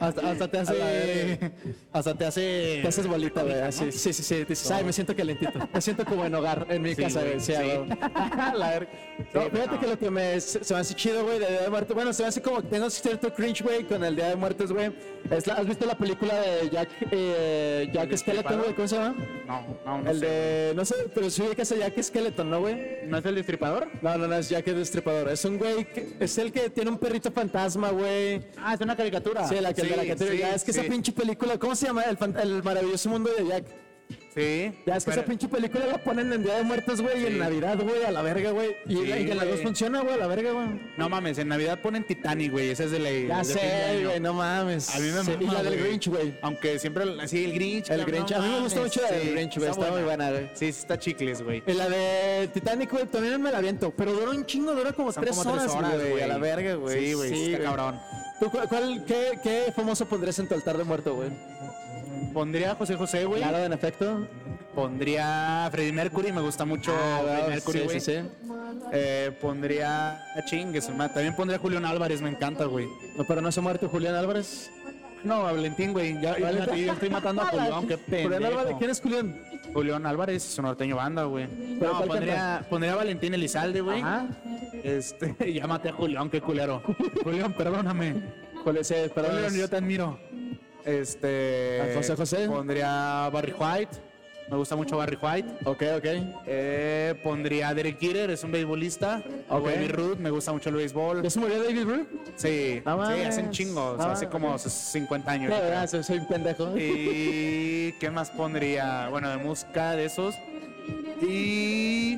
[SPEAKER 1] Hasta, hasta te
[SPEAKER 2] la
[SPEAKER 1] hace...
[SPEAKER 2] verga.
[SPEAKER 1] Hasta te hace...
[SPEAKER 2] te haces bolita, güey. así, Sí, sí, sí. Dices, ay, me siento calentito. Me siento como en hogar, en mi
[SPEAKER 1] Sí,
[SPEAKER 2] casa,
[SPEAKER 1] güey,
[SPEAKER 2] güey. <laughs> Sí,
[SPEAKER 1] sí.
[SPEAKER 2] a huevo. La verga. No,
[SPEAKER 1] Sí,
[SPEAKER 2] fíjate
[SPEAKER 1] no.
[SPEAKER 2] que lo que me, se se me hace chido, güey, de Día de Muertos. Bueno, se me hace como que tengo cierto cringe, güey, con el Día de Muertos, güey. Es la- ¿Has visto la película de Jack, eh, Jack
[SPEAKER 1] ¿El
[SPEAKER 2] Skeleton, güey? ¿Cómo se llama?
[SPEAKER 1] No, no, no
[SPEAKER 2] El
[SPEAKER 1] sé,
[SPEAKER 2] de, no sé, pero sí que es Jack Skeleton, ¿no, güey?
[SPEAKER 1] güey. ¿No es el destripador?
[SPEAKER 2] No, no, no, es Jack el Destripador. Es un güey, que- es el que tiene un perrito fantasma, güey.
[SPEAKER 1] Ah, es una caricatura.
[SPEAKER 2] Sí, la que, de la que te
[SPEAKER 1] sí,
[SPEAKER 2] ya es que
[SPEAKER 1] sí,
[SPEAKER 2] esa pinche película, ¿cómo se llama? El, fan- el maravilloso mundo de Jack.
[SPEAKER 1] Sí.
[SPEAKER 2] Ya es que esa
[SPEAKER 1] pero-
[SPEAKER 2] pinche película la ponen en Día de Muertos, güey, y
[SPEAKER 1] Sí.
[SPEAKER 2] en Navidad, güey, a la verga, güey. Y,
[SPEAKER 1] Sí,
[SPEAKER 2] la- y en las
[SPEAKER 1] güey.
[SPEAKER 2] dos funciona, güey, a la verga, güey.
[SPEAKER 1] No mames, en Navidad ponen Titanic, güey. Esa es de la...
[SPEAKER 2] Ya
[SPEAKER 1] de fin de
[SPEAKER 2] sé,
[SPEAKER 1] año.
[SPEAKER 2] güey, no mames.
[SPEAKER 1] A mí me
[SPEAKER 2] Sí,
[SPEAKER 1] mama,
[SPEAKER 2] Y la del
[SPEAKER 1] güey.
[SPEAKER 2] Grinch, güey.
[SPEAKER 1] Aunque siempre, sí, el Grinch.
[SPEAKER 2] El
[SPEAKER 1] cabrón,
[SPEAKER 2] Grinch.
[SPEAKER 1] no
[SPEAKER 2] A mí me gusta
[SPEAKER 1] mames,
[SPEAKER 2] mucho la del
[SPEAKER 1] sí,
[SPEAKER 2] Grinch, güey. Está muy buena, güey.
[SPEAKER 1] Sí, sí está chicles, güey.
[SPEAKER 2] Y la de Titanic, güey, también me la aviento. Pero dura un chingo, dura como,
[SPEAKER 1] Son
[SPEAKER 2] tres,
[SPEAKER 1] como
[SPEAKER 2] horas,
[SPEAKER 1] tres horas, güey.
[SPEAKER 2] güey. A la verga, güey.
[SPEAKER 1] Sí, güey, está cabrón.
[SPEAKER 2] ¿Tú cuál, cuál- qué, qué famoso pondrías en tu altar de muerto, güey?
[SPEAKER 1] Pondría a José José, güey.
[SPEAKER 2] Claro, en efecto.
[SPEAKER 1] Pondría a Freddie Mercury, me gusta mucho
[SPEAKER 2] Ah,
[SPEAKER 1] Freddie
[SPEAKER 2] güey,
[SPEAKER 1] Mercury,
[SPEAKER 2] sí,
[SPEAKER 1] güey.
[SPEAKER 2] sí, sí.
[SPEAKER 1] Eh, pondría a Chingues, hermano. También pondría a Julián Álvarez, me encanta, güey.
[SPEAKER 2] No, pero no se ha muerto Julián Álvarez.
[SPEAKER 1] No, a Valentín, güey. Ya,
[SPEAKER 2] Valentín.
[SPEAKER 1] fíjate, yo estoy matando a Julián, qué pendejo.
[SPEAKER 2] <laughs> Julián Álvarez, ¿quién es Julián?
[SPEAKER 1] Julián Álvarez, su norteño banda, güey. No,
[SPEAKER 2] cuál
[SPEAKER 1] pondría, pondría a Valentín Elizalde, güey.
[SPEAKER 2] Ajá.
[SPEAKER 1] Este, <laughs> ya maté a Julián, qué culero. Julián, perdóname.
[SPEAKER 2] ¿Cuál es? Eh, perdón,
[SPEAKER 1] Julián,
[SPEAKER 2] es-
[SPEAKER 1] yo te admiro. Este.
[SPEAKER 2] ¿A Ah, José José?
[SPEAKER 1] Pondría a Barry White. Me gusta mucho Barry White.
[SPEAKER 2] Ok, ok.
[SPEAKER 1] Eh, pondría a Derek Jeter, es un beisbolista. O
[SPEAKER 2] Ok.
[SPEAKER 1] Baby Ruth, me gusta mucho el béisbol.
[SPEAKER 2] ¿Ya se murió David Ruth?
[SPEAKER 1] Sí,
[SPEAKER 2] No
[SPEAKER 1] sí,
[SPEAKER 2] mames.
[SPEAKER 1] hacen chingos,
[SPEAKER 2] No
[SPEAKER 1] hace
[SPEAKER 2] mames.
[SPEAKER 1] como 50
[SPEAKER 2] No,
[SPEAKER 1] años. yo creo.
[SPEAKER 2] verdad, Ah, soy, soy un pendejo.
[SPEAKER 1] ¿Y qué más pondría? Bueno, de música, de esos. Y.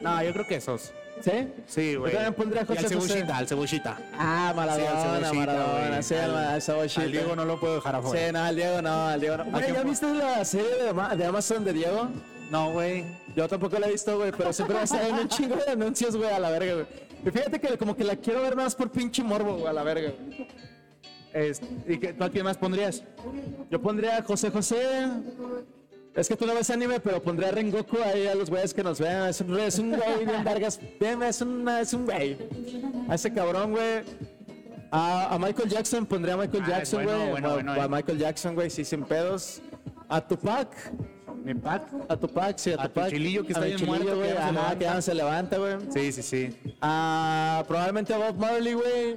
[SPEAKER 1] No, yo creo que esos.
[SPEAKER 2] ¿Sí?
[SPEAKER 1] Sí, güey.
[SPEAKER 2] también pondría a
[SPEAKER 1] Y
[SPEAKER 2] José
[SPEAKER 1] al
[SPEAKER 2] José.
[SPEAKER 1] cebuchita, al cebuchita.
[SPEAKER 2] Ah, Maradona,
[SPEAKER 1] Cebollita,
[SPEAKER 2] Maradona,
[SPEAKER 1] güey.
[SPEAKER 2] sí, al,
[SPEAKER 1] Al-
[SPEAKER 2] al Cebollita.
[SPEAKER 1] Al Diego no lo puedo dejar
[SPEAKER 2] Sí,
[SPEAKER 1] afuera.
[SPEAKER 2] no, al Diego no, al Diego no. Güey,
[SPEAKER 1] quién
[SPEAKER 2] ¿ya
[SPEAKER 1] pon-
[SPEAKER 2] viste la serie de, Ama- de Amazon de Diego?
[SPEAKER 1] No, güey.
[SPEAKER 2] Yo tampoco la he visto, güey, pero siempre me salen un chingo de anuncios, güey, a la verga, güey. Y fíjate que como que la quiero ver más por pinche morbo, güey, a la verga. güey.
[SPEAKER 1] Es- ¿Y qué, tú a quién más pondrías?
[SPEAKER 2] Yo pondría a José José. Es que tú no ves anime, pero pondría a Rengoku ahí a los güeyes que nos vean. Es un, es un güey bien vergas. Bien, es un, es un güey. A ese cabrón, güey. A, a Michael Jackson, pondría a Michael
[SPEAKER 1] Ah, es
[SPEAKER 2] Jackson,
[SPEAKER 1] bueno,
[SPEAKER 2] güey.
[SPEAKER 1] bueno,
[SPEAKER 2] a,
[SPEAKER 1] bueno,
[SPEAKER 2] a
[SPEAKER 1] eh.
[SPEAKER 2] Michael Jackson, güey, sí, sin pedos. A Tupac,
[SPEAKER 1] ¿Mi pack?
[SPEAKER 2] A Tupac, sí, a
[SPEAKER 1] A tu
[SPEAKER 2] Tupac.
[SPEAKER 1] chilillo que
[SPEAKER 2] A
[SPEAKER 1] está
[SPEAKER 2] mi
[SPEAKER 1] bien
[SPEAKER 2] chilillo,
[SPEAKER 1] muerto, que
[SPEAKER 2] güey.
[SPEAKER 1] ya no se
[SPEAKER 2] Ajá,
[SPEAKER 1] levanta.
[SPEAKER 2] que ya no se levanta, güey.
[SPEAKER 1] Sí, sí, sí.
[SPEAKER 2] Ah, probablemente a Bob Marley, güey.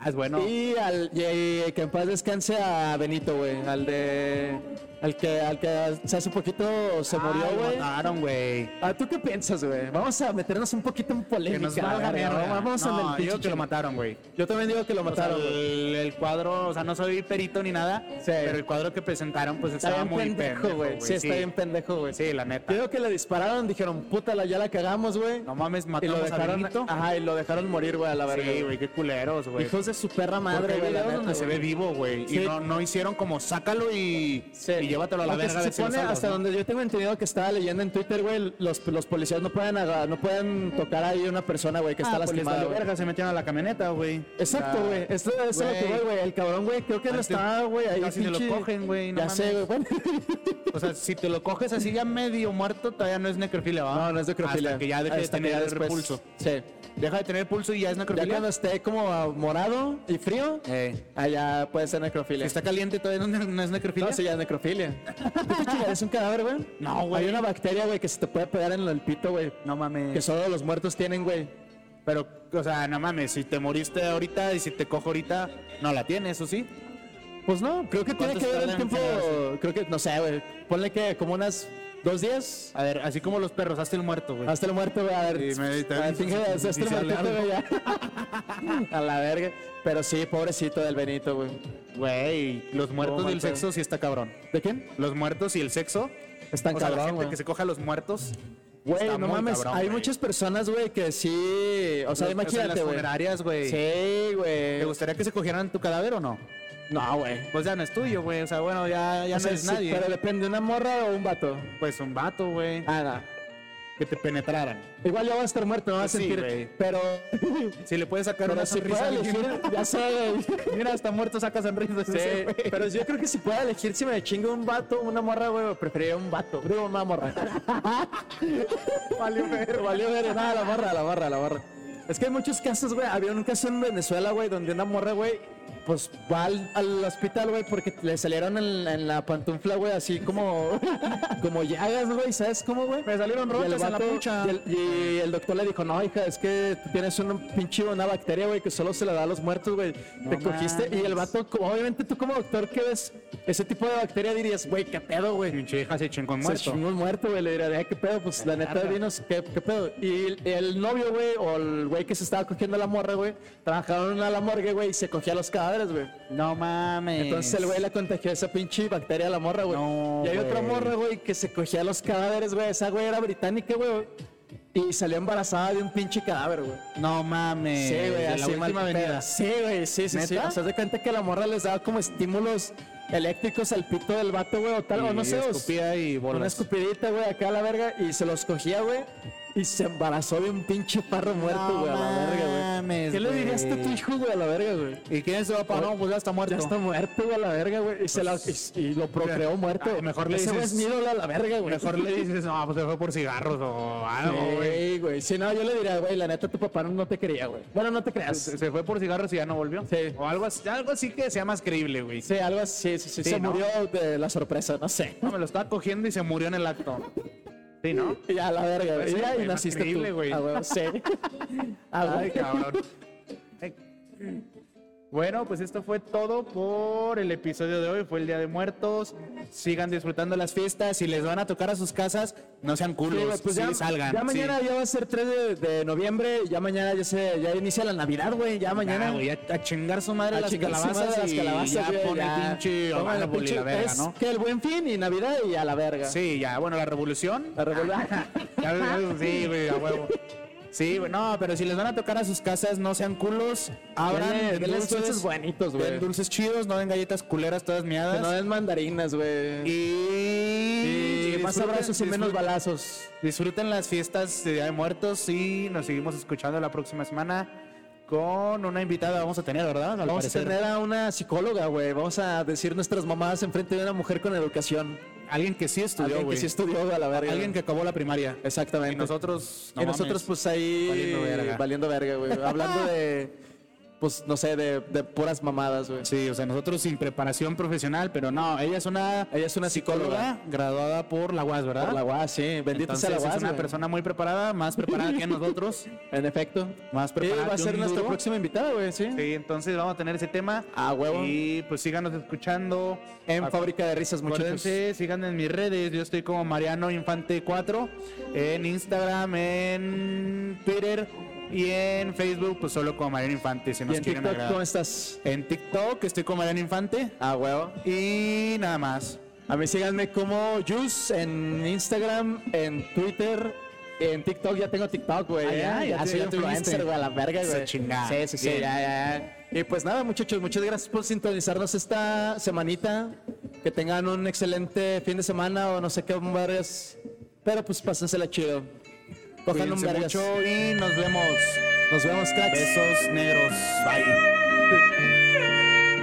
[SPEAKER 1] Ah, es bueno.
[SPEAKER 2] Y, al, y- y que en paz descanse a Benito, güey. Al de. Al que, al que hace poquito se murió,
[SPEAKER 1] Ah, lo
[SPEAKER 2] güey.
[SPEAKER 1] mataron, güey.
[SPEAKER 2] Ah, ¿Tú qué piensas, güey? Vamos a meternos un poquito en
[SPEAKER 1] Que
[SPEAKER 2] polémica.
[SPEAKER 1] nos valga
[SPEAKER 2] la verga,
[SPEAKER 1] mierda.
[SPEAKER 2] Vamos a en el
[SPEAKER 1] No, yo
[SPEAKER 2] pinche
[SPEAKER 1] digo que lo
[SPEAKER 2] chisme.
[SPEAKER 1] mataron, güey.
[SPEAKER 2] Yo también digo que lo
[SPEAKER 1] O sea,
[SPEAKER 2] mataron, güey.
[SPEAKER 1] el, el cuadro, o sea, no soy perito ni nada,
[SPEAKER 2] Sí.
[SPEAKER 1] pero el cuadro que presentaron pues
[SPEAKER 2] Está
[SPEAKER 1] estaba
[SPEAKER 2] bien
[SPEAKER 1] muy
[SPEAKER 2] pendejo, güey. Sí, está bien pendejo, güey.
[SPEAKER 1] Sí, la
[SPEAKER 2] Yo
[SPEAKER 1] neta.
[SPEAKER 2] digo que le dispararon, dijeron, puta, la- ya la cagamos, güey.
[SPEAKER 1] No mames,
[SPEAKER 2] y lo
[SPEAKER 1] matamos a
[SPEAKER 2] dejaron,
[SPEAKER 1] Benito.
[SPEAKER 2] ajá, y lo dejaron morir, güey, a la verga.
[SPEAKER 1] sí,
[SPEAKER 2] güey.
[SPEAKER 1] güey, qué culeros, güey.
[SPEAKER 2] Hijos de su perra
[SPEAKER 1] Porque
[SPEAKER 2] madre,
[SPEAKER 1] hay
[SPEAKER 2] güey. la
[SPEAKER 1] videos
[SPEAKER 2] neta,
[SPEAKER 1] donde se ve
[SPEAKER 2] güey.
[SPEAKER 1] vivo, güey.
[SPEAKER 2] Sí.
[SPEAKER 1] Y no, no hicieron como sácalo y,
[SPEAKER 2] Sí.
[SPEAKER 1] y llévatelo a la
[SPEAKER 2] Aunque
[SPEAKER 1] verga. a
[SPEAKER 2] Se
[SPEAKER 1] ver si lo
[SPEAKER 2] supone,
[SPEAKER 1] salvas,
[SPEAKER 2] hasta
[SPEAKER 1] ¿no?
[SPEAKER 2] donde yo tengo entendido que estaba leyendo en Twitter, güey, los, los policías no pueden, aga- no pueden tocar ahí una persona, güey, que está
[SPEAKER 1] Ah, pues, les
[SPEAKER 2] lastimada.
[SPEAKER 1] valió
[SPEAKER 2] güey.
[SPEAKER 1] verga, se metieron a la camioneta, güey.
[SPEAKER 2] Exacto,
[SPEAKER 1] Ah,
[SPEAKER 2] güey. Eso, eso es lo que
[SPEAKER 1] güey.
[SPEAKER 2] voy, güey. El cabrón, güey, creo que no
[SPEAKER 1] Antes
[SPEAKER 2] estaba, güey. Ahí
[SPEAKER 1] casi te lo
[SPEAKER 2] pinche-
[SPEAKER 1] cogen, güey, no
[SPEAKER 2] ya sé, güey.
[SPEAKER 1] mames.
[SPEAKER 2] Bueno,
[SPEAKER 1] O sea, si te lo coges así ya medio muerto, todavía Ah, no es necrofilia, ¿va?
[SPEAKER 2] no, no es de crofilia.
[SPEAKER 1] Hasta que ya deje de
[SPEAKER 2] Hasta que ya
[SPEAKER 1] tener
[SPEAKER 2] después-
[SPEAKER 1] pulso.
[SPEAKER 2] Sí.
[SPEAKER 1] Deja de tener pulso y ya es
[SPEAKER 2] Ya cuando
[SPEAKER 1] necrofilia.
[SPEAKER 2] esté como ah, morado y frío,
[SPEAKER 1] Eh.
[SPEAKER 2] allá puede ser
[SPEAKER 1] Si
[SPEAKER 2] necrofilia.
[SPEAKER 1] está caliente todavía no, no es necrofilia.
[SPEAKER 2] No, sí, ya es necrofilia. ¿Tú te chingarías un cadáver, güey?
[SPEAKER 1] No, güey.
[SPEAKER 2] Hay una bacteria, güey, que se te puede pegar en el pito, güey.
[SPEAKER 1] No mames.
[SPEAKER 2] Que solo los muertos tienen, güey.
[SPEAKER 1] Pero, o sea, no mames, si te moriste ahorita y si te cojo ahorita, no la tienes, ¿o sí?
[SPEAKER 2] Pues no, creo que tiene
[SPEAKER 1] ¿Cuánto
[SPEAKER 2] que ver el
[SPEAKER 1] tardan en
[SPEAKER 2] tiempo.
[SPEAKER 1] generarse?
[SPEAKER 2] Creo que, no sé, güey. Ponle que como unas dos días.
[SPEAKER 1] A ver, así como los perros, hazte el muerto, güey.
[SPEAKER 2] Hasta el muerto, güey. A ver.
[SPEAKER 1] Sí, me-
[SPEAKER 2] a ver, finge,
[SPEAKER 1] sí,
[SPEAKER 2] hasta
[SPEAKER 1] sí,
[SPEAKER 2] el
[SPEAKER 1] sí,
[SPEAKER 2] muertito,
[SPEAKER 1] hablar.
[SPEAKER 2] güey, ya. <laughs> A la verga. Pero sí, pobrecito del Benito, güey.
[SPEAKER 1] Güey, los muertos
[SPEAKER 2] No,
[SPEAKER 1] y el
[SPEAKER 2] mal pedo.
[SPEAKER 1] sexo sí está cabrón.
[SPEAKER 2] ¿De quién?
[SPEAKER 1] Los muertos y el sexo.
[SPEAKER 2] Están
[SPEAKER 1] o sea, la
[SPEAKER 2] cabrón,
[SPEAKER 1] gente
[SPEAKER 2] güey.
[SPEAKER 1] que se coja a los muertos.
[SPEAKER 2] Güey,
[SPEAKER 1] está
[SPEAKER 2] no
[SPEAKER 1] muy
[SPEAKER 2] mames.
[SPEAKER 1] cabrón,
[SPEAKER 2] hay
[SPEAKER 1] güey.
[SPEAKER 2] muchas personas, güey, que sí. O
[SPEAKER 1] Los-
[SPEAKER 2] sea,
[SPEAKER 1] en
[SPEAKER 2] imagínate,
[SPEAKER 1] las
[SPEAKER 2] güey.
[SPEAKER 1] funerarias, güey.
[SPEAKER 2] Sí,
[SPEAKER 1] ¿Te
[SPEAKER 2] güey.
[SPEAKER 1] gustaría que se cogieran tu cadáver o no?
[SPEAKER 2] No, güey.
[SPEAKER 1] Pues ya no es tuyo, güey. O sea, bueno, ya, ya
[SPEAKER 2] O sea,
[SPEAKER 1] no es
[SPEAKER 2] sí,
[SPEAKER 1] nadie.
[SPEAKER 2] Pero depende, ¿una morra o un vato?
[SPEAKER 1] Pues un vato, güey.
[SPEAKER 2] Ah, no.
[SPEAKER 1] Que te penetraran.
[SPEAKER 2] Igual yo voy a estar muerto, no voy a
[SPEAKER 1] Pues sí,
[SPEAKER 2] sentir.
[SPEAKER 1] güey.
[SPEAKER 2] pero.
[SPEAKER 1] Si le puedes sacar
[SPEAKER 2] Pero
[SPEAKER 1] una
[SPEAKER 2] si
[SPEAKER 1] sonrisa a
[SPEAKER 2] puedo
[SPEAKER 1] alguien.
[SPEAKER 2] elegir, ya sé,
[SPEAKER 1] <laughs>
[SPEAKER 2] güey.
[SPEAKER 1] Mira, hasta muerto saca <laughs> sonrisas.
[SPEAKER 2] Sí,
[SPEAKER 1] ese güey.
[SPEAKER 2] pero yo creo que si puedo elegir si me chingo un vato o una morra, güey, preferiría un vato. Digo, una
[SPEAKER 1] <laughs>
[SPEAKER 2] morra. valió ver, valió ver. Nada, la morra, la morra, la morra. Es que hay muchos casos, güey. Había un caso en Venezuela, güey, donde una morra, güey, pues va al, al hospital, güey, porque le salieron en, en la pantufla, güey, así como, <laughs> como llagas, güey, ¿sabes cómo, güey?
[SPEAKER 1] Me salieron
[SPEAKER 2] Y el
[SPEAKER 1] ronchas en la
[SPEAKER 2] vato-
[SPEAKER 1] pucha.
[SPEAKER 2] Y el, y el doctor le dijo, no, hija, es que tú tienes un pinche una bacteria, güey, que solo se la da a los muertos, güey. Te cogiste y el vato, como- obviamente tú como doctor que ves ese tipo de bacteria dirías, güey, qué pedo, güey.
[SPEAKER 1] Pinche hija se chingó un
[SPEAKER 2] Se
[SPEAKER 1] muerto.
[SPEAKER 2] chingó un muerto, güey. Le diría, "Eh, qué pedo, pues la neta,
[SPEAKER 1] verga.
[SPEAKER 2] dinos, ¿qué, qué pedo. Y el, el novio, güey, o el güey que se estaba cogiendo a la morra, güey, trabajaron a la morgue, güey, y se cogía los cadáveres, güey.
[SPEAKER 1] No mames.
[SPEAKER 2] Entonces el güey le contagió esa pinche bacteria a la morra, güey.
[SPEAKER 1] No,
[SPEAKER 2] y hay otra
[SPEAKER 1] güey.
[SPEAKER 2] morra, güey, que se cogía los cadáveres, güey. Esa güey era británica, güey. Y salió embarazada de un pinche cadáver, güey.
[SPEAKER 1] No mames.
[SPEAKER 2] Sí, güey,
[SPEAKER 1] de
[SPEAKER 2] así
[SPEAKER 1] la última
[SPEAKER 2] mal pedo.
[SPEAKER 1] avenida.
[SPEAKER 2] Sí, güey, sí, sí, sí.
[SPEAKER 1] ¿Neta?
[SPEAKER 2] O sea, haz de cuenta que la morra les daba como estímulos eléctricos al pito del vato, güey, o tal, o no
[SPEAKER 1] Y
[SPEAKER 2] sé, o-
[SPEAKER 1] escupida y
[SPEAKER 2] una
[SPEAKER 1] bolas.
[SPEAKER 2] escupidita, güey, acá a la verga, y se los cogía, güey, y se embarazó de un pinche parro muerto,
[SPEAKER 1] No
[SPEAKER 2] güey, a la verga, güey.
[SPEAKER 1] mames,
[SPEAKER 2] ¿Qué le dirías tú a tu
[SPEAKER 1] güey.
[SPEAKER 2] hijo, güey, a la verga, güey?
[SPEAKER 1] ¿Y quién se va para? No, pues ya está muerto.
[SPEAKER 2] Ya está muerto, güey, a la verga, güey. Y, se la- y, y lo procreó
[SPEAKER 1] Ay,
[SPEAKER 2] muerto.
[SPEAKER 1] mejor le
[SPEAKER 2] Ese güey
[SPEAKER 1] dices-
[SPEAKER 2] es mi ídolo a la verga, güey.
[SPEAKER 1] Mejor
[SPEAKER 2] <laughs>
[SPEAKER 1] le dices, no, pues se fue por cigarros o algo, güey.
[SPEAKER 2] Sí, güey. Si no, yo le diría, güey, la neta, tu papá no- no te quería, güey. Bueno, no te creas.
[SPEAKER 1] Se se fue por cigarros y ya no volvió.
[SPEAKER 2] Sí.
[SPEAKER 1] O algo así, algo así que sea más creíble, güey.
[SPEAKER 2] Sí, algo así. Sí, sí,
[SPEAKER 1] Sí,
[SPEAKER 2] se
[SPEAKER 1] ¿no?
[SPEAKER 2] murió de la sorpresa, no sé. <laughs>
[SPEAKER 1] No, me lo estaba cogiendo y se murió en el acto. Sí, ¿no?
[SPEAKER 2] Y a la verga, güey.
[SPEAKER 1] Sí,
[SPEAKER 2] Ya, y
[SPEAKER 1] güey, más
[SPEAKER 2] naciste
[SPEAKER 1] creíble, <laughs>
[SPEAKER 2] <laughs> tú.
[SPEAKER 1] güey.
[SPEAKER 2] Ah, A huevo, sí. A
[SPEAKER 1] Ay,
[SPEAKER 2] huevo.
[SPEAKER 1] cabrón. Ay. Bueno, pues esto fue todo por el episodio de hoy. Fue el Día de Muertos. Sigan disfrutando las fiestas. Si les van a tocar a sus casas, no sean culos.
[SPEAKER 2] Sí, güey, pues
[SPEAKER 1] sí,
[SPEAKER 2] ya,
[SPEAKER 1] salgan.
[SPEAKER 2] ya
[SPEAKER 1] sí.
[SPEAKER 2] mañana ya va a ser 3 de, de noviembre, ya mañana ya se ya inicia la Navidad, güey, ya mañana.
[SPEAKER 1] Ya, Ah, güey, a, a chingar su madre
[SPEAKER 2] A
[SPEAKER 1] las
[SPEAKER 2] chingar su madre
[SPEAKER 1] calabazas,
[SPEAKER 2] las
[SPEAKER 1] y
[SPEAKER 2] calabazas,
[SPEAKER 1] ya
[SPEAKER 2] güey,
[SPEAKER 1] pone
[SPEAKER 2] ya.
[SPEAKER 1] pinche
[SPEAKER 2] Toma la
[SPEAKER 1] Obama Boli
[SPEAKER 2] pinche-
[SPEAKER 1] la verga,
[SPEAKER 2] es
[SPEAKER 1] ¿no?
[SPEAKER 2] que el Buen Fin y Navidad y a la verga.
[SPEAKER 1] Sí, ya, bueno, la revolución. <laughs>
[SPEAKER 2] La revolver-
[SPEAKER 1] Ya, sí, güey, a huevo. Sí, güey, no, pero si les van a tocar a sus casas, no sean culos. Abran
[SPEAKER 2] Denle-
[SPEAKER 1] den
[SPEAKER 2] denles
[SPEAKER 1] dulces,
[SPEAKER 2] dulces buenitos, güey.
[SPEAKER 1] den dulces chidos, no den galletas culeras todas
[SPEAKER 2] Que no
[SPEAKER 1] miadas.
[SPEAKER 2] den mandarinas, güey.
[SPEAKER 1] Y,
[SPEAKER 2] Y más
[SPEAKER 1] disfruten-
[SPEAKER 2] abrazos y menos
[SPEAKER 1] disfruten-
[SPEAKER 2] balazos.
[SPEAKER 1] Disfruten las fiestas de Día de Muertos y nos seguimos escuchando la próxima semana con una invitada vamos a tener, ¿verdad? Al
[SPEAKER 2] Vamos
[SPEAKER 1] parecer.
[SPEAKER 2] a tener a una psicóloga, güey. Vamos a decir nuestras mamadas enfrente de una mujer con educación.
[SPEAKER 1] alguien que sí estudió,
[SPEAKER 2] Alguien
[SPEAKER 1] güey.
[SPEAKER 2] que sí estudió güey, a la verga.
[SPEAKER 1] Alguien que acabó la primaria.
[SPEAKER 2] Exactamente.
[SPEAKER 1] Y nosotros,
[SPEAKER 2] y nosotros
[SPEAKER 1] mames.
[SPEAKER 2] pues ahí
[SPEAKER 1] Valiendo verga.
[SPEAKER 2] valiendo verga,
[SPEAKER 1] <laughs>
[SPEAKER 2] güey. Hablando de, pues no sé, de, de puras mamadas, güey.
[SPEAKER 1] pues, Sí, o sea, nosotros sin preparación profesional, pero no, ella es una
[SPEAKER 2] Ella es una psicóloga.
[SPEAKER 1] graduada por la UAS, ¿verdad?
[SPEAKER 2] Por la UAS, sí. Bendito
[SPEAKER 1] ¿Ah? Entonces,
[SPEAKER 2] sea la UAS,
[SPEAKER 1] es una
[SPEAKER 2] güey.
[SPEAKER 1] persona muy preparada, más preparada que
[SPEAKER 2] <laughs>
[SPEAKER 1] nosotros.
[SPEAKER 2] En efecto.
[SPEAKER 1] Más
[SPEAKER 2] Y
[SPEAKER 1] preparada
[SPEAKER 2] va a
[SPEAKER 1] que
[SPEAKER 2] ser
[SPEAKER 1] un
[SPEAKER 2] nuestra
[SPEAKER 1] duro.
[SPEAKER 2] próxima invitada, güey, sí.
[SPEAKER 1] Sí, entonces vamos a tener ese tema.
[SPEAKER 2] Ah, huevo.
[SPEAKER 1] Y pues síganos escuchando.
[SPEAKER 2] En
[SPEAKER 1] Ac-
[SPEAKER 2] Fábrica de Risas, muchachos.
[SPEAKER 1] Acuérdense, sigan en mis redes. Yo estoy como Mariano Infante 4 en Instagram, en Twitter y en Facebook, pues solo como Mariano Infante. Si
[SPEAKER 2] Y
[SPEAKER 1] nos
[SPEAKER 2] en
[SPEAKER 1] quieren
[SPEAKER 2] TikTok, ¿cómo
[SPEAKER 1] agradar.
[SPEAKER 2] estás?
[SPEAKER 1] En TikTok estoy como Mariano Infante
[SPEAKER 2] Ah, huevo.
[SPEAKER 1] y nada más.
[SPEAKER 2] A mí síganme como Jus en Instagram, en Twitter, en TikTok. Ya tengo TikTok, güey.
[SPEAKER 1] Ah,
[SPEAKER 2] ¿eh?
[SPEAKER 1] ya, ya
[SPEAKER 2] ya
[SPEAKER 1] te-
[SPEAKER 2] soy
[SPEAKER 1] ya te fuiste.
[SPEAKER 2] influencer, güey, a la verga,
[SPEAKER 1] Se
[SPEAKER 2] güey.
[SPEAKER 1] chingada.
[SPEAKER 2] Sí, sí, sí,
[SPEAKER 1] Bien.
[SPEAKER 2] ya, ya, ya. Y pues nada, muchachos, muchas gracias por sintonizarnos esta semanita. Que tengan un excelente fin de semana o no sé qué vergas. Pero pues pásensela chido. Cojan un
[SPEAKER 1] Cuídense
[SPEAKER 2] vergas.
[SPEAKER 1] mucho y nos vemos.
[SPEAKER 2] Nos vemos, cracks.
[SPEAKER 1] Besos negros. Bye.